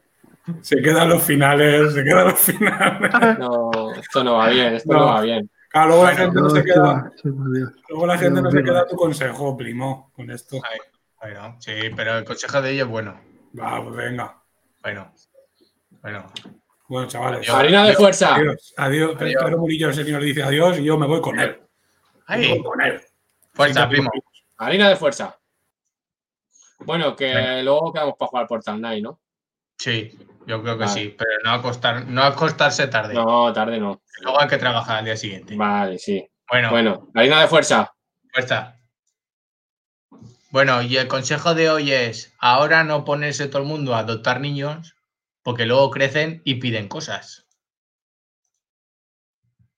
Speaker 2: Se quedan los finales, se quedan los finales.
Speaker 1: No, esto no va bien, esto no,
Speaker 2: No.
Speaker 1: va bien.
Speaker 2: Claro, luego la
Speaker 4: Bueno,
Speaker 2: gente no se
Speaker 3: Dios,
Speaker 2: queda,
Speaker 3: Dios, Dios.
Speaker 2: luego la gente no
Speaker 3: Dios,
Speaker 2: se
Speaker 3: Dios.
Speaker 2: queda a tu consejo, primo, con esto.
Speaker 4: Bueno, sí, pero el consejo de ellos es bueno.
Speaker 2: Va, pues venga.
Speaker 4: Bueno. Bueno.
Speaker 2: Bueno, chavales.
Speaker 4: Adiós.
Speaker 1: Harina de fuerza.
Speaker 2: Adiós. Adiós.
Speaker 4: Adiós.
Speaker 2: Pedro Murillo, el señor, dice adiós y yo me voy con él. Me
Speaker 4: Ahí.
Speaker 2: voy con él.
Speaker 4: Fuerza, primo.
Speaker 1: Harina de fuerza. Bueno, que
Speaker 4: Venga.
Speaker 1: luego quedamos para jugar Portal Night, ¿no?
Speaker 4: Sí, yo creo que
Speaker 1: Vale.
Speaker 4: sí. Pero no acostar, no acostarse tarde.
Speaker 1: No, tarde no.
Speaker 4: Luego hay que trabajar al día siguiente.
Speaker 1: Vale, sí.
Speaker 4: Bueno,
Speaker 1: Bueno, harina de fuerza.
Speaker 4: fuerza. Bueno, y el consejo de hoy es ahora no ponerse todo el mundo a adoptar niños porque luego crecen y piden cosas.